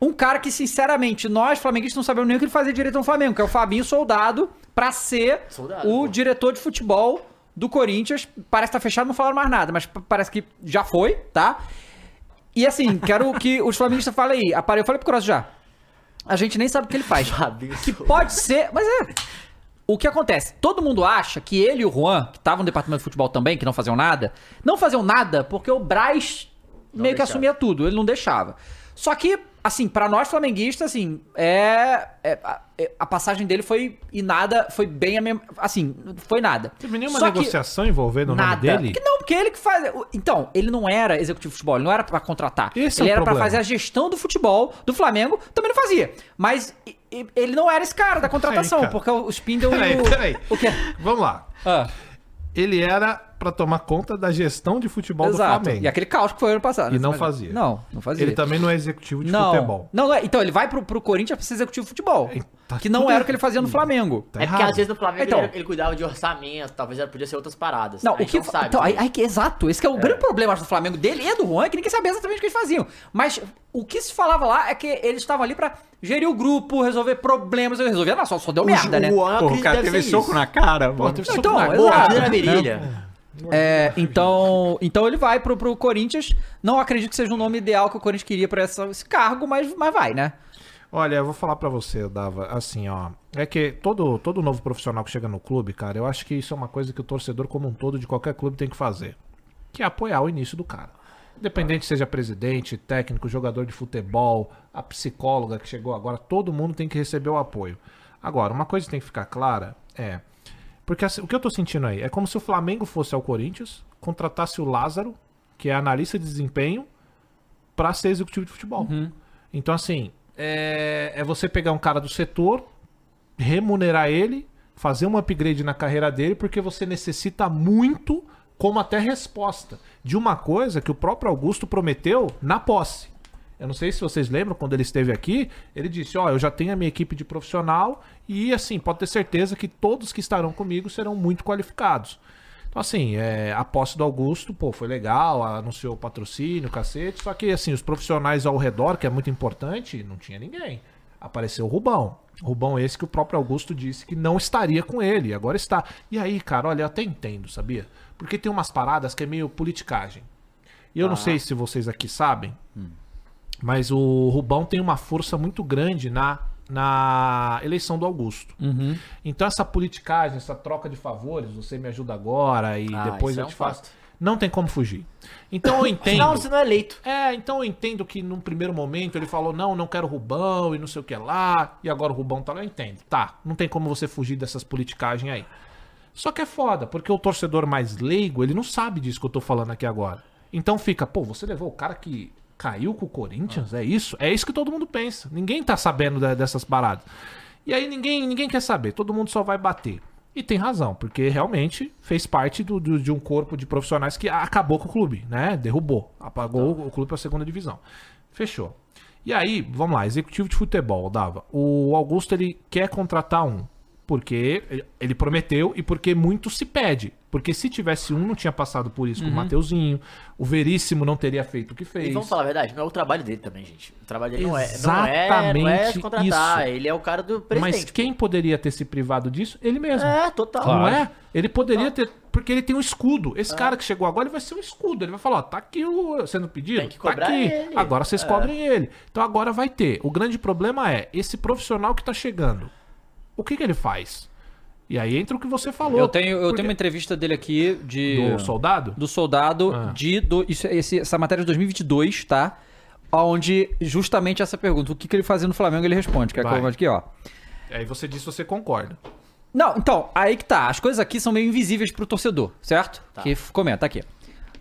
C: um cara que, sinceramente, nós, flamenguistas, não sabemos nem o que ele fazia direito no Flamengo, que é o Fabinho Soldado, pra ser
F: Soldado,
C: o
F: pô.
C: diretor de futebol do Corinthians. Parece que tá fechado, não falaram mais nada, mas p- parece que já foi, tá? E assim, quero que os flamenguistas falem aí. Aparei, eu falei pro Cross já. A gente nem sabe o que ele faz.
F: Fabinho
C: que
F: Souza.
C: pode ser, mas é. O que acontece? Todo mundo acha que ele e o Juan, que estavam no departamento de futebol também, que não faziam nada, não faziam nada porque o Braz meio que
F: deixava.
C: assumia tudo, ele não deixava. Só que, assim, pra nós flamenguistas, assim, é, é- a, é- a passagem dele foi e nada, foi bem a mesma, assim, foi nada.
E: Teve nenhuma
C: Só que-
E: negociação envolvendo o
C: nada.
E: nome dele?
C: Que não, porque ele que faz. o- Então, ele não era executivo de futebol, ele não era pra contratar.
E: Esse é
C: ele
E: o
C: era pra
E: problema.
C: fazer a gestão do futebol do Flamengo, também não fazia. Mas e- e- ele não era esse cara da contratação,
E: cara.
C: porque o é? Spindle
E: Peraí,
C: e o.
E: peraí.
C: O quê?
E: Vamos lá.
C: Ah,
E: Ele era pra tomar conta da gestão de futebol do
C: Exato.
E: Flamengo.
C: E aquele caos que foi ano passado. né?
E: E não
C: Mas-
E: fazia.
C: Não, não fazia.
E: Ele também não é executivo de
C: não.
E: futebol.
C: Não, não é. Então, ele vai pro, pro Corinthians pra ser executivo de futebol.
E: É, tá
C: que não
E: tudo
C: era o que ele fazia no Flamengo.
E: Tá
F: É porque
E: errado.
F: às vezes no Flamengo
C: Então.
F: ele, era- ele cuidava de orçamento, talvez era- podia ser outras paradas.
C: Não,
F: A
C: o
F: gente
C: que.
F: sabe.
C: então, aí, aí que- exato, esse que é o grande problema acho, do Flamengo dele e do Juan, é que ninguém sabia exatamente o que eles faziam. Mas o que se falava lá é que eles estavam ali pra gerir o grupo, resolver problemas, resolver. Não, só, só deu merda, né?
F: Juan, eu
D: Pô, o
F: acredito,
D: cara
F: deve
D: teve
F: ser
D: soco
F: isso.
D: na cara, mano.
E: teve
C: Não,
E: soco
C: então,
E: na
C: exato.
E: boca.
F: Mordida na virilha.
C: É, então, então ele vai pro, pro Corinthians. Não acredito que seja o nome ideal que o Corinthians queria pra essa- esse cargo, mas, mas vai, né?
E: Olha, eu vou falar pra você, Dava, assim, ó. É que todo, todo novo profissional que chega no clube, cara, eu acho que isso é uma coisa que o torcedor como um todo de qualquer clube tem que fazer. Que é apoiar o início do cara. Independente seja presidente, técnico, jogador de futebol, a psicóloga que chegou agora, todo mundo tem que receber o apoio. Agora, uma coisa que tem que ficar clara é. Porque assim, o que eu tô sentindo aí é como se o Flamengo fosse ao Corinthians, contratasse o Lázaro, que é analista de desempenho, pra ser executivo de futebol. Então, assim, é, é você pegar um cara do setor, remunerar ele, fazer um upgrade na carreira dele, porque você necessita muito, como até resposta, de uma coisa que o próprio Augusto prometeu na posse. Eu não sei se vocês lembram, quando ele esteve aqui, ele disse, ó, eu já tenho a minha equipe de profissional e, assim, pode ter certeza que todos que estarão comigo serão muito qualificados. Então, assim, é, a posse do Augusto, pô, foi legal, anunciou o patrocínio, cacete. Só que, assim, os profissionais ao redor, que é muito importante, não tinha ninguém. Apareceu o Rubão. Rubão esse que o próprio Augusto disse que não estaria com ele, agora está. E aí, cara, olha, eu até entendo, sabia? Porque tem umas paradas que é meio politicagem. E eu
F: Tá.
E: não sei se vocês aqui sabem, mas o Rubão tem uma força muito grande na, na eleição do Augusto.
F: Uhum.
E: Então essa politicagem, essa troca de favores, você me ajuda agora e
F: Ah,
E: depois
F: isso
E: eu
F: é
E: te
F: um
E: faço.
F: fato.
E: Não tem como fugir. Então eu entendo.
F: Não, você não é eleito.
E: É, então eu entendo que num primeiro momento ele falou, não, não quero Rubão e não sei o que lá, e agora o Rubão tá lá, eu entendo. Tá, não tem como você fugir dessas politicagens aí. Só que é foda, porque o torcedor mais leigo, ele não sabe disso que eu tô falando aqui agora. Então fica, pô, você levou o cara que caiu com o Corinthians, é isso? É isso que todo mundo pensa. Ninguém tá sabendo da- dessas paradas. E aí ninguém, ninguém quer saber, todo mundo só vai bater. E tem razão, porque realmente fez parte do- do- de um corpo de profissionais que acabou com o clube, né? Derrubou, apagou o clube pra segunda divisão. Fechou. E aí, vamos lá, executivo de futebol, Dava. O Augusto, ele quer contratar um porque ele- ele prometeu e porque muito se pede. Porque se tivesse um, não tinha passado por isso
C: Uhum.
E: com o Mateuzinho, o Veríssimo não teria feito o que fez.
F: E vamos falar a verdade, não é o trabalho dele também, gente. O trabalho dele não é, não é, não é
E: Exatamente
F: contratar,
E: isso.
F: ele é o cara do presidente.
E: Mas quem poderia ter se privado disso? Ele mesmo.
F: É, Tá. total.
E: Não é? Ele poderia ter. Porque ele tem um escudo.
F: É.
E: Esse cara que chegou agora, ele vai ser um escudo. Ele vai falar: ó, tá aqui o sendo pedido.
F: Tem que
E: tá
F: cobrar
E: aqui.
F: ele. É.
E: Agora vocês cobrem ele. Então agora vai ter. O grande problema é: esse profissional que tá chegando, o que, que ele faz? E aí entra o que você falou.
C: Eu tenho, eu
E: Porque-
C: tenho uma entrevista dele aqui de.
E: Do soldado?
C: do soldado de. do- isso, é- esse- essa matéria de 2022, tá? Onde justamente essa pergunta, o que, que ele fazia no Flamengo, ele responde, que é
E: Vai.
C: como aqui, ó.
E: Aí você diz se você concorda.
C: Não, então, aí que tá. As coisas aqui são meio invisíveis pro torcedor, certo? Que f- comenta aqui.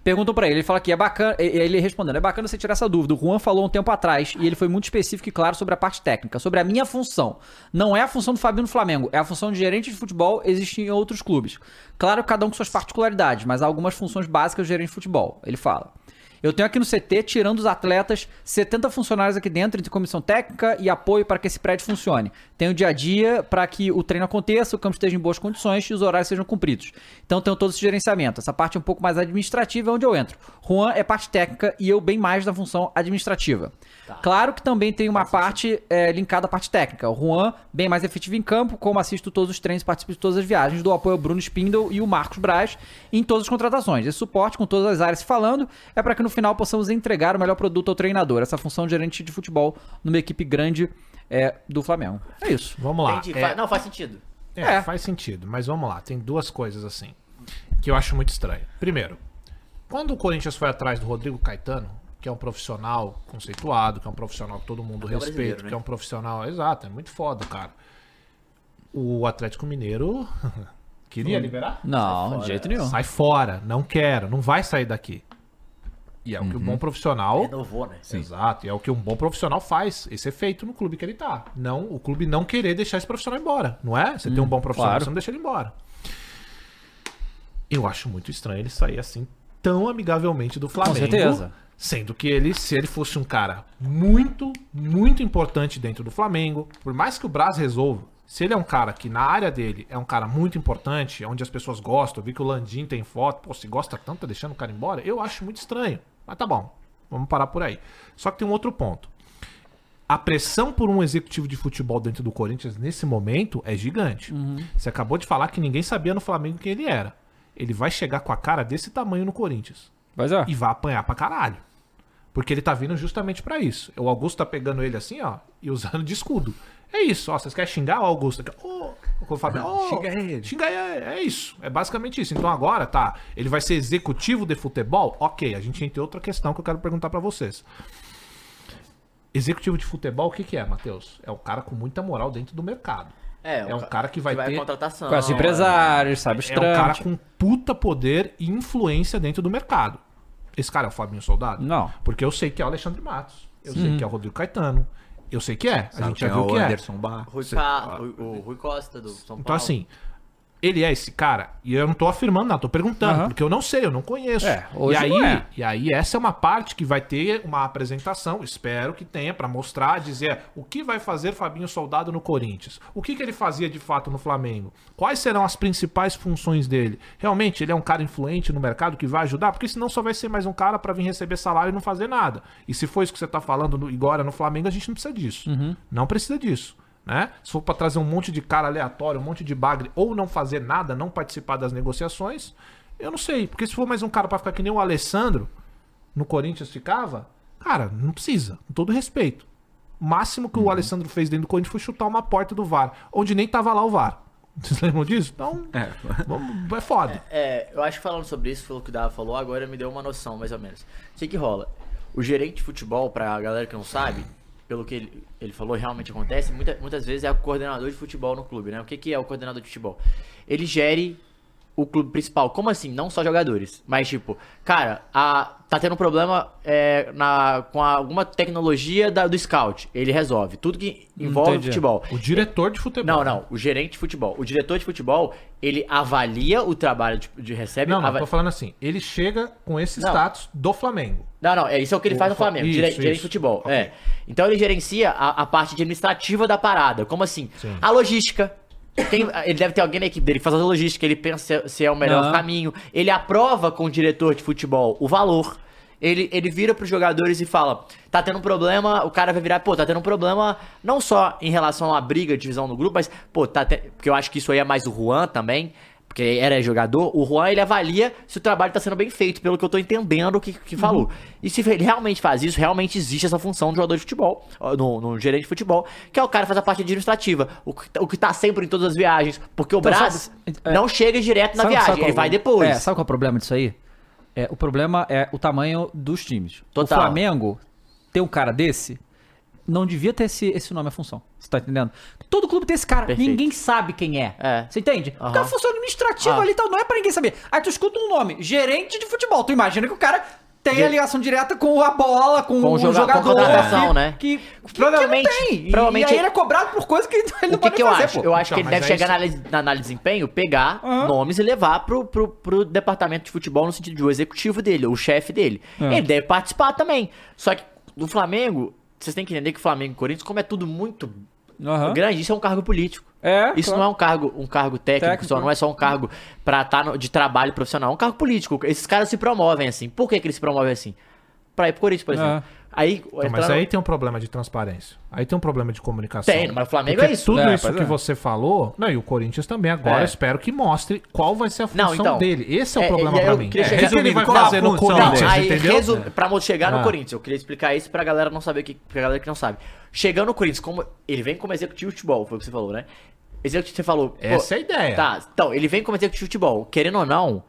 C: Perguntam pra ele, ele fala que é bacana, e- e ele respondendo, é bacana você tirar essa dúvida. O Juan falou um tempo atrás e ele foi muito específico e claro sobre a parte técnica, sobre a minha função. Não é a função do Fabinho no Flamengo, é a função de gerente de futebol, existe em outros clubes. Claro, cada um com suas particularidades, mas há algumas funções básicas do gerente de futebol, ele fala. Eu tenho aqui no CT, tirando os atletas, 70 funcionários aqui dentro, entre comissão técnica e apoio para que esse prédio funcione. Tenho dia a dia para que o treino aconteça, o campo esteja em boas condições e os horários sejam cumpridos. Então tenho todo esse gerenciamento. Essa parte é um pouco mais administrativa é onde eu entro. Juan é parte técnica e eu bem mais da função administrativa.
E: Tá.
C: Claro que também tem uma parte é, linkada à parte técnica. O Juan, bem mais efetivo em campo, como assisto todos os treinos, participo de todas as viagens, dou apoio ao Bruno Spindle e o Marcos Braz em todas as contratações. Esse suporte, com todas as áreas se falando, é para que no final possamos entregar o melhor produto ao treinador. Essa função de gerente de futebol numa equipe grande é, do Flamengo. É isso.
E: Vamos lá.
F: Entendi,
E: É,
F: fa- Não, faz sentido.
E: é,
C: É.
E: faz sentido, mas vamos lá. Tem duas coisas assim que eu acho muito estranho. Primeiro, quando o Corinthians foi atrás do Rodrigo Caetano, que é um profissional conceituado, que é um profissional que todo mundo respeita,
F: brasileiro, né?
E: que é um profissional exato, é muito foda, cara. O Atlético Mineiro queria liberar?
C: Não, de jeito nenhum.
E: Sai fora, não quero, não vai sair daqui. E é o que
F: Uhum.
E: o bom profissional
F: Renovou, né?
E: Exato, e é o que um bom profissional faz, esse efeito no clube que ele tá. Não, o clube não querer deixar esse profissional embora, não é? Você tem um bom profissional,
C: claro.
E: você não deixa ele embora. Eu acho muito estranho ele sair assim tão amigavelmente do Flamengo.
C: certeza.
E: Sendo que ele, se ele fosse um cara muito, muito importante dentro do Flamengo, por mais que o Braz resolva, se ele é um cara que na área dele é um cara muito importante, é onde as pessoas gostam, eu vi que o Landim tem foto, pô, se gosta tanto, tá deixando o cara embora, eu acho muito estranho. Mas tá bom, vamos parar por aí. Só que tem um outro ponto. A pressão por um executivo de futebol dentro do Corinthians nesse momento é gigante. Você acabou de falar que ninguém sabia no Flamengo quem ele era. Ele vai chegar com a cara desse tamanho no Corinthians
C: Pois é.
E: e vai apanhar pra caralho. Porque ele tá vindo justamente pra isso. O Augusto tá pegando ele assim, ó, e usando de escudo. É isso, ó. Vocês querem xingar o Augusto aqui? Ô, o Fábio, ô,
D: Xinga ele.
E: Xinga ele. É isso. É basicamente isso. Então agora, tá. Ele vai ser executivo de futebol? Ok, a gente tem outra questão que eu quero perguntar pra vocês. Executivo de futebol, o que, que é, Matheus? É um cara com muita moral dentro do mercado. É um cara que vai ter-
F: contratação.
C: Com as empresários, sabe?
E: É um cara
C: Estranho.
E: com puta poder e influência dentro do mercado. Esse cara é o Fabinho Soldado?
C: Não.
E: Porque eu sei que é o Alexandre Matos. Eu sei que é o Rodrigo Caetano. Eu sei que é. A gente já viu
D: o
E: que é.
D: Anderson Barra.
F: Rui Ca- Rui- o Rui Costa do São Paulo.
E: Então, assim, ele é esse cara. E eu não tô afirmando nada, tô perguntando,
C: Aham.
E: porque eu não sei, eu não conheço.
C: É, hoje
E: e aí,
C: não é.
E: e aí essa é uma parte que vai ter uma apresentação, espero que tenha, pra mostrar, dizer o que vai fazer Fabinho Soldado no Corinthians. O que, que ele fazia de fato no Flamengo? Quais serão as principais funções dele? Realmente, ele é um cara influente no mercado que vai ajudar? Porque senão só vai ser mais um cara pra vir receber salário e não fazer nada. E se for isso que você tá falando no, agora no Flamengo, a gente não precisa disso. Não precisa disso né? Se for pra trazer um monte de cara aleatório, um monte de bagre, ou não fazer nada, não participar das negociações, eu não sei. Porque se for mais um cara pra ficar que nem o Alessandro, no Corinthians ficava, cara, não precisa, com todo respeito. O máximo que
F: Uhum.
E: o Alessandro fez dentro do Corinthians foi chutar uma porta do VAR, onde nem tava lá o VAR. Vocês lembram disso? Então,
D: É.
E: vamos- é foda.
F: É, eu acho que falando sobre isso, falou que o Dava falou, agora me deu uma noção, mais ou menos. O que que rola? O gerente de futebol, pra galera que não sabe, pelo que ele, ele falou, realmente acontece, muita- muitas vezes é o coordenador de futebol no clube, né? O que que é o coordenador de futebol? Ele gere o clube principal. Como assim? Não só jogadores, mas tipo, cara, a- tá tendo um problema é, na- com a- alguma tecnologia da- do scout. Ele resolve. Tudo que envolve
C: Entendi.
F: futebol.
E: O diretor de futebol.
F: Não, não. O gerente de futebol. O diretor de futebol, ele avalia o trabalho de, de- recebe.
E: Não, não,
F: ava-
E: tô falando assim, ele chega com esse
F: Não.
E: status do Flamengo.
F: não, não, é isso é o que ele
E: O
F: faz no
E: fa-
F: Flamengo.
E: isso,
F: dire-
E: isso.
F: gerente de futebol. É. Então ele gerencia a, a parte administrativa da parada. Como assim?
E: Sim.
F: A logística. Quem- ele deve ter alguém na equipe dele que faz a logística, ele pensa se- se é o melhor
C: Aham.
F: caminho. Ele aprova com o diretor de futebol o valor. Ele, ele vira pros jogadores e fala: tá tendo um problema, o cara vai virar, pô, tá tendo um problema não só em relação à briga, divisão no grupo, mas, pô, tá. te- Porque eu acho que isso aí é mais o Juan também, porque era jogador. O Juan ele avalia se o trabalho tá sendo bem feito, pelo que eu tô entendendo o que, que
C: Uhum.
F: falou. E se ele realmente faz isso, realmente existe essa função do jogador de futebol, ó, no, no gerente de futebol, que é o cara que faz a parte administrativa, o, que- o que tá sempre em todas as viagens, porque o
C: Então,
F: Braz
C: sabe- é-
F: não chega direto na
C: Sabe-
F: viagem,
C: sabe qual-
F: ele vai depois.
C: É, sabe qual é o problema disso aí? É, o problema é o tamanho dos times.
F: Total.
C: O Flamengo ter um cara desse não devia ter esse, esse nome à função. Você tá entendendo? Todo clube tem esse cara.
F: Perfeito.
C: Ninguém sabe quem é.
F: É.
C: Você entende? O
F: Aham.
C: cara funciona administrativo
F: Ah.
C: ali e tal. Não é pra ninguém saber. Aí tu escuta um nome. Gerente de futebol. Tu imagina que o cara tem a ligação direta com a bola, com,
F: Com o
C: o
F: joga- com a
C: jogador.
F: contratação,
C: que-
F: né?
C: Que, que,
F: Provavelmente-
C: que não tem. E-
F: provavelmente-
C: E aí ele é cobrado por coisa que ele não
F: O que,
C: pode
F: que eu
C: fazer,
F: acho?
C: pô.
F: Eu acho
E: Então,
F: que ele
E: mas
F: deve
E: é
F: chegar
E: isso.
F: na análise, na análise de desempenho, pegar nomes e levar pro, pro, pro departamento de futebol no sentido de o executivo dele, o chefe dele.
C: É.
F: Ele deve participar também. Só que do Flamengo, vocês têm que entender que o Flamengo e Corinthians, como é tudo muito
C: Aham.
F: grande, isso é um cargo político.
C: É,
F: isso
C: claro.
F: não é um cargo, um cargo técnico,
C: Técnico.
F: só, não é só um cargo pra tá no- de trabalho profissional, é um cargo político. Esses caras se promovem assim. Por que, que eles se promovem assim? Pra ir pro Corinthians, por exemplo.
C: É.
F: Aí,
E: Então, mas
F: entrando-
E: aí tem um problema de transparência. Aí tem um problema de comunicação.
F: Tem, mas o Flamengo
E: Porque
F: é isso.
E: Tudo
C: É,
E: isso
C: pois
E: que
C: é.
E: você falou. Não, e o Corinthians também agora
F: É.
E: espero que mostre qual vai ser a função
F: Não, então,
E: dele. Esse é o
F: é,
E: problema
F: é, eu
E: pra mim.
F: queria
E: É,
F: chegar-
E: o que ele vai
D: Resumindo, qual a
E: fazer no
D: função
F: Não,
E: Corinthians,
F: aí,
E: entendeu? É.
F: resu- pra mo- chegar
E: Ah.
F: no Corinthians, eu queria explicar isso pra galera não saber o que. Pra galera que não sabe. Chegando no Corinthians, como. Ele vem como executivo de futebol, foi o que você falou, né? Executivo, você falou. pô,
E: Essa é a ideia.
F: Tá, então, ele vem como executivo de futebol. Querendo ou não,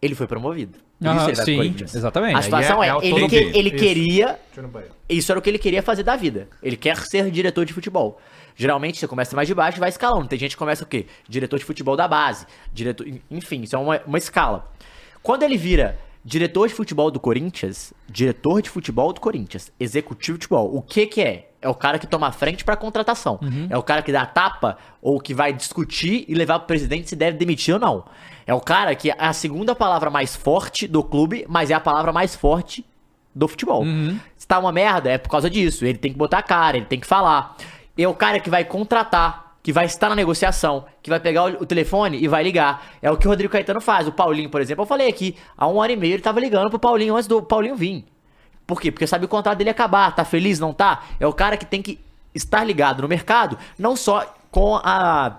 F: ele foi promovido. Por
C: Aham,
F: isso ele vai pro
C: sim,
F: Corinthians.
C: exatamente.
F: A situação
E: Aí
F: é,
E: é- é
F: ele,
E: autonomia.
F: que- ele
E: Isso.
F: queria
E: Deixa eu ir no banheiro.
F: isso era o que ele queria fazer da vida. Ele quer ser diretor de futebol. Geralmente você começa mais de baixo e vai escalando. Tem gente que começa o quê? Diretor de futebol da base. Diretor, enfim, isso é uma, uma escala. Quando ele vira Diretor de futebol do Corinthians, diretor de futebol do Corinthians, executivo de futebol. O que que é? É o cara que toma a frente pra contratação. É o cara que dá a tapa ou que vai discutir e levar pro presidente se deve demitir ou não. É o cara que é a segunda palavra mais forte do clube, mas é a palavra mais forte do futebol. Se tá uma merda, é por causa disso. Ele tem que botar a cara, ele tem que falar. É o cara que vai contratar, que vai estar na negociação, que vai pegar o o telefone e vai ligar. É o que o Rodrigo Caetano faz. O Paulinho, por exemplo, eu falei aqui, há uma hora e meia ele tava ligando pro Paulinho antes do Paulinho vir. Por quê? Porque sabe o contrato dele acabar, tá feliz, não tá? É o cara que tem que estar ligado no mercado, não só com a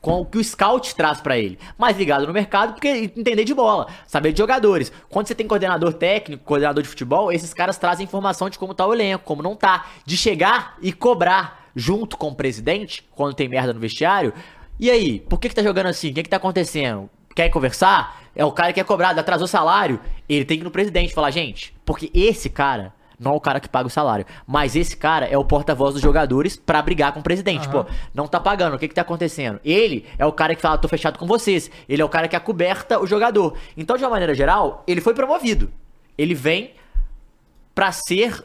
F: com o que o scout traz pra ele. Mais ligado no mercado porque entender de bola, saber de jogadores. Quando você tem coordenador técnico, coordenador de futebol, esses caras trazem informação de como tá o elenco, como não tá, de chegar e cobrar junto com o presidente quando tem merda no vestiário. E aí, por que que tá jogando assim? O que que tá acontecendo? Quer conversar? É o cara que é cobrado, atrasou o salário, ele tem que ir no presidente e falar, gente, porque esse cara não é o cara que paga o salário. Mas esse cara é o porta-voz dos jogadores pra brigar com o presidente. Pô, não tá pagando, o que que tá acontecendo? Ele é o cara que fala, tô fechado com vocês. Ele é o cara que acoberta o jogador. Então, de uma maneira geral, ele foi promovido. Ele vem pra ser.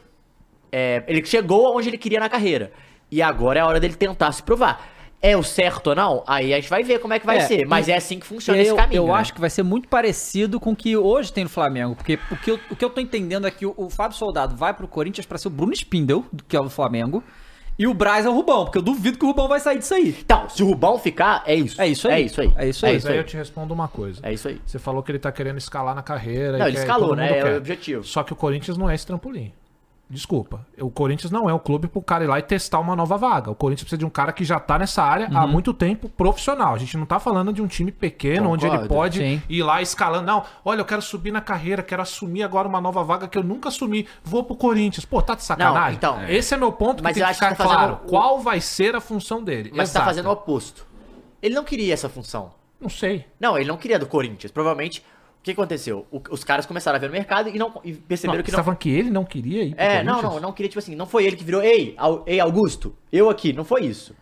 F: é, ele chegou aonde ele queria na carreira. E agora é a hora dele tentar se provar. É o certo ou não? Aí a gente vai ver como é que vai
C: É,
F: ser. Mas
C: e-
F: é assim que funciona
C: E
F: esse
C: eu,
F: caminho.
C: Eu
F: né?
C: acho que vai ser muito parecido com o que hoje tem no Flamengo. Porque o que eu, o que eu tô entendendo é que o, o Fábio Soldado vai pro Corinthians pra ser o Bruno Spindel, do- que é o do Flamengo, e o Braz é o Rubão, porque eu duvido que o Rubão vai sair disso aí.
F: Então, se o Rubão ficar, é isso.
C: É isso aí.
F: É isso aí.
C: É isso
F: É
C: aí.
E: Mas aí eu te respondo uma coisa.
F: É isso aí.
E: Você falou que ele tá querendo escalar na carreira.
F: Não,
E: e
F: ele
E: quer-
F: escalou,
E: todo
F: né?
E: mundo
F: É o
E: quer.
F: objetivo.
E: Só que o Corinthians não é esse trampolim. Desculpa. O Corinthians não é o clube pro cara ir lá e testar uma nova vaga. O Corinthians precisa de um cara que já tá nessa área
F: Uhum.
E: há muito tempo, profissional. A gente não tá falando de um time pequeno, onde ele
F: Concordo,
E: pode
C: sim.
E: ir lá escalando. Não, olha, eu quero subir na carreira, quero assumir agora uma nova vaga que eu nunca assumi. Vou pro Corinthians. Pô, tá de sacanagem?
F: Não, então,
E: Esse é meu ponto
F: mas
E: que tem
F: eu
E: que
F: acho que
E: ficar
F: tá
E: claro.
F: fazendo o-
E: Qual vai ser a função dele?
F: Mas tá
E: Exato.
F: fazendo o oposto. Ele não queria essa função.
E: Não sei.
F: Não, ele não queria do Corinthians. Provavelmente, o que aconteceu? O- os caras começaram a ver no mercado e, não, e perceberam
E: Não,
F: que
E: você
F: não.
E: tá falando que ele não queria ir pro
F: É, não,
E: Corinthians?
F: não, não queria, tipo assim, não foi ele que virou, ei, Au- ei, Augusto, eu aqui, não foi isso.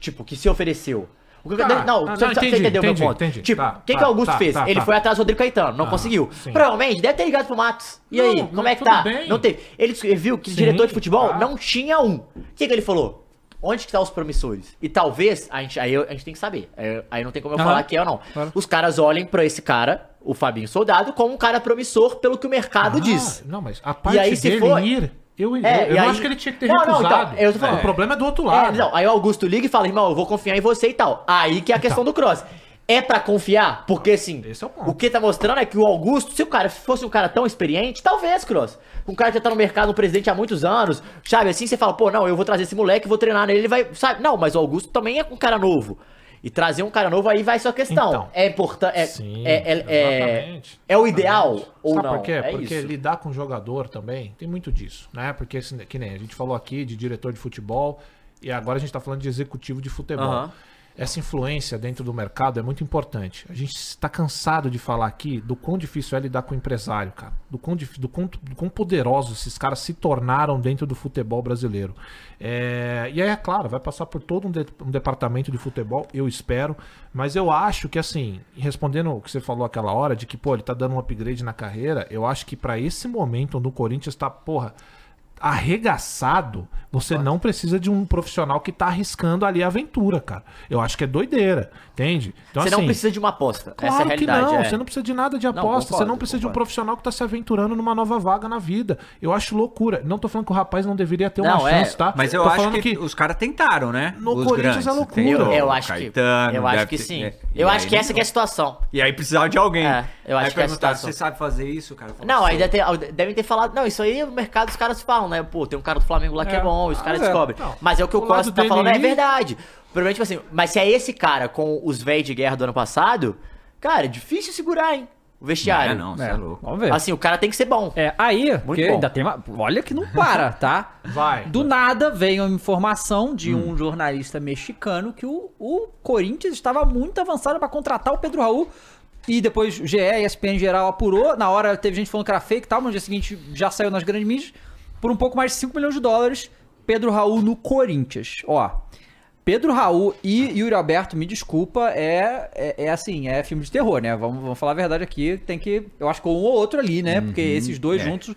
F: Tipo, que se ofereceu. O que,
E: Tá,
F: não,
E: tá,
F: você,
E: não,
F: você
E: entendi,
F: entendeu o meu
E: entendi,
F: ponto.
E: entendi.
F: Tipo, o
E: Tá,
F: que,
E: tá,
F: que o Augusto
E: tá,
F: fez?
E: tá,
F: ele
E: tá.
F: foi atrás do Rodrigo Caetano, não
E: Ah,
F: conseguiu.
E: sim.
F: Provavelmente deve ter ligado pro Matos. E aí,
E: Não,
F: como
E: mas
F: é que
E: tudo
F: tá?
E: bem.
F: Não teve. Ele, desco- ele viu que
E: Sim,
F: diretor de futebol
E: tá.
F: não tinha um. O que, que ele falou? Onde que tá os promissores? E talvez, a gente, aí eu- a gente tem que saber. Aí, eu- aí não tem como eu
C: Aham.
F: falar que é ou não. Os caras olhem pra esse cara, o Fabinho Soldado, como um cara promissor pelo que o mercado
E: Ah,
F: diz.
E: Não, mas a parte
F: aí, se
E: dele
F: for-
E: ir, eu,
F: É,
E: eu
F: e aí-
E: acho que ele tinha que ter
F: Não, não,
E: recusado.
F: então, eu tô falando-
E: O problema é do outro
F: É,
E: lado.
F: não, aí o Augusto liga e fala, irmão, eu vou confiar em você e tal. Aí que é a questão do cross. É pra confiar? Porque assim,
E: Então. Esse é o ponto.
F: que tá mostrando é que o Augusto, se o cara fosse um cara tão experiente, talvez, cross. Um cara que já tá no mercado, um presidente há muitos anos, sabe? Assim você fala, pô, não, eu vou trazer esse moleque, vou treinar nele, ele vai, sabe? Não, mas o Augusto também é um cara novo. E trazer um cara novo aí vai sua questão.
E: Então.
F: é importante. É,
E: Sim,
F: é, é, é,
E: exatamente,
F: é o ideal
E: exatamente.
F: ou
E: Sabe
F: não?
E: por quê?
F: É
E: Porque
F: isso.
E: lidar com jogador também tem muito disso, né? Porque assim, que nem a gente falou aqui de diretor de futebol e agora a gente tá falando de executivo de futebol.
F: Aham.
E: Essa influência dentro do mercado é muito importante. A gente está cansado de falar aqui do quão difícil é lidar com o empresário, cara. Do quão, dif- do quão, do quão poderosos esses caras se tornaram dentro do futebol brasileiro. É, e aí, é claro, vai passar por todo um, de- um departamento de futebol, eu espero. Mas eu acho que, assim, respondendo o que você falou aquela hora, de que, pô, ele tá dando um upgrade na carreira, eu acho que para esse momento onde o Corinthians tá, porra, arregaçado, você não precisa de um profissional que tá arriscando ali a aventura, cara. Eu acho que é doideira, entende? Então,
F: você não precisa de uma aposta. Essa é a
E: Claro que
F: realidade.
E: não,
F: é.
E: você não precisa de nada de aposta, você
F: concordo,
E: não precisa de um
F: concordo.
E: profissional que tá se aventurando numa nova vaga na vida. Eu acho loucura. Não tô falando que o rapaz não deveria ter
F: Não,
E: uma
F: é,
E: chance, tá?
D: Mas eu
E: tô
D: acho
E: falando
D: que, os caras tentaram, né?
E: No
D: os
E: Corinthians é loucura.
D: tentou,
F: Eu, eu
D: o
F: acho que.
D: Caetano,
F: Eu acho
D: deve
F: que
D: ter-
F: sim.
D: é,
F: Eu
D: e
F: acho
D: aí
F: que essa
D: não-
F: que é a situação.
D: E aí precisava de alguém.
F: É, eu acho
D: aí
F: que é a
D: perguntaram,
F: situação.
D: você sabe fazer isso, cara? Eu falei,
F: Não, é aí
D: "Sei".
F: deve ter- devem ter falado. Não, isso aí no mercado os caras falam, né? Pô, tem um cara do Flamengo lá que é,
E: É.
F: bom, os caras
E: Ah, é.
F: descobrem.
E: Não.
F: Mas é o que o
E: O lado
F: Costa tá
E: dele
F: falando, é
E: aí-
F: verdade. Provavelmente, tipo assim, mas se é esse cara com os véi de guerra do ano passado, cara, é difícil segurar, hein? O vestiário.
D: É, não, você é, louco.
C: Vamos ver.
F: Assim, o cara tem que ser bom.
C: É, aí, porque
F: bom.
C: ainda tem uma. Olha que não para, tá?
E: Vai.
C: Do nada veio a informação de um jornalista mexicano que o, o Corinthians estava muito avançado para contratar o Pedro Raul. E depois o GE e ESPN geral apurou. Na hora teve gente falando que era fake e tal, mas no dia seguinte já saiu nas grandes mídias. Por um pouco mais de 5 milhões de dólares, Pedro Raul no Corinthians. Ó. Pedro Raul e Yuri Alberto, me desculpa, é, é, é assim, é filme de terror, né? Vamos, vamos falar a verdade aqui, tem que, eu acho que um ou outro ali, né?
D: Uhum,
C: Porque esses dois
D: é.
C: juntos...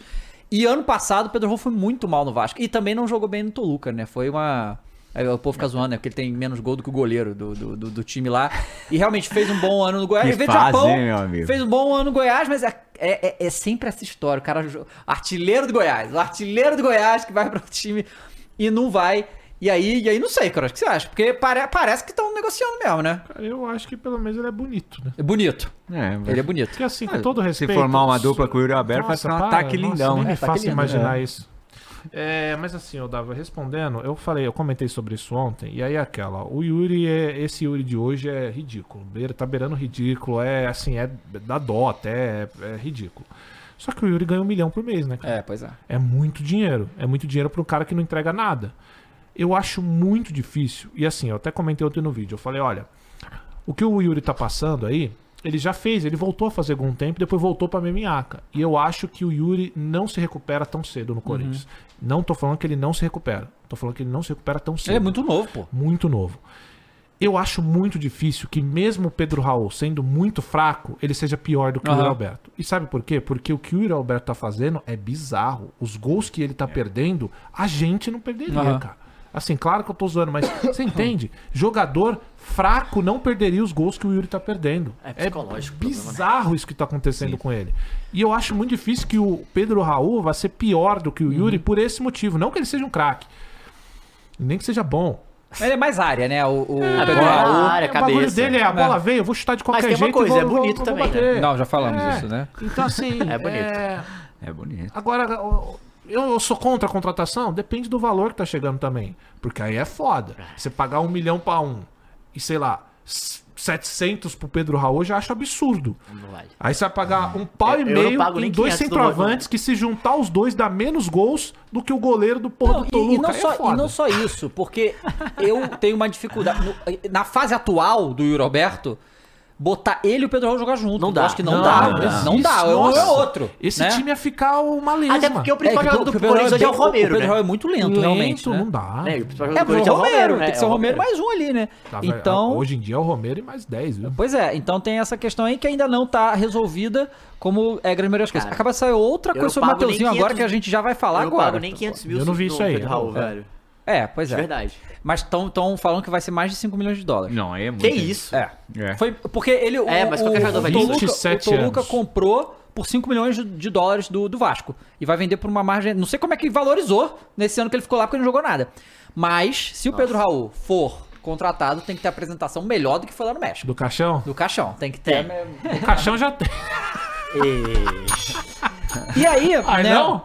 C: E ano passado o Pedro Raul foi muito mal no Vasco. E também não jogou bem no Toluca, né? Foi uma... Aí o povo fica zoando, né? Porque ele tem menos gol do que o goleiro do, do, do- do time lá. E realmente fez um bom ano no Goiás.
D: Que
C: Ele veio do
D: fase,
C: Japão,
D: hein, meu amigo?
C: fez um bom ano no Goiás, mas é, é, é- é sempre essa história. O cara, jo- artilheiro do Goiás, o artilheiro do Goiás que vai para o time e não vai. E aí, e aí não sei, cara, o que você acha? Porque pare- parece que estão negociando mesmo, né?
E: Cara, eu acho que pelo menos ele é bonito, né?
C: É bonito.
D: É,
C: Ele é bonito.
E: Porque assim, com todo
D: se
E: respeito...
D: formar uma dupla com o Yuri Alberto, vai
E: Nossa,
D: ficar um
E: para,
D: ataque
E: nossa,
D: lindão.
E: Nem me
D: É,
E: faça
D: lindo,
E: imaginar isso. É, mas assim, eu dava respondendo, eu falei, eu comentei sobre isso ontem, e aí é aquela, o Yuri, é, esse Yuri de hoje é ridículo, beira- tá beirando ridículo, é assim, é da dó até, é, é ridículo. Só que o Yuri ganha um milhão por mês, né, cara?
C: É, pois é.
E: É muito dinheiro. É muito dinheiro para um cara que não entrega nada. Eu acho muito difícil. E assim, eu até comentei ontem no vídeo. Eu falei, olha, o que o Yuri tá passando aí, ele já fez, ele voltou a fazer algum tempo, depois voltou pra Memiaca. E eu acho que o Yuri não se recupera tão cedo
C: Uhum.
E: no Corinthians. Não tô falando que ele não se recupera. Tô falando que ele não se recupera tão cedo
C: Ele é muito novo, pô.
E: muito novo. Eu acho muito difícil que, mesmo o Pedro Raul sendo muito fraco, ele seja pior do que o
C: Aham.
E: Yuri Alberto. E sabe por quê? Porque o que o Yuri Alberto tá fazendo é bizarro. Os gols que ele
F: É.
E: tá perdendo, a gente não perderia,
C: Aham.
E: cara. Assim, claro que eu tô zoando, mas você entende? Jogador fraco não perderia os gols que o Yuri tá perdendo.
F: É psicológico o problema, né?
E: bizarro isso que tá acontecendo com ele. E eu acho muito difícil que o Pedro Raul vá ser pior do que o
F: Uhum.
E: Yuri por esse motivo. Não que ele seja um craque. Nem que seja bom.
C: Mas ele é mais área, né? O, o Pedro
F: bola
C: Raul.
F: na área,
E: O bagulho
F: cabeça.
E: dele é a bola veio, eu vou chutar de qualquer
F: tem uma
E: jeito. e
F: coisa,
E: vou-
F: é
E: vou-
F: bonito
E: vou
F: também,
E: bater.
C: né? Não, já falamos
E: É.
C: isso, né?
E: Então, assim.
F: É bonito.
E: é,
D: É bonito.
E: Agora, o- eu, eu sou contra a contratação? Depende do valor que tá chegando também. Porque aí é foda. Você pagar um milhão pra um e sei lá, s- 700 pro Pedro Raul, eu já acho absurdo.
F: Não vale.
E: Aí você vai pagar um pau
F: É, Eu-
E: e
F: eu não
E: meio
F: pago
E: em
F: nem
E: dois
F: 500 do
E: centroavantes que se juntar os dois dá menos gols do que o goleiro do porra
C: Não,
E: do
C: e-
E: Toluca.
C: E, não
E: Aí é
C: só,
E: foda.
C: e não só isso, porque eu tenho uma dificuldade. no- na fase atual do Yuri Alberto, botar ele e o Pedro Raul jogar junto.
F: Não
C: Eu
F: dá.
C: Acho que não,
F: Não,
C: dá.
F: não
C: Não,
F: dá.
C: dá. É um é outro.
E: Esse
C: né?
E: time ia ficar uma lesma.
F: Até porque o principal
C: que
F: jogador do
C: Pedro Raul
F: Corinthians hoje é o
C: bem-
F: Romero,
C: O Pedro Raul
F: né?
C: é muito lento, realmente.
E: Lento,
C: Né?
E: não dá.
F: É, o principal
C: É,
F: jogador do
C: porque
F: Corinthians
C: é o Romero. Tem
F: né?
C: que ser
F: É
C: o Romero mais um ali, né?
E: Tá, vai-
C: Então.
E: Hoje em dia é o Romero e mais 10, viu?
C: Pois é, então tem essa questão aí que ainda não tá resolvida como é grande maioria das coisas.
F: Cara,
C: Acaba de sair outra
F: eu
C: coisa
F: não
C: sobre o
F: pago nem
C: Mateuzinho agora
F: 500
C: que a gente já vai falar
F: Eu não
C: agora.
F: pago nem 500 mil
E: Eu não vi
F: no
E: isso aí.
F: Pedro Raul,
E: É.
F: velho.
C: É, pois
F: De
C: é.
F: verdade.
C: Mas estão falando que vai ser mais de 5 milhões de dólares.
D: Não, aí é muito.
F: Que isso?
C: É.
D: É.
C: Foi porque ele.
F: É,
C: o,
F: mas
C: o,
F: qualquer jogador
C: o
F: vai
C: Toluca, o
E: 27
C: Toluca
E: anos.
C: comprou por 5 milhões de- de dólares do, do Vasco. E vai vender por uma margem. Não sei como é que valorizou nesse ano que ele ficou lá porque ele não jogou nada. Mas, se o Pedro Raul for contratado, tem que ter apresentação melhor do que foi lá no México.
E: Do caixão?
C: Do caixão. Tem que ter.
E: O caixão já tem.
C: E aí,
E: Ai,
C: né?
E: não?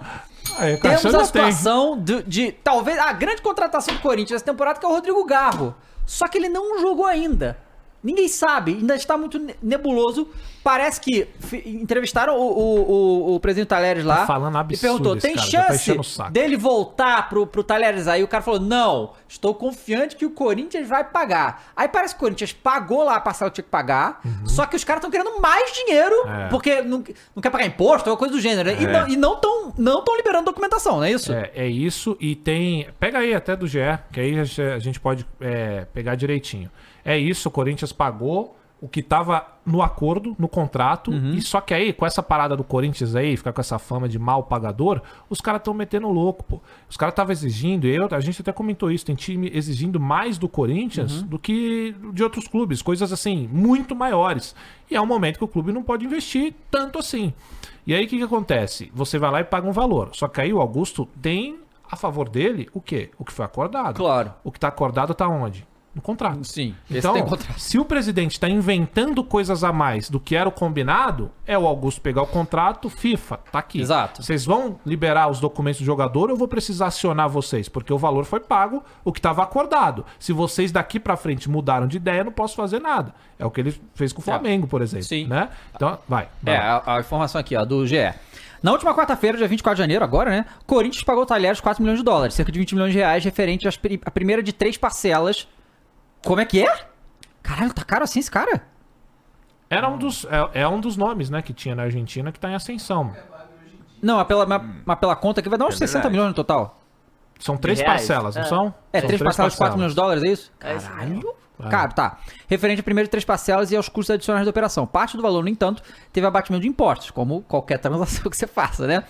E: Aí, É, o
C: Temos
E: caixão
C: a
E: já tem.
C: situação de, de- Talvez a grande contratação do Corinthians essa temporada, que é o Rodrigo Garro. Só que ele não jogou ainda. Ninguém sabe, ainda está muito ne- nebuloso. Parece que fi- entrevistaram o, o, o, o presidente Talheres lá.
E: Tá falando
C: e
E: absurdo
C: perguntou:
E: esse
C: tem
E: cara, já tá
C: chance
E: enchendo o saco."
C: dele voltar pro, pro Talheres? Aí o cara falou: não, estou confiante que o Corinthians vai pagar. Aí parece que o Corinthians pagou lá a parcela que tinha que pagar. Só que os caras estão querendo mais dinheiro,
E: Uhum. É.
C: porque não, não quer pagar imposto, ou coisa do gênero. né? E não- E não estão não tão liberando documentação, não é isso?
E: É, é isso. E tem. Pega aí até do GE, que aí a gente- a gente pode é, pegar direitinho. É isso, o Corinthians pagou o que tava no acordo, no contrato.
C: Uhum.
E: E só que aí, com essa parada do Corinthians aí, ficar com essa fama de mal pagador, os caras estão metendo louco, pô. Os caras estavam exigindo, eu, a gente até comentou isso, tem time exigindo mais do
C: Uhum.
E: Corinthians do que de outros clubes, coisas assim, muito maiores. E é um momento que o clube não pode investir tanto assim. E aí o que, que acontece? Você vai lá e paga um valor. Só que aí o Augusto tem a favor dele o quê? O que foi acordado.
C: Claro.
E: O que tá acordado tá onde? No contrato.
C: Sim, esse
E: Então,
C: tem contrato.
E: se o presidente tá inventando coisas a mais do que era o combinado, é o Augusto pegar o contrato, FIFA, tá aqui.
C: Exato.
E: Vocês vão liberar os documentos do jogador ou eu vou precisar acionar vocês? Porque o valor foi pago, o que estava acordado. Se vocês daqui pra frente mudaram de ideia, eu não posso fazer nada. É o que ele fez
F: Tá.
E: com o Flamengo, por exemplo.
C: Sim.
E: Né? Então, vai. vai
C: É,
E: lá.
C: a, a informação aqui, ó, do GE. Na última quarta-feira, dia 24 de janeiro, agora, né? Corinthians pagou Talheres 4 milhões de dólares, cerca de 20 milhões de reais, referente às pri- à primeira de três parcelas. Como é que é? Caralho, tá caro assim esse cara?
E: Era um dos, é, é um dos nomes, né, que tinha na Argentina que tá em ascensão.
D: Hum. É
C: Não, mas pela, mas- mas pela conta aqui vai dar uns 60 milhões no total.
E: São três
F: reais.
E: parcelas, não
F: É.
E: são?
C: É,
E: São
C: três parcelas de 4 milhões de dólares, é isso?
F: É isso
C: Caralho! Cara, tá. Referente a primeiro três parcelas e aos custos adicionais da operação. Parte do valor, no entanto, teve abatimento de impostos, como qualquer transação que você faça, né?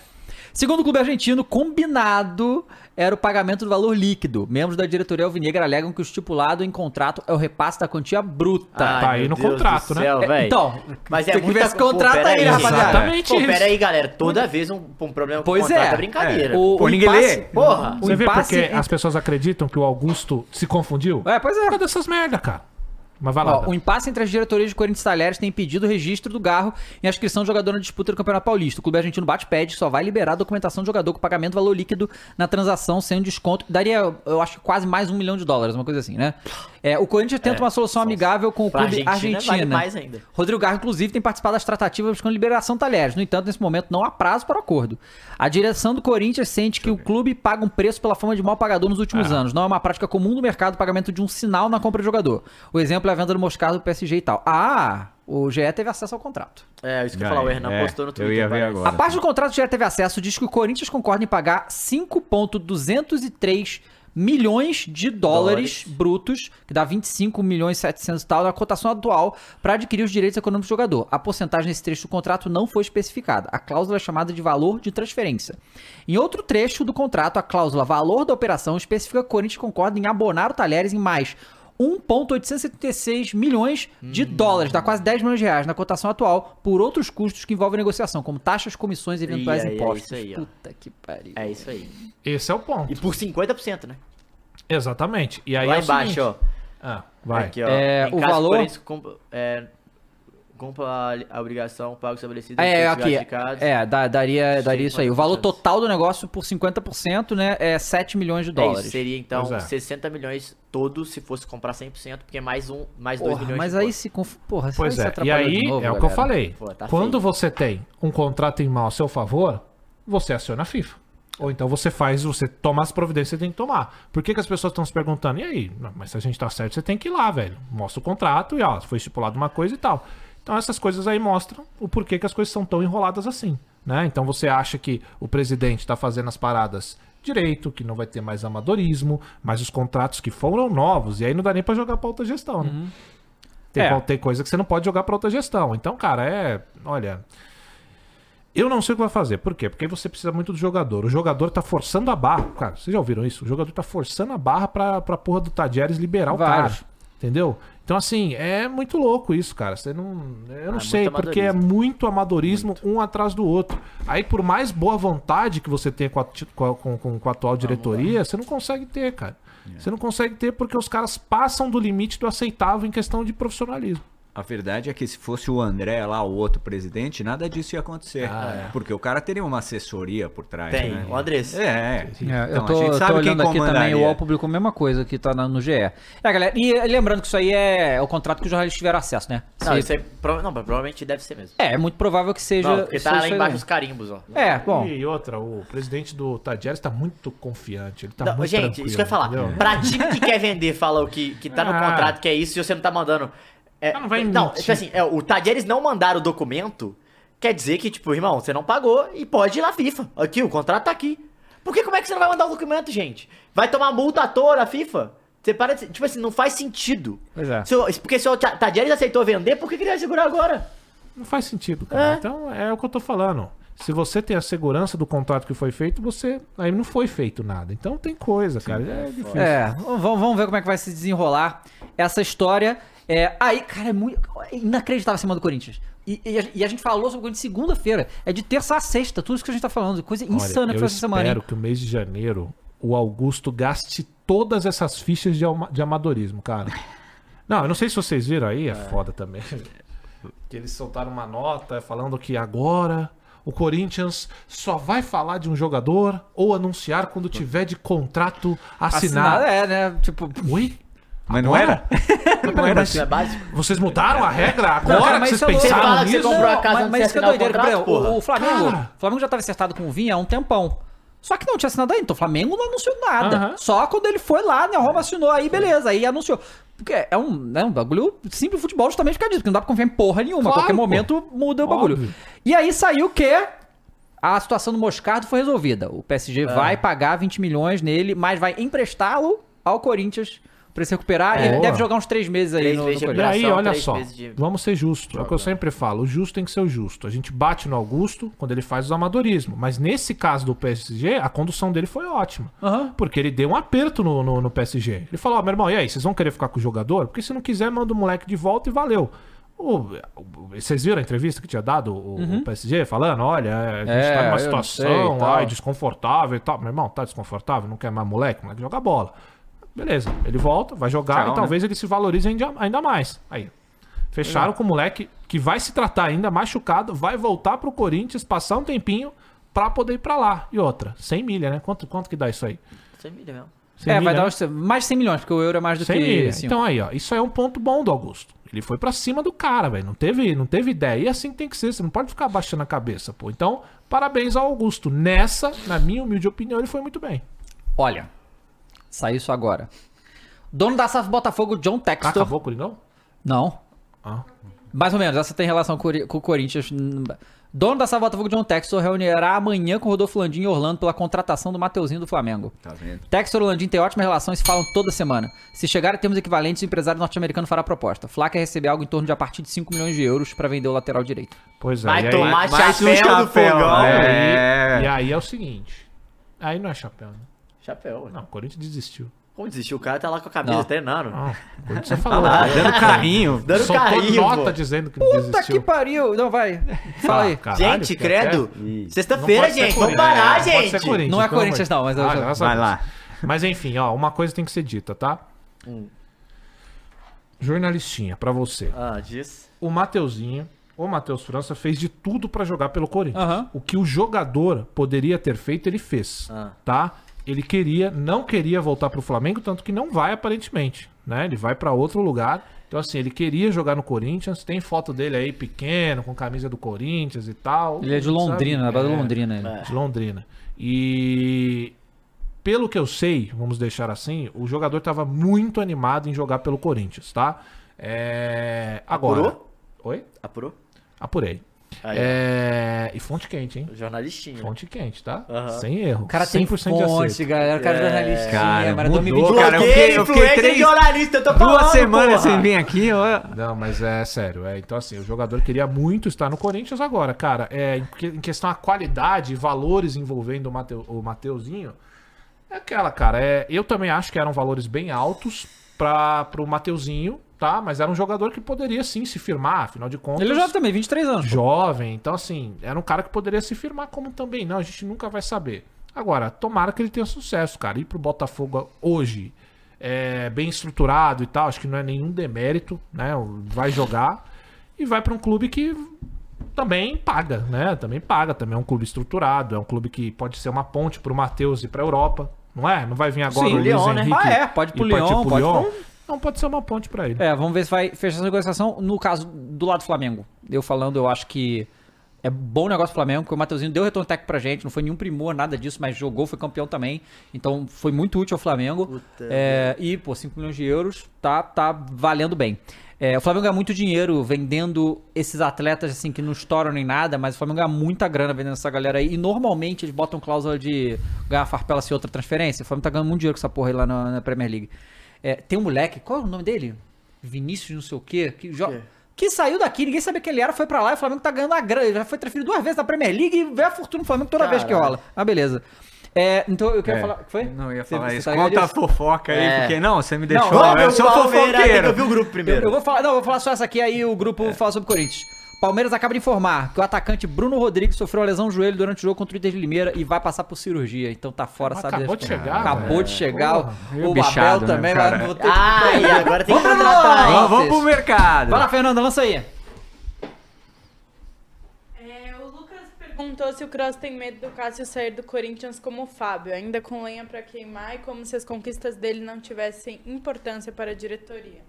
C: Segundo o clube argentino, combinado era o pagamento do valor líquido. Membros da diretoria Alvinegra alegam que o estipulado em contrato é o repasse da quantia
F: Ah,
C: bruta.
E: Tá aí no contrato, né?
C: É,
F: então,
C: então,
F: mas é
C: tem que ver
F: muita...
C: esse contrato
F: pera
C: aí, rapaziada.
E: Exatamente
F: Pô,
E: isso.
F: pera aí, galera. Toda vez um, um problema
C: Pois
F: com contrato
C: é.
F: é brincadeira.
C: O,
D: Pô,
C: o
D: ninguém
C: impasse-
D: lê.
F: Porra!
E: Você vê
C: Um impasse
E: porque
C: entre-
E: as pessoas acreditam que o Augusto se confundiu?
C: É, pois
E: Por
C: é.
E: causa dessas merda, cara. Mas vai lá.
C: Ó, um o impasse entre as diretorias de Corinthians e Talheres tem impedido o registro do Garro e a inscrição do jogador na disputa do Campeonato Paulista. O clube argentino bate pede só vai liberar a documentação do jogador com pagamento do valor líquido na transação sem um desconto. Daria, eu acho, que quase mais um milhão de dólares, uma coisa assim, né? É, o Corinthians tenta uma solução
E: um
C: amigável com o
F: pra
C: clube
F: Argentina,
C: argentino.
F: vale mais ainda.
C: Rodrigo Garro, inclusive, tem participado das tratativas com a liberação Talheres. No entanto, nesse momento não há prazo para o acordo. A direção do Corinthians sente que o clube paga um preço pela fama de mau pagador nos últimos
F: Ah.
C: anos. Não é uma prática comum do mercado o pagamento de um sinal na compra de jogador. O exemplo é a venda do Moscardo do PSG e tal. Ah, o GE teve acesso ao contrato.
F: É, isso que eu ia falar, o Hernan
D: É,
F: postou no
D: eu
F: Twitter.
D: ia ver
F: parece.
D: agora.
C: A parte do contrato que o GE teve acesso diz que o Corinthians concorda em pagar 5,203 milhões de dólares,
F: Dólares.
C: brutos, que dá 25 milhões e 700 e tal, na cotação atual, para adquirir os direitos econômicos do jogador. A porcentagem nesse trecho do contrato não foi especificada. A cláusula é chamada de valor de transferência. Em outro trecho do contrato, a cláusula valor da operação especifica que o Corinthians concorda em abonar o Talheres em mais 1,876 milhões de
F: Hum.
C: dólares, dá quase 10 milhões de reais na cotação atual, por outros custos que envolvem negociação, como taxas, comissões e eventuais
F: Ih, aí, é
C: impostos.
F: isso aí, ó.
C: Puta que pariu.
F: É isso aí.
E: Esse é o ponto.
F: E por 50%, né?
E: Exatamente. E aí
F: Lá
E: é o
F: embaixo,
E: seguinte-
F: ó.
E: Ah, vai.
F: Aqui, ó.
C: É,
F: Em
C: o
F: caso,
C: valor-
F: Corinthians compra, é, compra a, a obrigação pago estabelecida
C: É, é,
F: os
C: aqui.
F: praticados.
C: É, dá- daria,
F: Sim,
C: daria isso aí. O valor
F: quantos?
C: total do negócio por 50%, né, é 7 milhões de
F: É isso,
C: dólares.
F: seria então
E: Pois é.
F: 60 milhões todos se fosse comprar 100%, porque é mais um, mais 2
C: Porra,
F: milhões
C: mas
F: de
C: aí
F: imposto.
C: se conf... Porra, você
E: Pois
C: se
E: é. E
C: atrapalhou
E: aí
C: de novo,
E: é o que eu
C: galera.
E: falei.
F: Pô, tá
E: Quando
F: feio.
E: você tem um contrato em mal a seu favor, você aciona a FIFA. Ou então você faz, você toma as providências que você tem que tomar. Por que, que as pessoas estão se perguntando? E aí? Não, mas se a gente tá certo, você tem que ir lá, velho. Mostra o contrato e ó, foi estipulado uma coisa e tal. Então essas coisas aí mostram o porquê que as coisas são tão enroladas assim. Né? Então você acha que o presidente tá fazendo as paradas direito, que não vai ter mais amadorismo, mas os contratos que foram novos, e aí não dá nem pra jogar pra outra gestão, né?
C: Uhum.
E: Tem,
C: É.
E: qual- tem coisa que você não pode jogar pra outra gestão. Então, cara, é. Olha. Eu não sei o que vai fazer. Por quê? Porque você precisa muito do jogador. O jogador tá forçando a barra. Cara, vocês já ouviram isso? O jogador tá forçando a barra pra, pra porra do Tadieres liberar o
C: Vários.
E: cara. Entendeu? Então, assim, é muito louco isso, cara. Você não. Eu não
F: é
E: sei,
F: muito
E: porque é muito amadorismo um atrás do outro. Aí, por mais boa vontade que você tenha com a, ti- com a- com- com- com a atual diretoria, você não consegue ter, cara.
F: É.
E: Você não consegue ter porque os caras passam do limite do aceitável em questão de profissionalismo.
D: A verdade é que se fosse o André lá, o outro presidente, nada disso ia acontecer. Porque o cara teria uma assessoria por trás.
F: Ah, é. Tem,
D: né?
F: o Andrés.
D: É,
C: É,
D: Então,
C: eu tô, eu tô olhando aqui também,
D: comandaria.
C: o
F: é?
C: UOL publicou a mesma coisa que tá na- no GE. É, galera, e lembrando que isso aí é o contrato que os jornalistas tiveram acesso, né?
F: Não,
C: Se-
F: isso aí prova- não, mas provavelmente deve ser mesmo.
C: É, é muito provável que seja.
F: Não, porque
C: seja
F: tá lá
C: isso aí
F: embaixo os
C: mesmo.
F: carimbos, ó.
C: É, bom.
E: E outra, o presidente do Tadieres tá muito confiante. Ele tá
F: Não,
E: muito
F: gente,
E: tranquilo,
F: isso que eu ia falar. É.
E: entendeu?
F: Pra time que quer vender, fala o que, que tá no
E: Ah.
F: contrato, que é isso, e você não tá mandando. É,
E: Ah, não vai
F: não,
E: mentir.
F: tipo assim, é, o Tadieres não mandar o documento, quer dizer que, tipo, irmão, você não pagou e pode ir na FIFA. Aqui, o contrato tá aqui. Porque como é que você não vai mandar o documento, gente? Vai tomar multa à toa na FIFA? Você para de- Tipo assim, não faz sentido.
C: Pois é.
F: Se o- porque se o Ta- Tadieres aceitou vender, por que que ele vai segurar agora?
E: Não faz sentido,
F: É.
E: cara. Então é o que eu tô falando. Se você tem a segurança do contrato que foi feito, você. Aí não foi feito nada. Então tem coisa, cara. É difícil.
C: É, vamos, vamos ver como é que vai se desenrolar essa história. É, aí, cara, é muito é inacreditável a semana do Corinthians. E, e a, e a gente falou sobre o Corinthians segunda-feira. É de terça a sexta, tudo isso que a gente tá falando. Coisa
E: Olha,
C: insana que
E: eu
C: foi essa semana.
E: espero
C: hein?
E: que o mês de janeiro o Augusto gaste todas essas fichas de, alma- de amadorismo, cara. Não, eu não sei se vocês viram aí, é, foda também. Que eles soltaram uma nota falando que agora o Corinthians só vai falar de um jogador ou anunciar quando tiver de contrato
C: Assinado,
E: assinado.
C: é, né? Tipo,
E: Oi?
D: Mas não era?
E: Não era assim.
F: Isso é básico.
E: Vocês mudaram a regra agora
C: Não, cara,
E: que
C: mas
E: vocês
C: isso é louco.
F: Você
E: pensaram
F: fala que você
E: nisso?
F: comprou a casa
C: mas,
F: antes
C: mas
F: de
C: isso que é
F: assinar o
C: doideira. que, por
F: contrato,
C: exemplo, o,
F: porra.
C: o Flamengo,
E: Cara.
C: o Flamengo já tava acertado com o Vinha há um tempão. Só que não tinha assinado ainda. Então o Flamengo não anunciou nada.
E: Aham.
C: Só quando ele foi lá, né? Roma assinou, aí beleza, aí anunciou. Porque é um, né, um bagulho simples futebol justamente por causa disso, porque não dá pra confiar em porra nenhuma. a
E: Claro,
C: qualquer
E: pô.
C: momento muda o bagulho.
E: Óbvio.
C: E aí saiu o que a situação do Moscardo foi resolvida. O
F: É.
C: PSG vai pagar 20 milhões nele, mas vai emprestá-lo ao Corinthians pra ele se recuperar. E ele
E: Boa.
C: deve jogar uns três meses aí
F: Três
C: no, no
F: meses de
E: E
C: Corinthians.
F: recuperação. Ação,
E: aí, olha
F: três
E: só,
F: meses de-
E: vamos ser justos. É o que eu sempre falo, o justo tem que ser o justo. A gente bate no Augusto quando ele faz o amadorismo. Mas nesse caso do PSG, a condução dele foi ótima.
C: Aham.
E: Porque ele deu um aperto no, no, no PSG. Ele falou, ó, meu irmão, e aí, vocês vão querer ficar com o jogador? Porque se não quiser, manda o moleque de volta e valeu. O- o- vocês viram a entrevista que tinha dado o, o
C: Uhum.
E: PSG falando? Olha, a gente
C: É,
E: tá numa
C: eu não sei e
E: situação,
C: tal."
E: ai, desconfortável e tal. Meu irmão, tá desconfortável, não quer mais moleque, moleque joga bola. Beleza, ele volta, vai jogar
C: né?
D: Tchau,
E: e talvez ele se valorize ainda, ainda mais. Aí, fecharam com o moleque que vai se tratar ainda machucado, vai voltar pro Corinthians, passar um tempinho pra poder ir pra lá. E outra, 100 milha, né? Quanto, quanto que dá isso aí?
F: Você me deu mesmo.
C: É,
E: 100
C: vai
E: milha,
C: dar
E: né?
C: uns, mais de 100 milhões, porque o euro é mais do
E: Sem
C: que
E: ele.
C: cinco.
E: Então aí, ó, isso aí é um ponto bom do Augusto. Ele foi pra cima do cara, velho. Não teve, não teve ideia. E assim que tem que ser, você não pode ficar abaixando a cabeça, pô. Então, parabéns ao Augusto. Nessa, na minha humilde opinião, ele foi muito bem.
C: Olha, saiu isso agora. Dono da SAF Botafogo, John Textor.
E: Acabou o Coringão?
C: Não.
E: Ah.
C: Mais ou menos, essa tem relação com o Cori- com o Corinthians. Hum, Dono da SAF Botafogo, John Textor, reunirá amanhã com o Rodolfo Landim em Orlando pela contratação do Mateuzinho do Flamengo.
D: Tá vendo?
C: Textor e Landim têm ótima relação e se falam toda semana. Se chegar a termos equivalentes, o empresário norte-americano fará proposta. Flá quer receber algo em torno de a partir de 5 milhões de euros pra vender o lateral direito.
E: Pois é.
F: Vai
E: e aí-
F: tomar
D: mais um
F: chapéu, do
D: chapéu,
F: fogão.
D: né?
E: É,
D: É.
E: E aí é o seguinte. Aí não é chapéu, né?
F: Chapéu, mano.
E: Não, o Corinthians desistiu.
F: Como desistiu? O cara tá lá com a camisa
C: Não.
F: treinando.
E: Não, o Corinthians já falou.
D: Ah,
E: né?
D: dando carrinho.
F: Dando
E: Soltou
F: carrinho,
E: nota
F: pô.
E: dizendo que
C: Puta
E: desistiu.
C: que pariu! Não, vai. Fala aí.
E: Ah, caralho,
F: Gente,
E: que até-
F: credo.
D: Ih.
F: Sexta-feira,
E: Não pode ser
F: gente. Vamos
E: Corinthians.
F: parar,
E: Não pode ser
F: gente.
E: Corinthians,
C: Não é
E: pelo amor de
C: Corinthians, não, mas eu
E: Ah,
C: já-
E: graças a
D: Vai
E: Deus.
D: lá.
E: Mas enfim, ó, uma coisa tem que ser dita, tá? Jornalistinha, pra você.
F: Ah, diz.
E: O Mateuzinho, o Matheus França, fez de tudo pra jogar pelo Corinthians.
C: Aham.
E: O que o jogador poderia ter feito, ele fez,
F: Ah.
E: tá? Ele queria, não queria voltar pro Flamengo, tanto que não vai aparentemente, né? Ele vai pra outro lugar. Então assim, ele queria jogar no Corinthians, tem foto dele aí pequeno, com camisa do Corinthians e tal.
C: Ele é de
E: Sabe?
C: Londrina, na base de
E: É
C: Londrina. ele.
E: de Londrina. E pelo que eu sei, vamos deixar assim, o jogador estava muito animado em jogar pelo Corinthians, tá? É... Agora.
F: Apurou?
E: Oi?
F: Apurou?
E: Apurei.
F: Aí,
E: É... E fonte quente, hein?
F: Jornalistinho.
E: Fonte quente, tá?
F: Aham.
E: Sem erro.
C: O cara tem
E: 100% de
C: fonte,
E: acerto.
C: galera. O cara é jornalista.
D: Cara,
C: mas
D: mudou,
C: 2020
D: cara. Eu fiquei, eu fiquei
F: influencer
D: três,
F: jornalista, eu tô
D: duas semanas
F: Tá porra.
D: sem vir aqui. ó.
E: Não, mas é sério. é, então, assim, o jogador queria muito estar no Corinthians agora, cara. É, em, que- em questão a qualidade e valores envolvendo o, Mateu, o Mateuzinho, é aquela, cara. É, eu também acho que eram valores bem altos para pro Mateuzinho, tá? Mas era um jogador que poderia sim se firmar, afinal de contas.
C: Ele é jovem também, 23 anos. pô.
E: jovem, então, assim, era um cara que poderia se firmar como também. Não, a gente nunca vai saber. Agora, tomara que ele tenha sucesso, cara. Ir pro Botafogo hoje, é, bem estruturado e tal, acho que não é nenhum demérito, né? Vai jogar e vai pra um clube que também paga, né? Também paga, também é um clube estruturado, é um clube que pode ser uma ponte pro Matheus e pra Europa, não é? Não vai vir agora
C: Sim,
E: o Luiz
F: Lyon, né?
E: Henrique.
C: Ah, é, pode ir pro
E: e partir
C: Lyon, pode pra um-
E: Não, pode ser uma ponte pra ele.
C: É, vamos ver se vai fechar essa negociação. No caso do lado do Flamengo, eu falando, eu acho que é bom negócio pro Flamengo, porque o Mateuzinho deu retorno técnico pra gente, não foi nenhum primor, nada disso, mas jogou, foi campeão também. Então foi muito útil ao Flamengo.
F: Puta
C: É, e, pô, 5 milhões de euros tá, tá valendo bem. É, o Flamengo ganha muito dinheiro vendendo esses atletas assim que não estouram nem nada, mas o Flamengo ganha muita grana vendendo essa galera aí. E normalmente eles botam cláusula de ganhar farpela se outra transferência. O Flamengo tá ganhando muito dinheiro com essa porra aí lá na, na Premier League. É, tem um moleque, qual é o nome dele? Vinícius, não sei o quê, que joga. Que saiu daqui, ninguém sabia quem ele era, foi pra lá e o Flamengo tá ganhando a grana. Ele já foi transferido duas vezes na Premier League e vê a fortuna do Flamengo toda vez que
F: Caralho.
C: rola. Ah, beleza. É, então eu quero
D: É.
C: falar. Foi?
D: Não, eu ia
C: Você-
D: falar
C: você
D: isso.
C: tá ligado
D: Conta a
C: disso?
D: fofoca aí,
F: É.
D: porque não, você me deixou.
F: Vamos,
D: eu sou
F: Palmeiras, tem que
D: fofoqueiro.
F: ouvir o grupo
C: Eu,
F: primeiro.
C: eu vou falar, não, eu vou falar só essa aqui, aí o grupo
D: É.
C: fala sobre o Corinthians. Palmeiras acaba de informar que o atacante Bruno Rodrigues sofreu uma lesão no joelho durante o jogo contra o Inter de Limeira e vai passar por cirurgia. Então tá fora,
E: Mas
C: sabe?
E: acabou
C: Deus
E: de
C: como.
E: chegar,
C: Acabou
E: velho.
C: de chegar. o-
D: meio
C: o Babel
D: bichado, né,
C: também,
D: cara?
C: mas vou ter que...
F: Ah, e agora tem que
C: Vamos pra
F: contratar,
C: lá!
F: hein?
D: Vamos, vamos pro mercado.
C: Vai lá, Fernanda, lança aí.
G: É, o Lucas perguntou se o Cross tem medo do Cássio sair do Corinthians como o Fábio, ainda com lenha pra queimar e como se as conquistas dele não tivessem importância para a diretoria.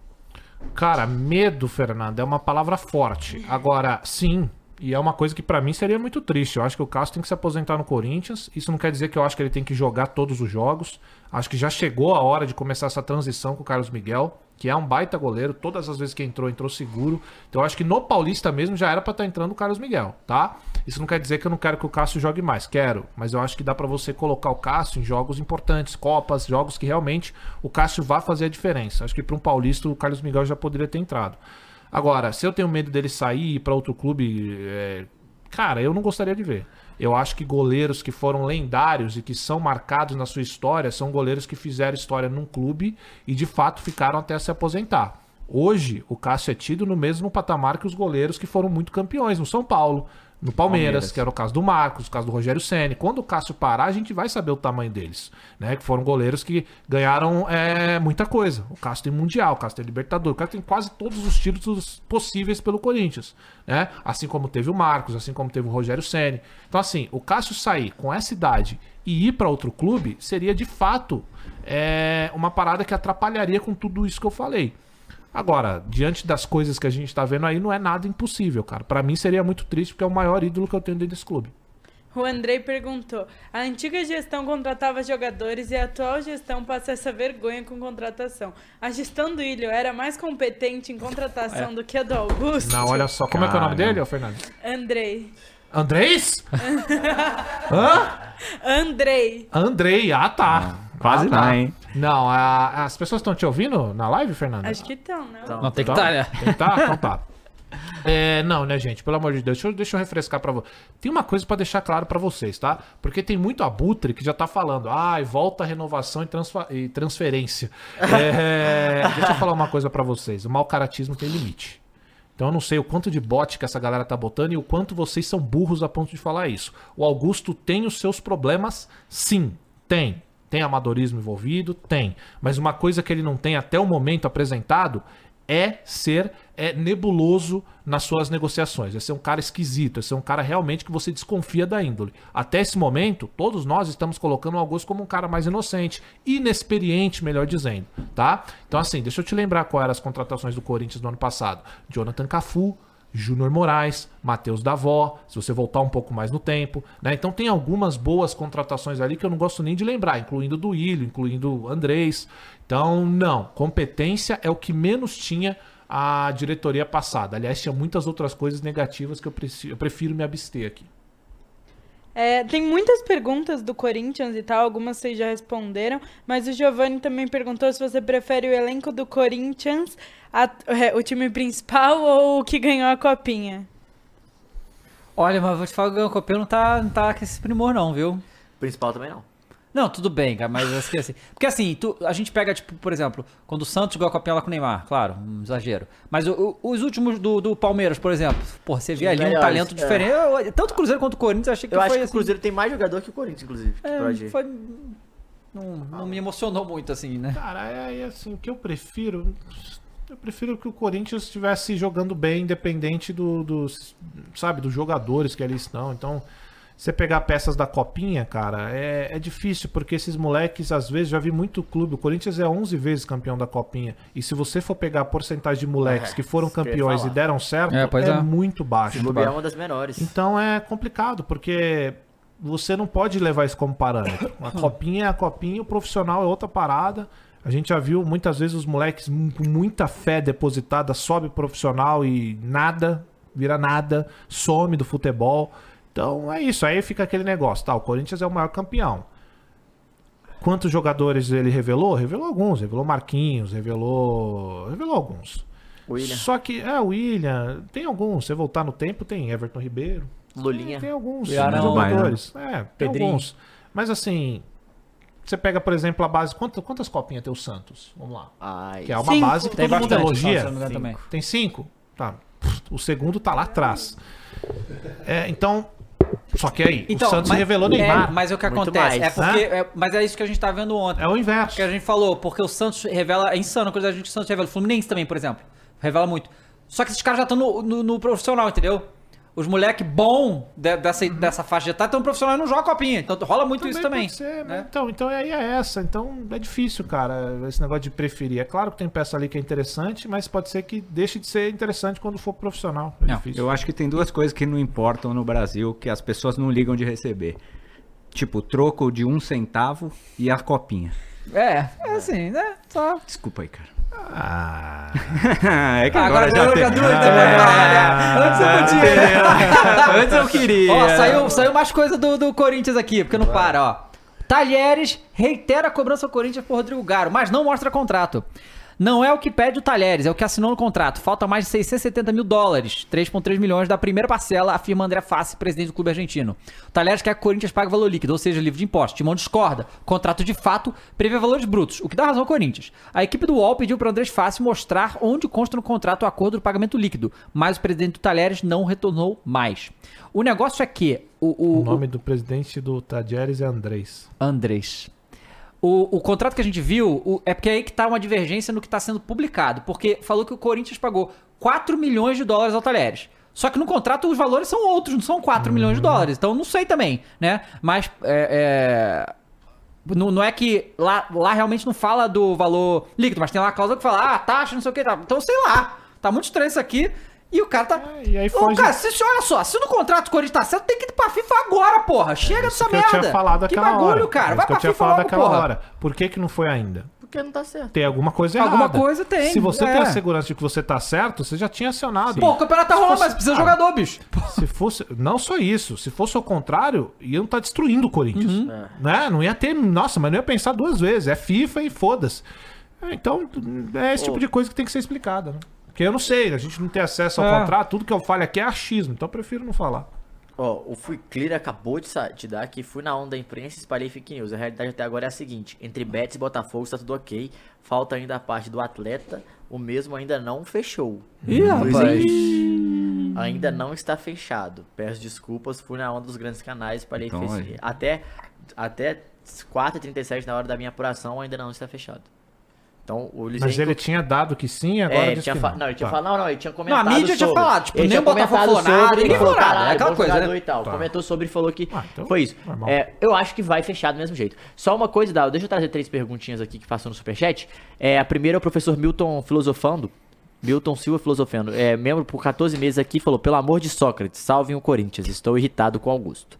E: Cara, medo, Fernando, é uma palavra forte. Agora, sim, e é uma coisa que pra mim seria muito triste. Eu acho que o Cássio tem que se aposentar no Corinthians. Isso não quer dizer que eu acho que ele tem que jogar todos os jogos. Acho que já chegou a hora de começar essa transição com o Carlos Miguel. que é um baita goleiro. Todas as vezes que entrou, entrou seguro. Então eu acho que no Paulista mesmo já era pra estar entrando o Carlos Miguel, tá? Isso não quer dizer que eu não quero que o Cássio jogue mais. Quero, mas eu acho que dá pra você colocar o Cássio em jogos importantes, Copas, jogos que realmente o Cássio vá fazer a diferença. Acho que pra um Paulista o Carlos Miguel já poderia ter entrado. Agora, se eu tenho medo dele sair e ir pra outro clube, é, cara, eu não gostaria de ver. Eu acho que goleiros que foram lendários e que são marcados na sua história são goleiros que fizeram história num clube e de fato ficaram até se aposentar. Hoje, o Cássio é tido no mesmo patamar que os goleiros que foram muito campeões no São Paulo, no Palmeiras,
D: Palmeiras.
E: que é era o caso do Marcos, o caso do Rogério Ceni. Quando o Cássio parar, a gente vai saber o tamanho deles, né? Que foram goleiros que ganharam é, muita coisa. O Cássio tem mundial, o Cássio tem Libertador, o Cássio tem quase todos os títulos possíveis pelo Corinthians, né? Assim como teve o Marcos, assim como teve o Rogério Ceni. Então assim, o Cássio sair com essa idade e ir para outro clube seria de fato é, uma parada que atrapalharia com tudo isso que eu falei. Agora, diante das coisas que a gente tá vendo aí, não é nada impossível, cara. Pra mim seria muito triste, porque é o maior ídolo que eu tenho dentro desse clube.
G: O Andrei perguntou: a antiga gestão contratava jogadores e a atual gestão passa essa vergonha com contratação. A gestão do Ilho era mais competente em contratação do que a do Augusto?
E: Não, olha só. Como é que é o nome
D: Cara.
E: dele, ô Fernando?
G: Andrei.
E: Andrés? Hã?
G: Andrei.
E: Andrei, ah tá.
D: Quase
E: ah, tá.
D: não, hein?
E: Não, a- as pessoas estão te ouvindo na live, Fernando?
G: Acho que então, né?
C: Não, tem que
E: Então,
C: estar, né?
E: Tem que tá? Então tá. É, não, né, gente? Pelo amor de Deus, deixa eu, deixa eu refrescar pra vocês. Tem uma coisa pra deixar claro pra vocês, tá? Porque tem muito abutre que já tá falando, ai, volta a renovação e, transfa- e transferência. É, deixa eu falar uma coisa pra vocês: o mau caratismo tem limite. Então eu não sei o quanto de bote que essa galera tá botando e o quanto vocês são burros a ponto de falar isso. O Augusto tem os seus problemas, sim, tem. Tem amadorismo envolvido? Tem. Mas uma coisa que ele não tem até o momento apresentado é ser é, nebuloso nas suas negociações. É ser um cara esquisito, é ser um cara realmente que você desconfia da índole. Até esse momento, todos nós estamos colocando o Augusto como um cara mais inocente, inexperiente, melhor dizendo, tá? Então assim, deixa eu te lembrar qual eram as contratações do Corinthians no ano passado. Jonathan Cafu, Júnior Moraes, Matheus Davó, se você voltar um pouco mais no tempo, né? Então tem algumas boas contratações ali que eu não gosto nem de lembrar, incluindo do Ilho, incluindo o Andrés. Então, não, competência é o que menos tinha a diretoria passada. Aliás, tinha muitas outras coisas negativas que eu preci- eu prefiro me abster aqui.
G: É, tem muitas perguntas do Corinthians e tal, algumas vocês já responderam, mas o Giovanni também perguntou se você prefere o elenco do Corinthians, a- é, o time principal ou o que ganhou a copinha?
C: Olha, mas vou te falar que o Ganho Copinho não tá, não tá com esse primor, não, viu?
F: Principal também não.
C: Não, tudo bem, cara, mas assim, assim porque assim, tu- a gente pega, tipo, por exemplo, quando o Santos ganhou a Copinha lá com o Neymar, claro, um exagero. Mas o- o- os últimos do, do Palmeiras, por exemplo, pô, você vê
F: Os
C: ali um
F: melhores,
C: talento
F: é.
C: diferente. Eu- eu- tanto o Cruzeiro quanto o Corinthians, eu achei que
F: Eu
C: foi
F: acho que o
C: assim,
F: Cruzeiro tem mais jogador que o Corinthians, inclusive. que pra
C: é,
F: gente.
C: foi, não, não me emocionou muito, assim, né?
E: Cara, é, é assim, o que eu prefiro. Eu prefiro que o Corinthians estivesse jogando bem, independente do, dos, sabe, dos jogadores que ali estão. Então, você pegar peças da copinha, cara, é, é difícil, porque esses moleques, às vezes, já vi muito clube. O Corinthians é 11 vezes campeão da copinha. E se você for pegar a porcentagem de moleques
F: É,
E: que foram
F: isso que eu ia
E: campeões e
F: falar.
E: deram certo,
C: É, pois é.
E: muito baixo.
F: Se bobear é uma das menores.
E: Então é complicado, porque você não pode levar isso como parâmetro. A copinha é a copinha, o profissional é outra parada. A gente já viu muitas vezes os moleques mu- com muita fé depositada, sobe profissional e nada, vira nada, some do futebol. Então é isso, aí fica aquele negócio, tá? O Corinthians é o maior campeão. Quantos jogadores ele revelou? Revelou alguns, revelou Marquinhos, revelou. revelou alguns.
F: William,
E: Só que, é, o William, tem alguns. Se você voltar no tempo, tem Everton Ribeiro.
F: Lulinha.
E: Tem alguns
C: E Arão.
E: jogadores. É, tem
C: Pedrinho.
E: alguns. Mas assim, você pega, por exemplo, a base. Quantas, quantas copinhas tem o Santos? Vamos lá.
F: Ai.
E: Que é uma
G: Cinco.
E: base que
C: Tem
E: todo mundo
C: bastante,
E: elogia.
C: se eu não me engano, também.
E: Tem cinco? Tá. Pff, O segundo tá lá atrás. É, então. Só que aí, o Santos revelou
C: É,
E: Neymar.
C: mas é o que
F: Muito
C: acontece.
F: mais.
C: É porque, é- mas é isso que a gente tá vendo ontem.
E: É o inverso.
C: que a gente falou, porque o Santos revela. É insano a quantidade de gente que o Santos revela. O Fluminense também, por exemplo. Revela muito. Só que esses caras já estão no, no- no profissional, entendeu? Os moleque bom de- dessa, dessa faixa de idade estão no profissional e não joga copinha. Então rola muito isso também.
E: pode ser,
C: né?
E: mas Então, então aí é essa. Então é difícil, cara, esse negócio de preferir. É claro que tem peça ali que é interessante, mas pode ser que deixe de ser interessante quando for profissional. É
D: Não,
E: difícil.
D: eu acho que tem duas coisas que não importam no Brasil que as pessoas não ligam de receber. Tipo, troco de um centavo e a copinha.
C: É, é assim, né? Só.
D: Desculpa aí, cara.
C: Ah.
D: é que agora,
C: Agora
D: já
C: deu
D: tem.
C: já deu oito, né? Antes
E: Tá,
C: eu podia.
D: Antes eu queria. né?
C: Ó, saiu, saiu mais coisa do, do Corinthians aqui, porque não para, ó. Talheres reitera a cobrança ao Corinthians por Rodrigo Garo, mas não mostra contrato. Não é o que pede o Talheres, é o que assinou no contrato. Falta mais de 670 mil dólares, 3,3 milhões da primeira parcela, afirma André Fassi, presidente do clube argentino. O Talheres quer que o Corinthians pague valor líquido, ou seja, livre de impostos. Timão discorda. O contrato de fato prevê valores brutos, o que dá razão ao Corinthians. A equipe do UOL pediu para André Fassi mostrar onde consta no contrato o acordo do pagamento líquido, mas o presidente do Talheres não retornou mais. O negócio é que o,
E: O
C: o,
E: nome do presidente do Tajeres é Andrés.
C: Andrés. O, o contrato que a gente viu, o- é porque é aí que tá uma divergência no que tá sendo publicado. Porque falou que o Corinthians pagou 4 milhões de dólares ao Talheres. Só que no contrato os valores são outros, não são 4
E: Uhum.
C: milhões de dólares. Então não sei também, né? Mas é, é, não, não é que lá, lá realmente não fala do valor líquido, mas tem lá a cláusula que fala, ah, taxa, não sei o que. Tá. Então sei lá. Tá muito estranho isso aqui. E o cara tá.
E: É, e aí
C: Ô,
E: foge-
C: cara, se, se- olha só, se no contrato o Corinthians tá certo, tem que ir pra FIFA agora, porra. Chega dessa
E: Isso que eu tinha
C: merda.
E: falado
C: que
E: aquela
C: bagulho,
E: hora. É
C: cara.
E: Isso
C: Vai
E: que eu
C: pra
E: tinha
C: FIFA
E: falado
C: logo,
E: aquela
C: porra.
E: hora. Por que que não foi ainda?
F: Porque não tá certo.
E: Tem alguma coisa errada.
C: Alguma coisa tem,
E: Se você
C: é.
E: tem a segurança de que você tá certo, você já tinha acionado. Ah,
C: Pô, o campeonato tá rolando, mas precisa de jogador, bicho.
E: Se fosse. Não só isso. Se fosse ao contrário, iam tá destruindo o Corinthians.
C: Uhum.
F: É.
E: Né? Não ia ter. Nossa, mas não ia pensar duas vezes. É FIFA e foda-se. É, Então, é esse tipo de coisa que tem que ser explicada. Né? Porque eu não sei, a gente não tem acesso ao
C: É.
E: contrato, tudo que eu falo aqui é achismo, então eu prefiro não falar.
F: Ó, o Fui Clear acabou de sa- te dar que fui na onda da imprensa e espalhei fake news. A realidade até agora é a seguinte: entre Betis e Botafogo está tudo ok. Falta ainda a parte do atleta, o mesmo ainda não fechou.
C: Ih, rapaz.
F: Ainda não está fechado. Peço desculpas, fui na onda dos grandes canais, espalhei
D: Então,
F: fake
D: aí.
F: Até, até 4h37 na hora da minha apuração ainda não está fechado. Então, o Luiz
E: Mas
F: Henrique-
E: ele tinha dado que sim e agora
F: é,
E: diz
F: ele tinha
E: que
F: fa-
E: não.
F: não, ele tinha
E: Tá.
F: falado, não, não, ele tinha comentado
C: a mídia tinha
F: sobre.
C: falado, tipo,
F: Ele
C: nem
F: tinha
C: o Botafogo
F: comentado
C: falou nada,
F: sobre,
C: ninguém falou
F: falou,
C: nada,
F: "Caralho,
C: é aquela
F: bom
C: coisa, né?"
F: jogador e tal. Comentou sobre e falou que
E: Ah, então,
F: foi isso.
E: normal.
F: É, eu acho que vai fechar do mesmo jeito. Só uma coisa, Dal, deixa eu trazer três perguntinhas aqui que passou no Superchat. É, a primeira é o professor Milton filosofando. Milton Silva filosofando. É, membro por 14 meses aqui falou, pelo amor de Sócrates, salvem o Corinthians, estou irritado com Augusto.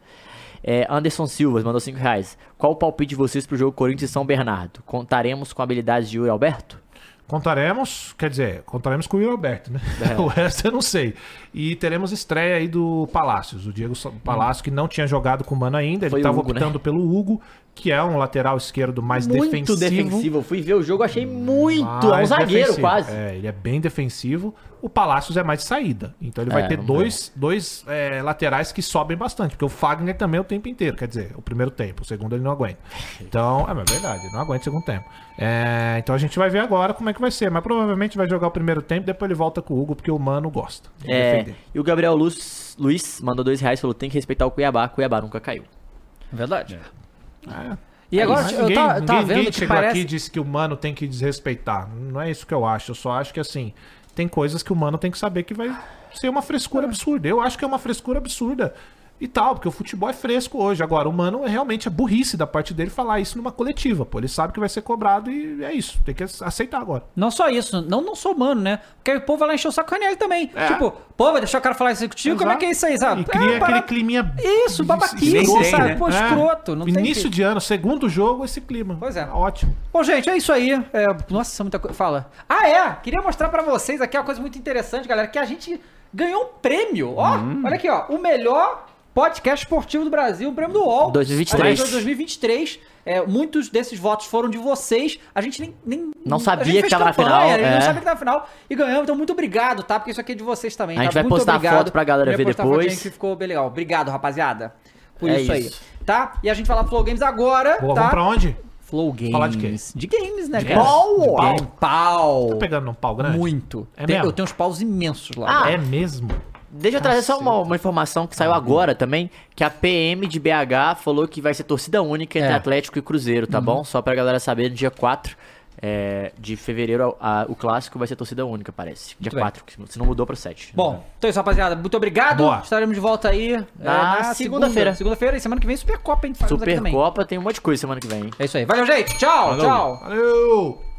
F: É, Anderson Silva mandou 5 reais. Qual o palpite de vocês pro jogo Corinthians e São Bernardo? Contaremos com habilidades de Yuri Alberto?
E: Contaremos, quer dizer, contaremos com o Yuri Alberto, né?
F: É.
E: o resto eu não sei. E teremos estreia aí do Palácios, o Diego Sa- Palácio, que não tinha jogado com o Mano ainda,
F: Foi
E: ele
F: o
E: estava
F: Hugo, né?
E: optando pelo Hugo, que é um lateral esquerdo mais
F: muito
E: defensivo.
F: defensivo. Eu fui ver o jogo, achei muito. É um
E: mais
F: zagueiro
E: defensivo.
F: quase.
E: É, ele é bem defensivo. O Palácios é mais de saída. Então ele vai
F: É,
E: ter
F: não
E: dois, dois é, laterais que sobem bastante. Porque o Fagner também é o tempo inteiro. Quer dizer, o primeiro tempo. O segundo ele não aguenta. Então, é, mas é verdade. ele Não aguenta o segundo tempo. É, então a gente vai ver agora como é que vai ser. Mas provavelmente vai jogar o primeiro tempo. Depois ele volta com o Hugo, porque o Mano gosta. de
F: É,
E: defender.
F: e o Gabriel Luz, Luiz mandou dois reais e falou: tem que respeitar o Cuiabá. Cuiabá nunca caiu.
C: Verdade.
E: É.
C: E agora
E: Mas
C: eu
E: ninguém,
C: tava, eu tava
E: ninguém- ninguém
C: vendo que
E: chegou
C: parece...
E: aqui e disse que o Mano tem que desrespeitar. Não é isso que eu acho. Eu só acho que assim, tem coisas que o Mano tem que saber que vai ser uma frescura absurda. Eu acho que é uma frescura absurda. E tal, porque o futebol é fresco hoje. Agora, o Mano é realmente é burrice da parte dele falar isso numa coletiva, pô. Ele sabe que vai ser cobrado e é isso. Tem que aceitar agora.
C: Não só isso, não, não sou humano, né? Porque aí o povo vai lá encher o saco com a NL também. Tipo, pô, vai deixar o cara falar isso contigo? Como é que é isso aí, sabe?
E: É. E cria
C: é,
E: aquele
C: parada-
E: climinha.
C: Isso, babaquice,
D: Nem tem,
C: sabe?
D: né?
C: Pô, escroto, não tem
E: É. Início
C: que-
E: de ano, segundo jogo, esse clima.
C: Pois é.
E: Ótimo.
C: Bom, gente, é isso aí. É, nossa, muita coisa. Fala. Ah, é! Queria mostrar pra vocês aqui uma coisa muito interessante, galera, que a gente ganhou um prêmio. Ó,
F: Hum.
C: olha aqui, ó. O melhor podcast esportivo do Brasil, o prêmio do UOL.
F: 2023.
C: Aliás, 2023. É, muitos desses votos foram de vocês. A gente nem. nem
F: Não sabia
C: a gente
F: que
C: fez
F: tava na
C: campanha,
F: final,
C: A gente não
F: é.
C: sabia que tava na final. E ganhamos. Então, muito obrigado, tá? Porque isso aqui é de vocês também.
F: A gente
C: tá?
F: vai
C: muito
F: postar a
C: obrigado.
F: foto pra galera
C: Eu ia
F: ver
C: postar a fotinha
F: depois.
C: Que ficou bem legal. Obrigado, rapaziada. Por
F: É
C: isso,
F: isso.
C: aí. Tá? E a gente vai lá pro Flow Games agora.
E: Boa,
C: tá?
E: vamos pra onde?
C: Flow Games.
E: Falar de quê?
C: De games, né,
E: De
C: cara?
E: pau? De pau?
C: De pau.
E: Tá pegando num pau grande?
C: Muito.
E: É
C: Tem-
E: mesmo?
C: eu tenho uns paus imensos lá.
F: Ah,
E: É mesmo?
F: Deixa eu trazer só uma, uma informação que saiu agora também: que a PM de BH falou que vai ser torcida única entre
C: É.
F: Atlético e Cruzeiro, tá bom? Só pra galera saber, no dia 4 é, de fevereiro a- a- o clássico vai ser torcida única, parece. Dia
C: bem.
F: 4, que se não- se não mudou pra 7.
C: Bom, então é isso, rapaziada. Muito obrigado.
E: Boa.
C: Estaremos de volta aí é,
F: Na
C: segunda-
F: segunda-feira.
C: Segunda-feira e semana que vem Supercopa, hein? Faremos aqui também.
F: Supercopa tem um monte de coisa semana que vem, hein?
C: É isso aí. Valeu, gente. Tchau, tchau.
E: Valeu!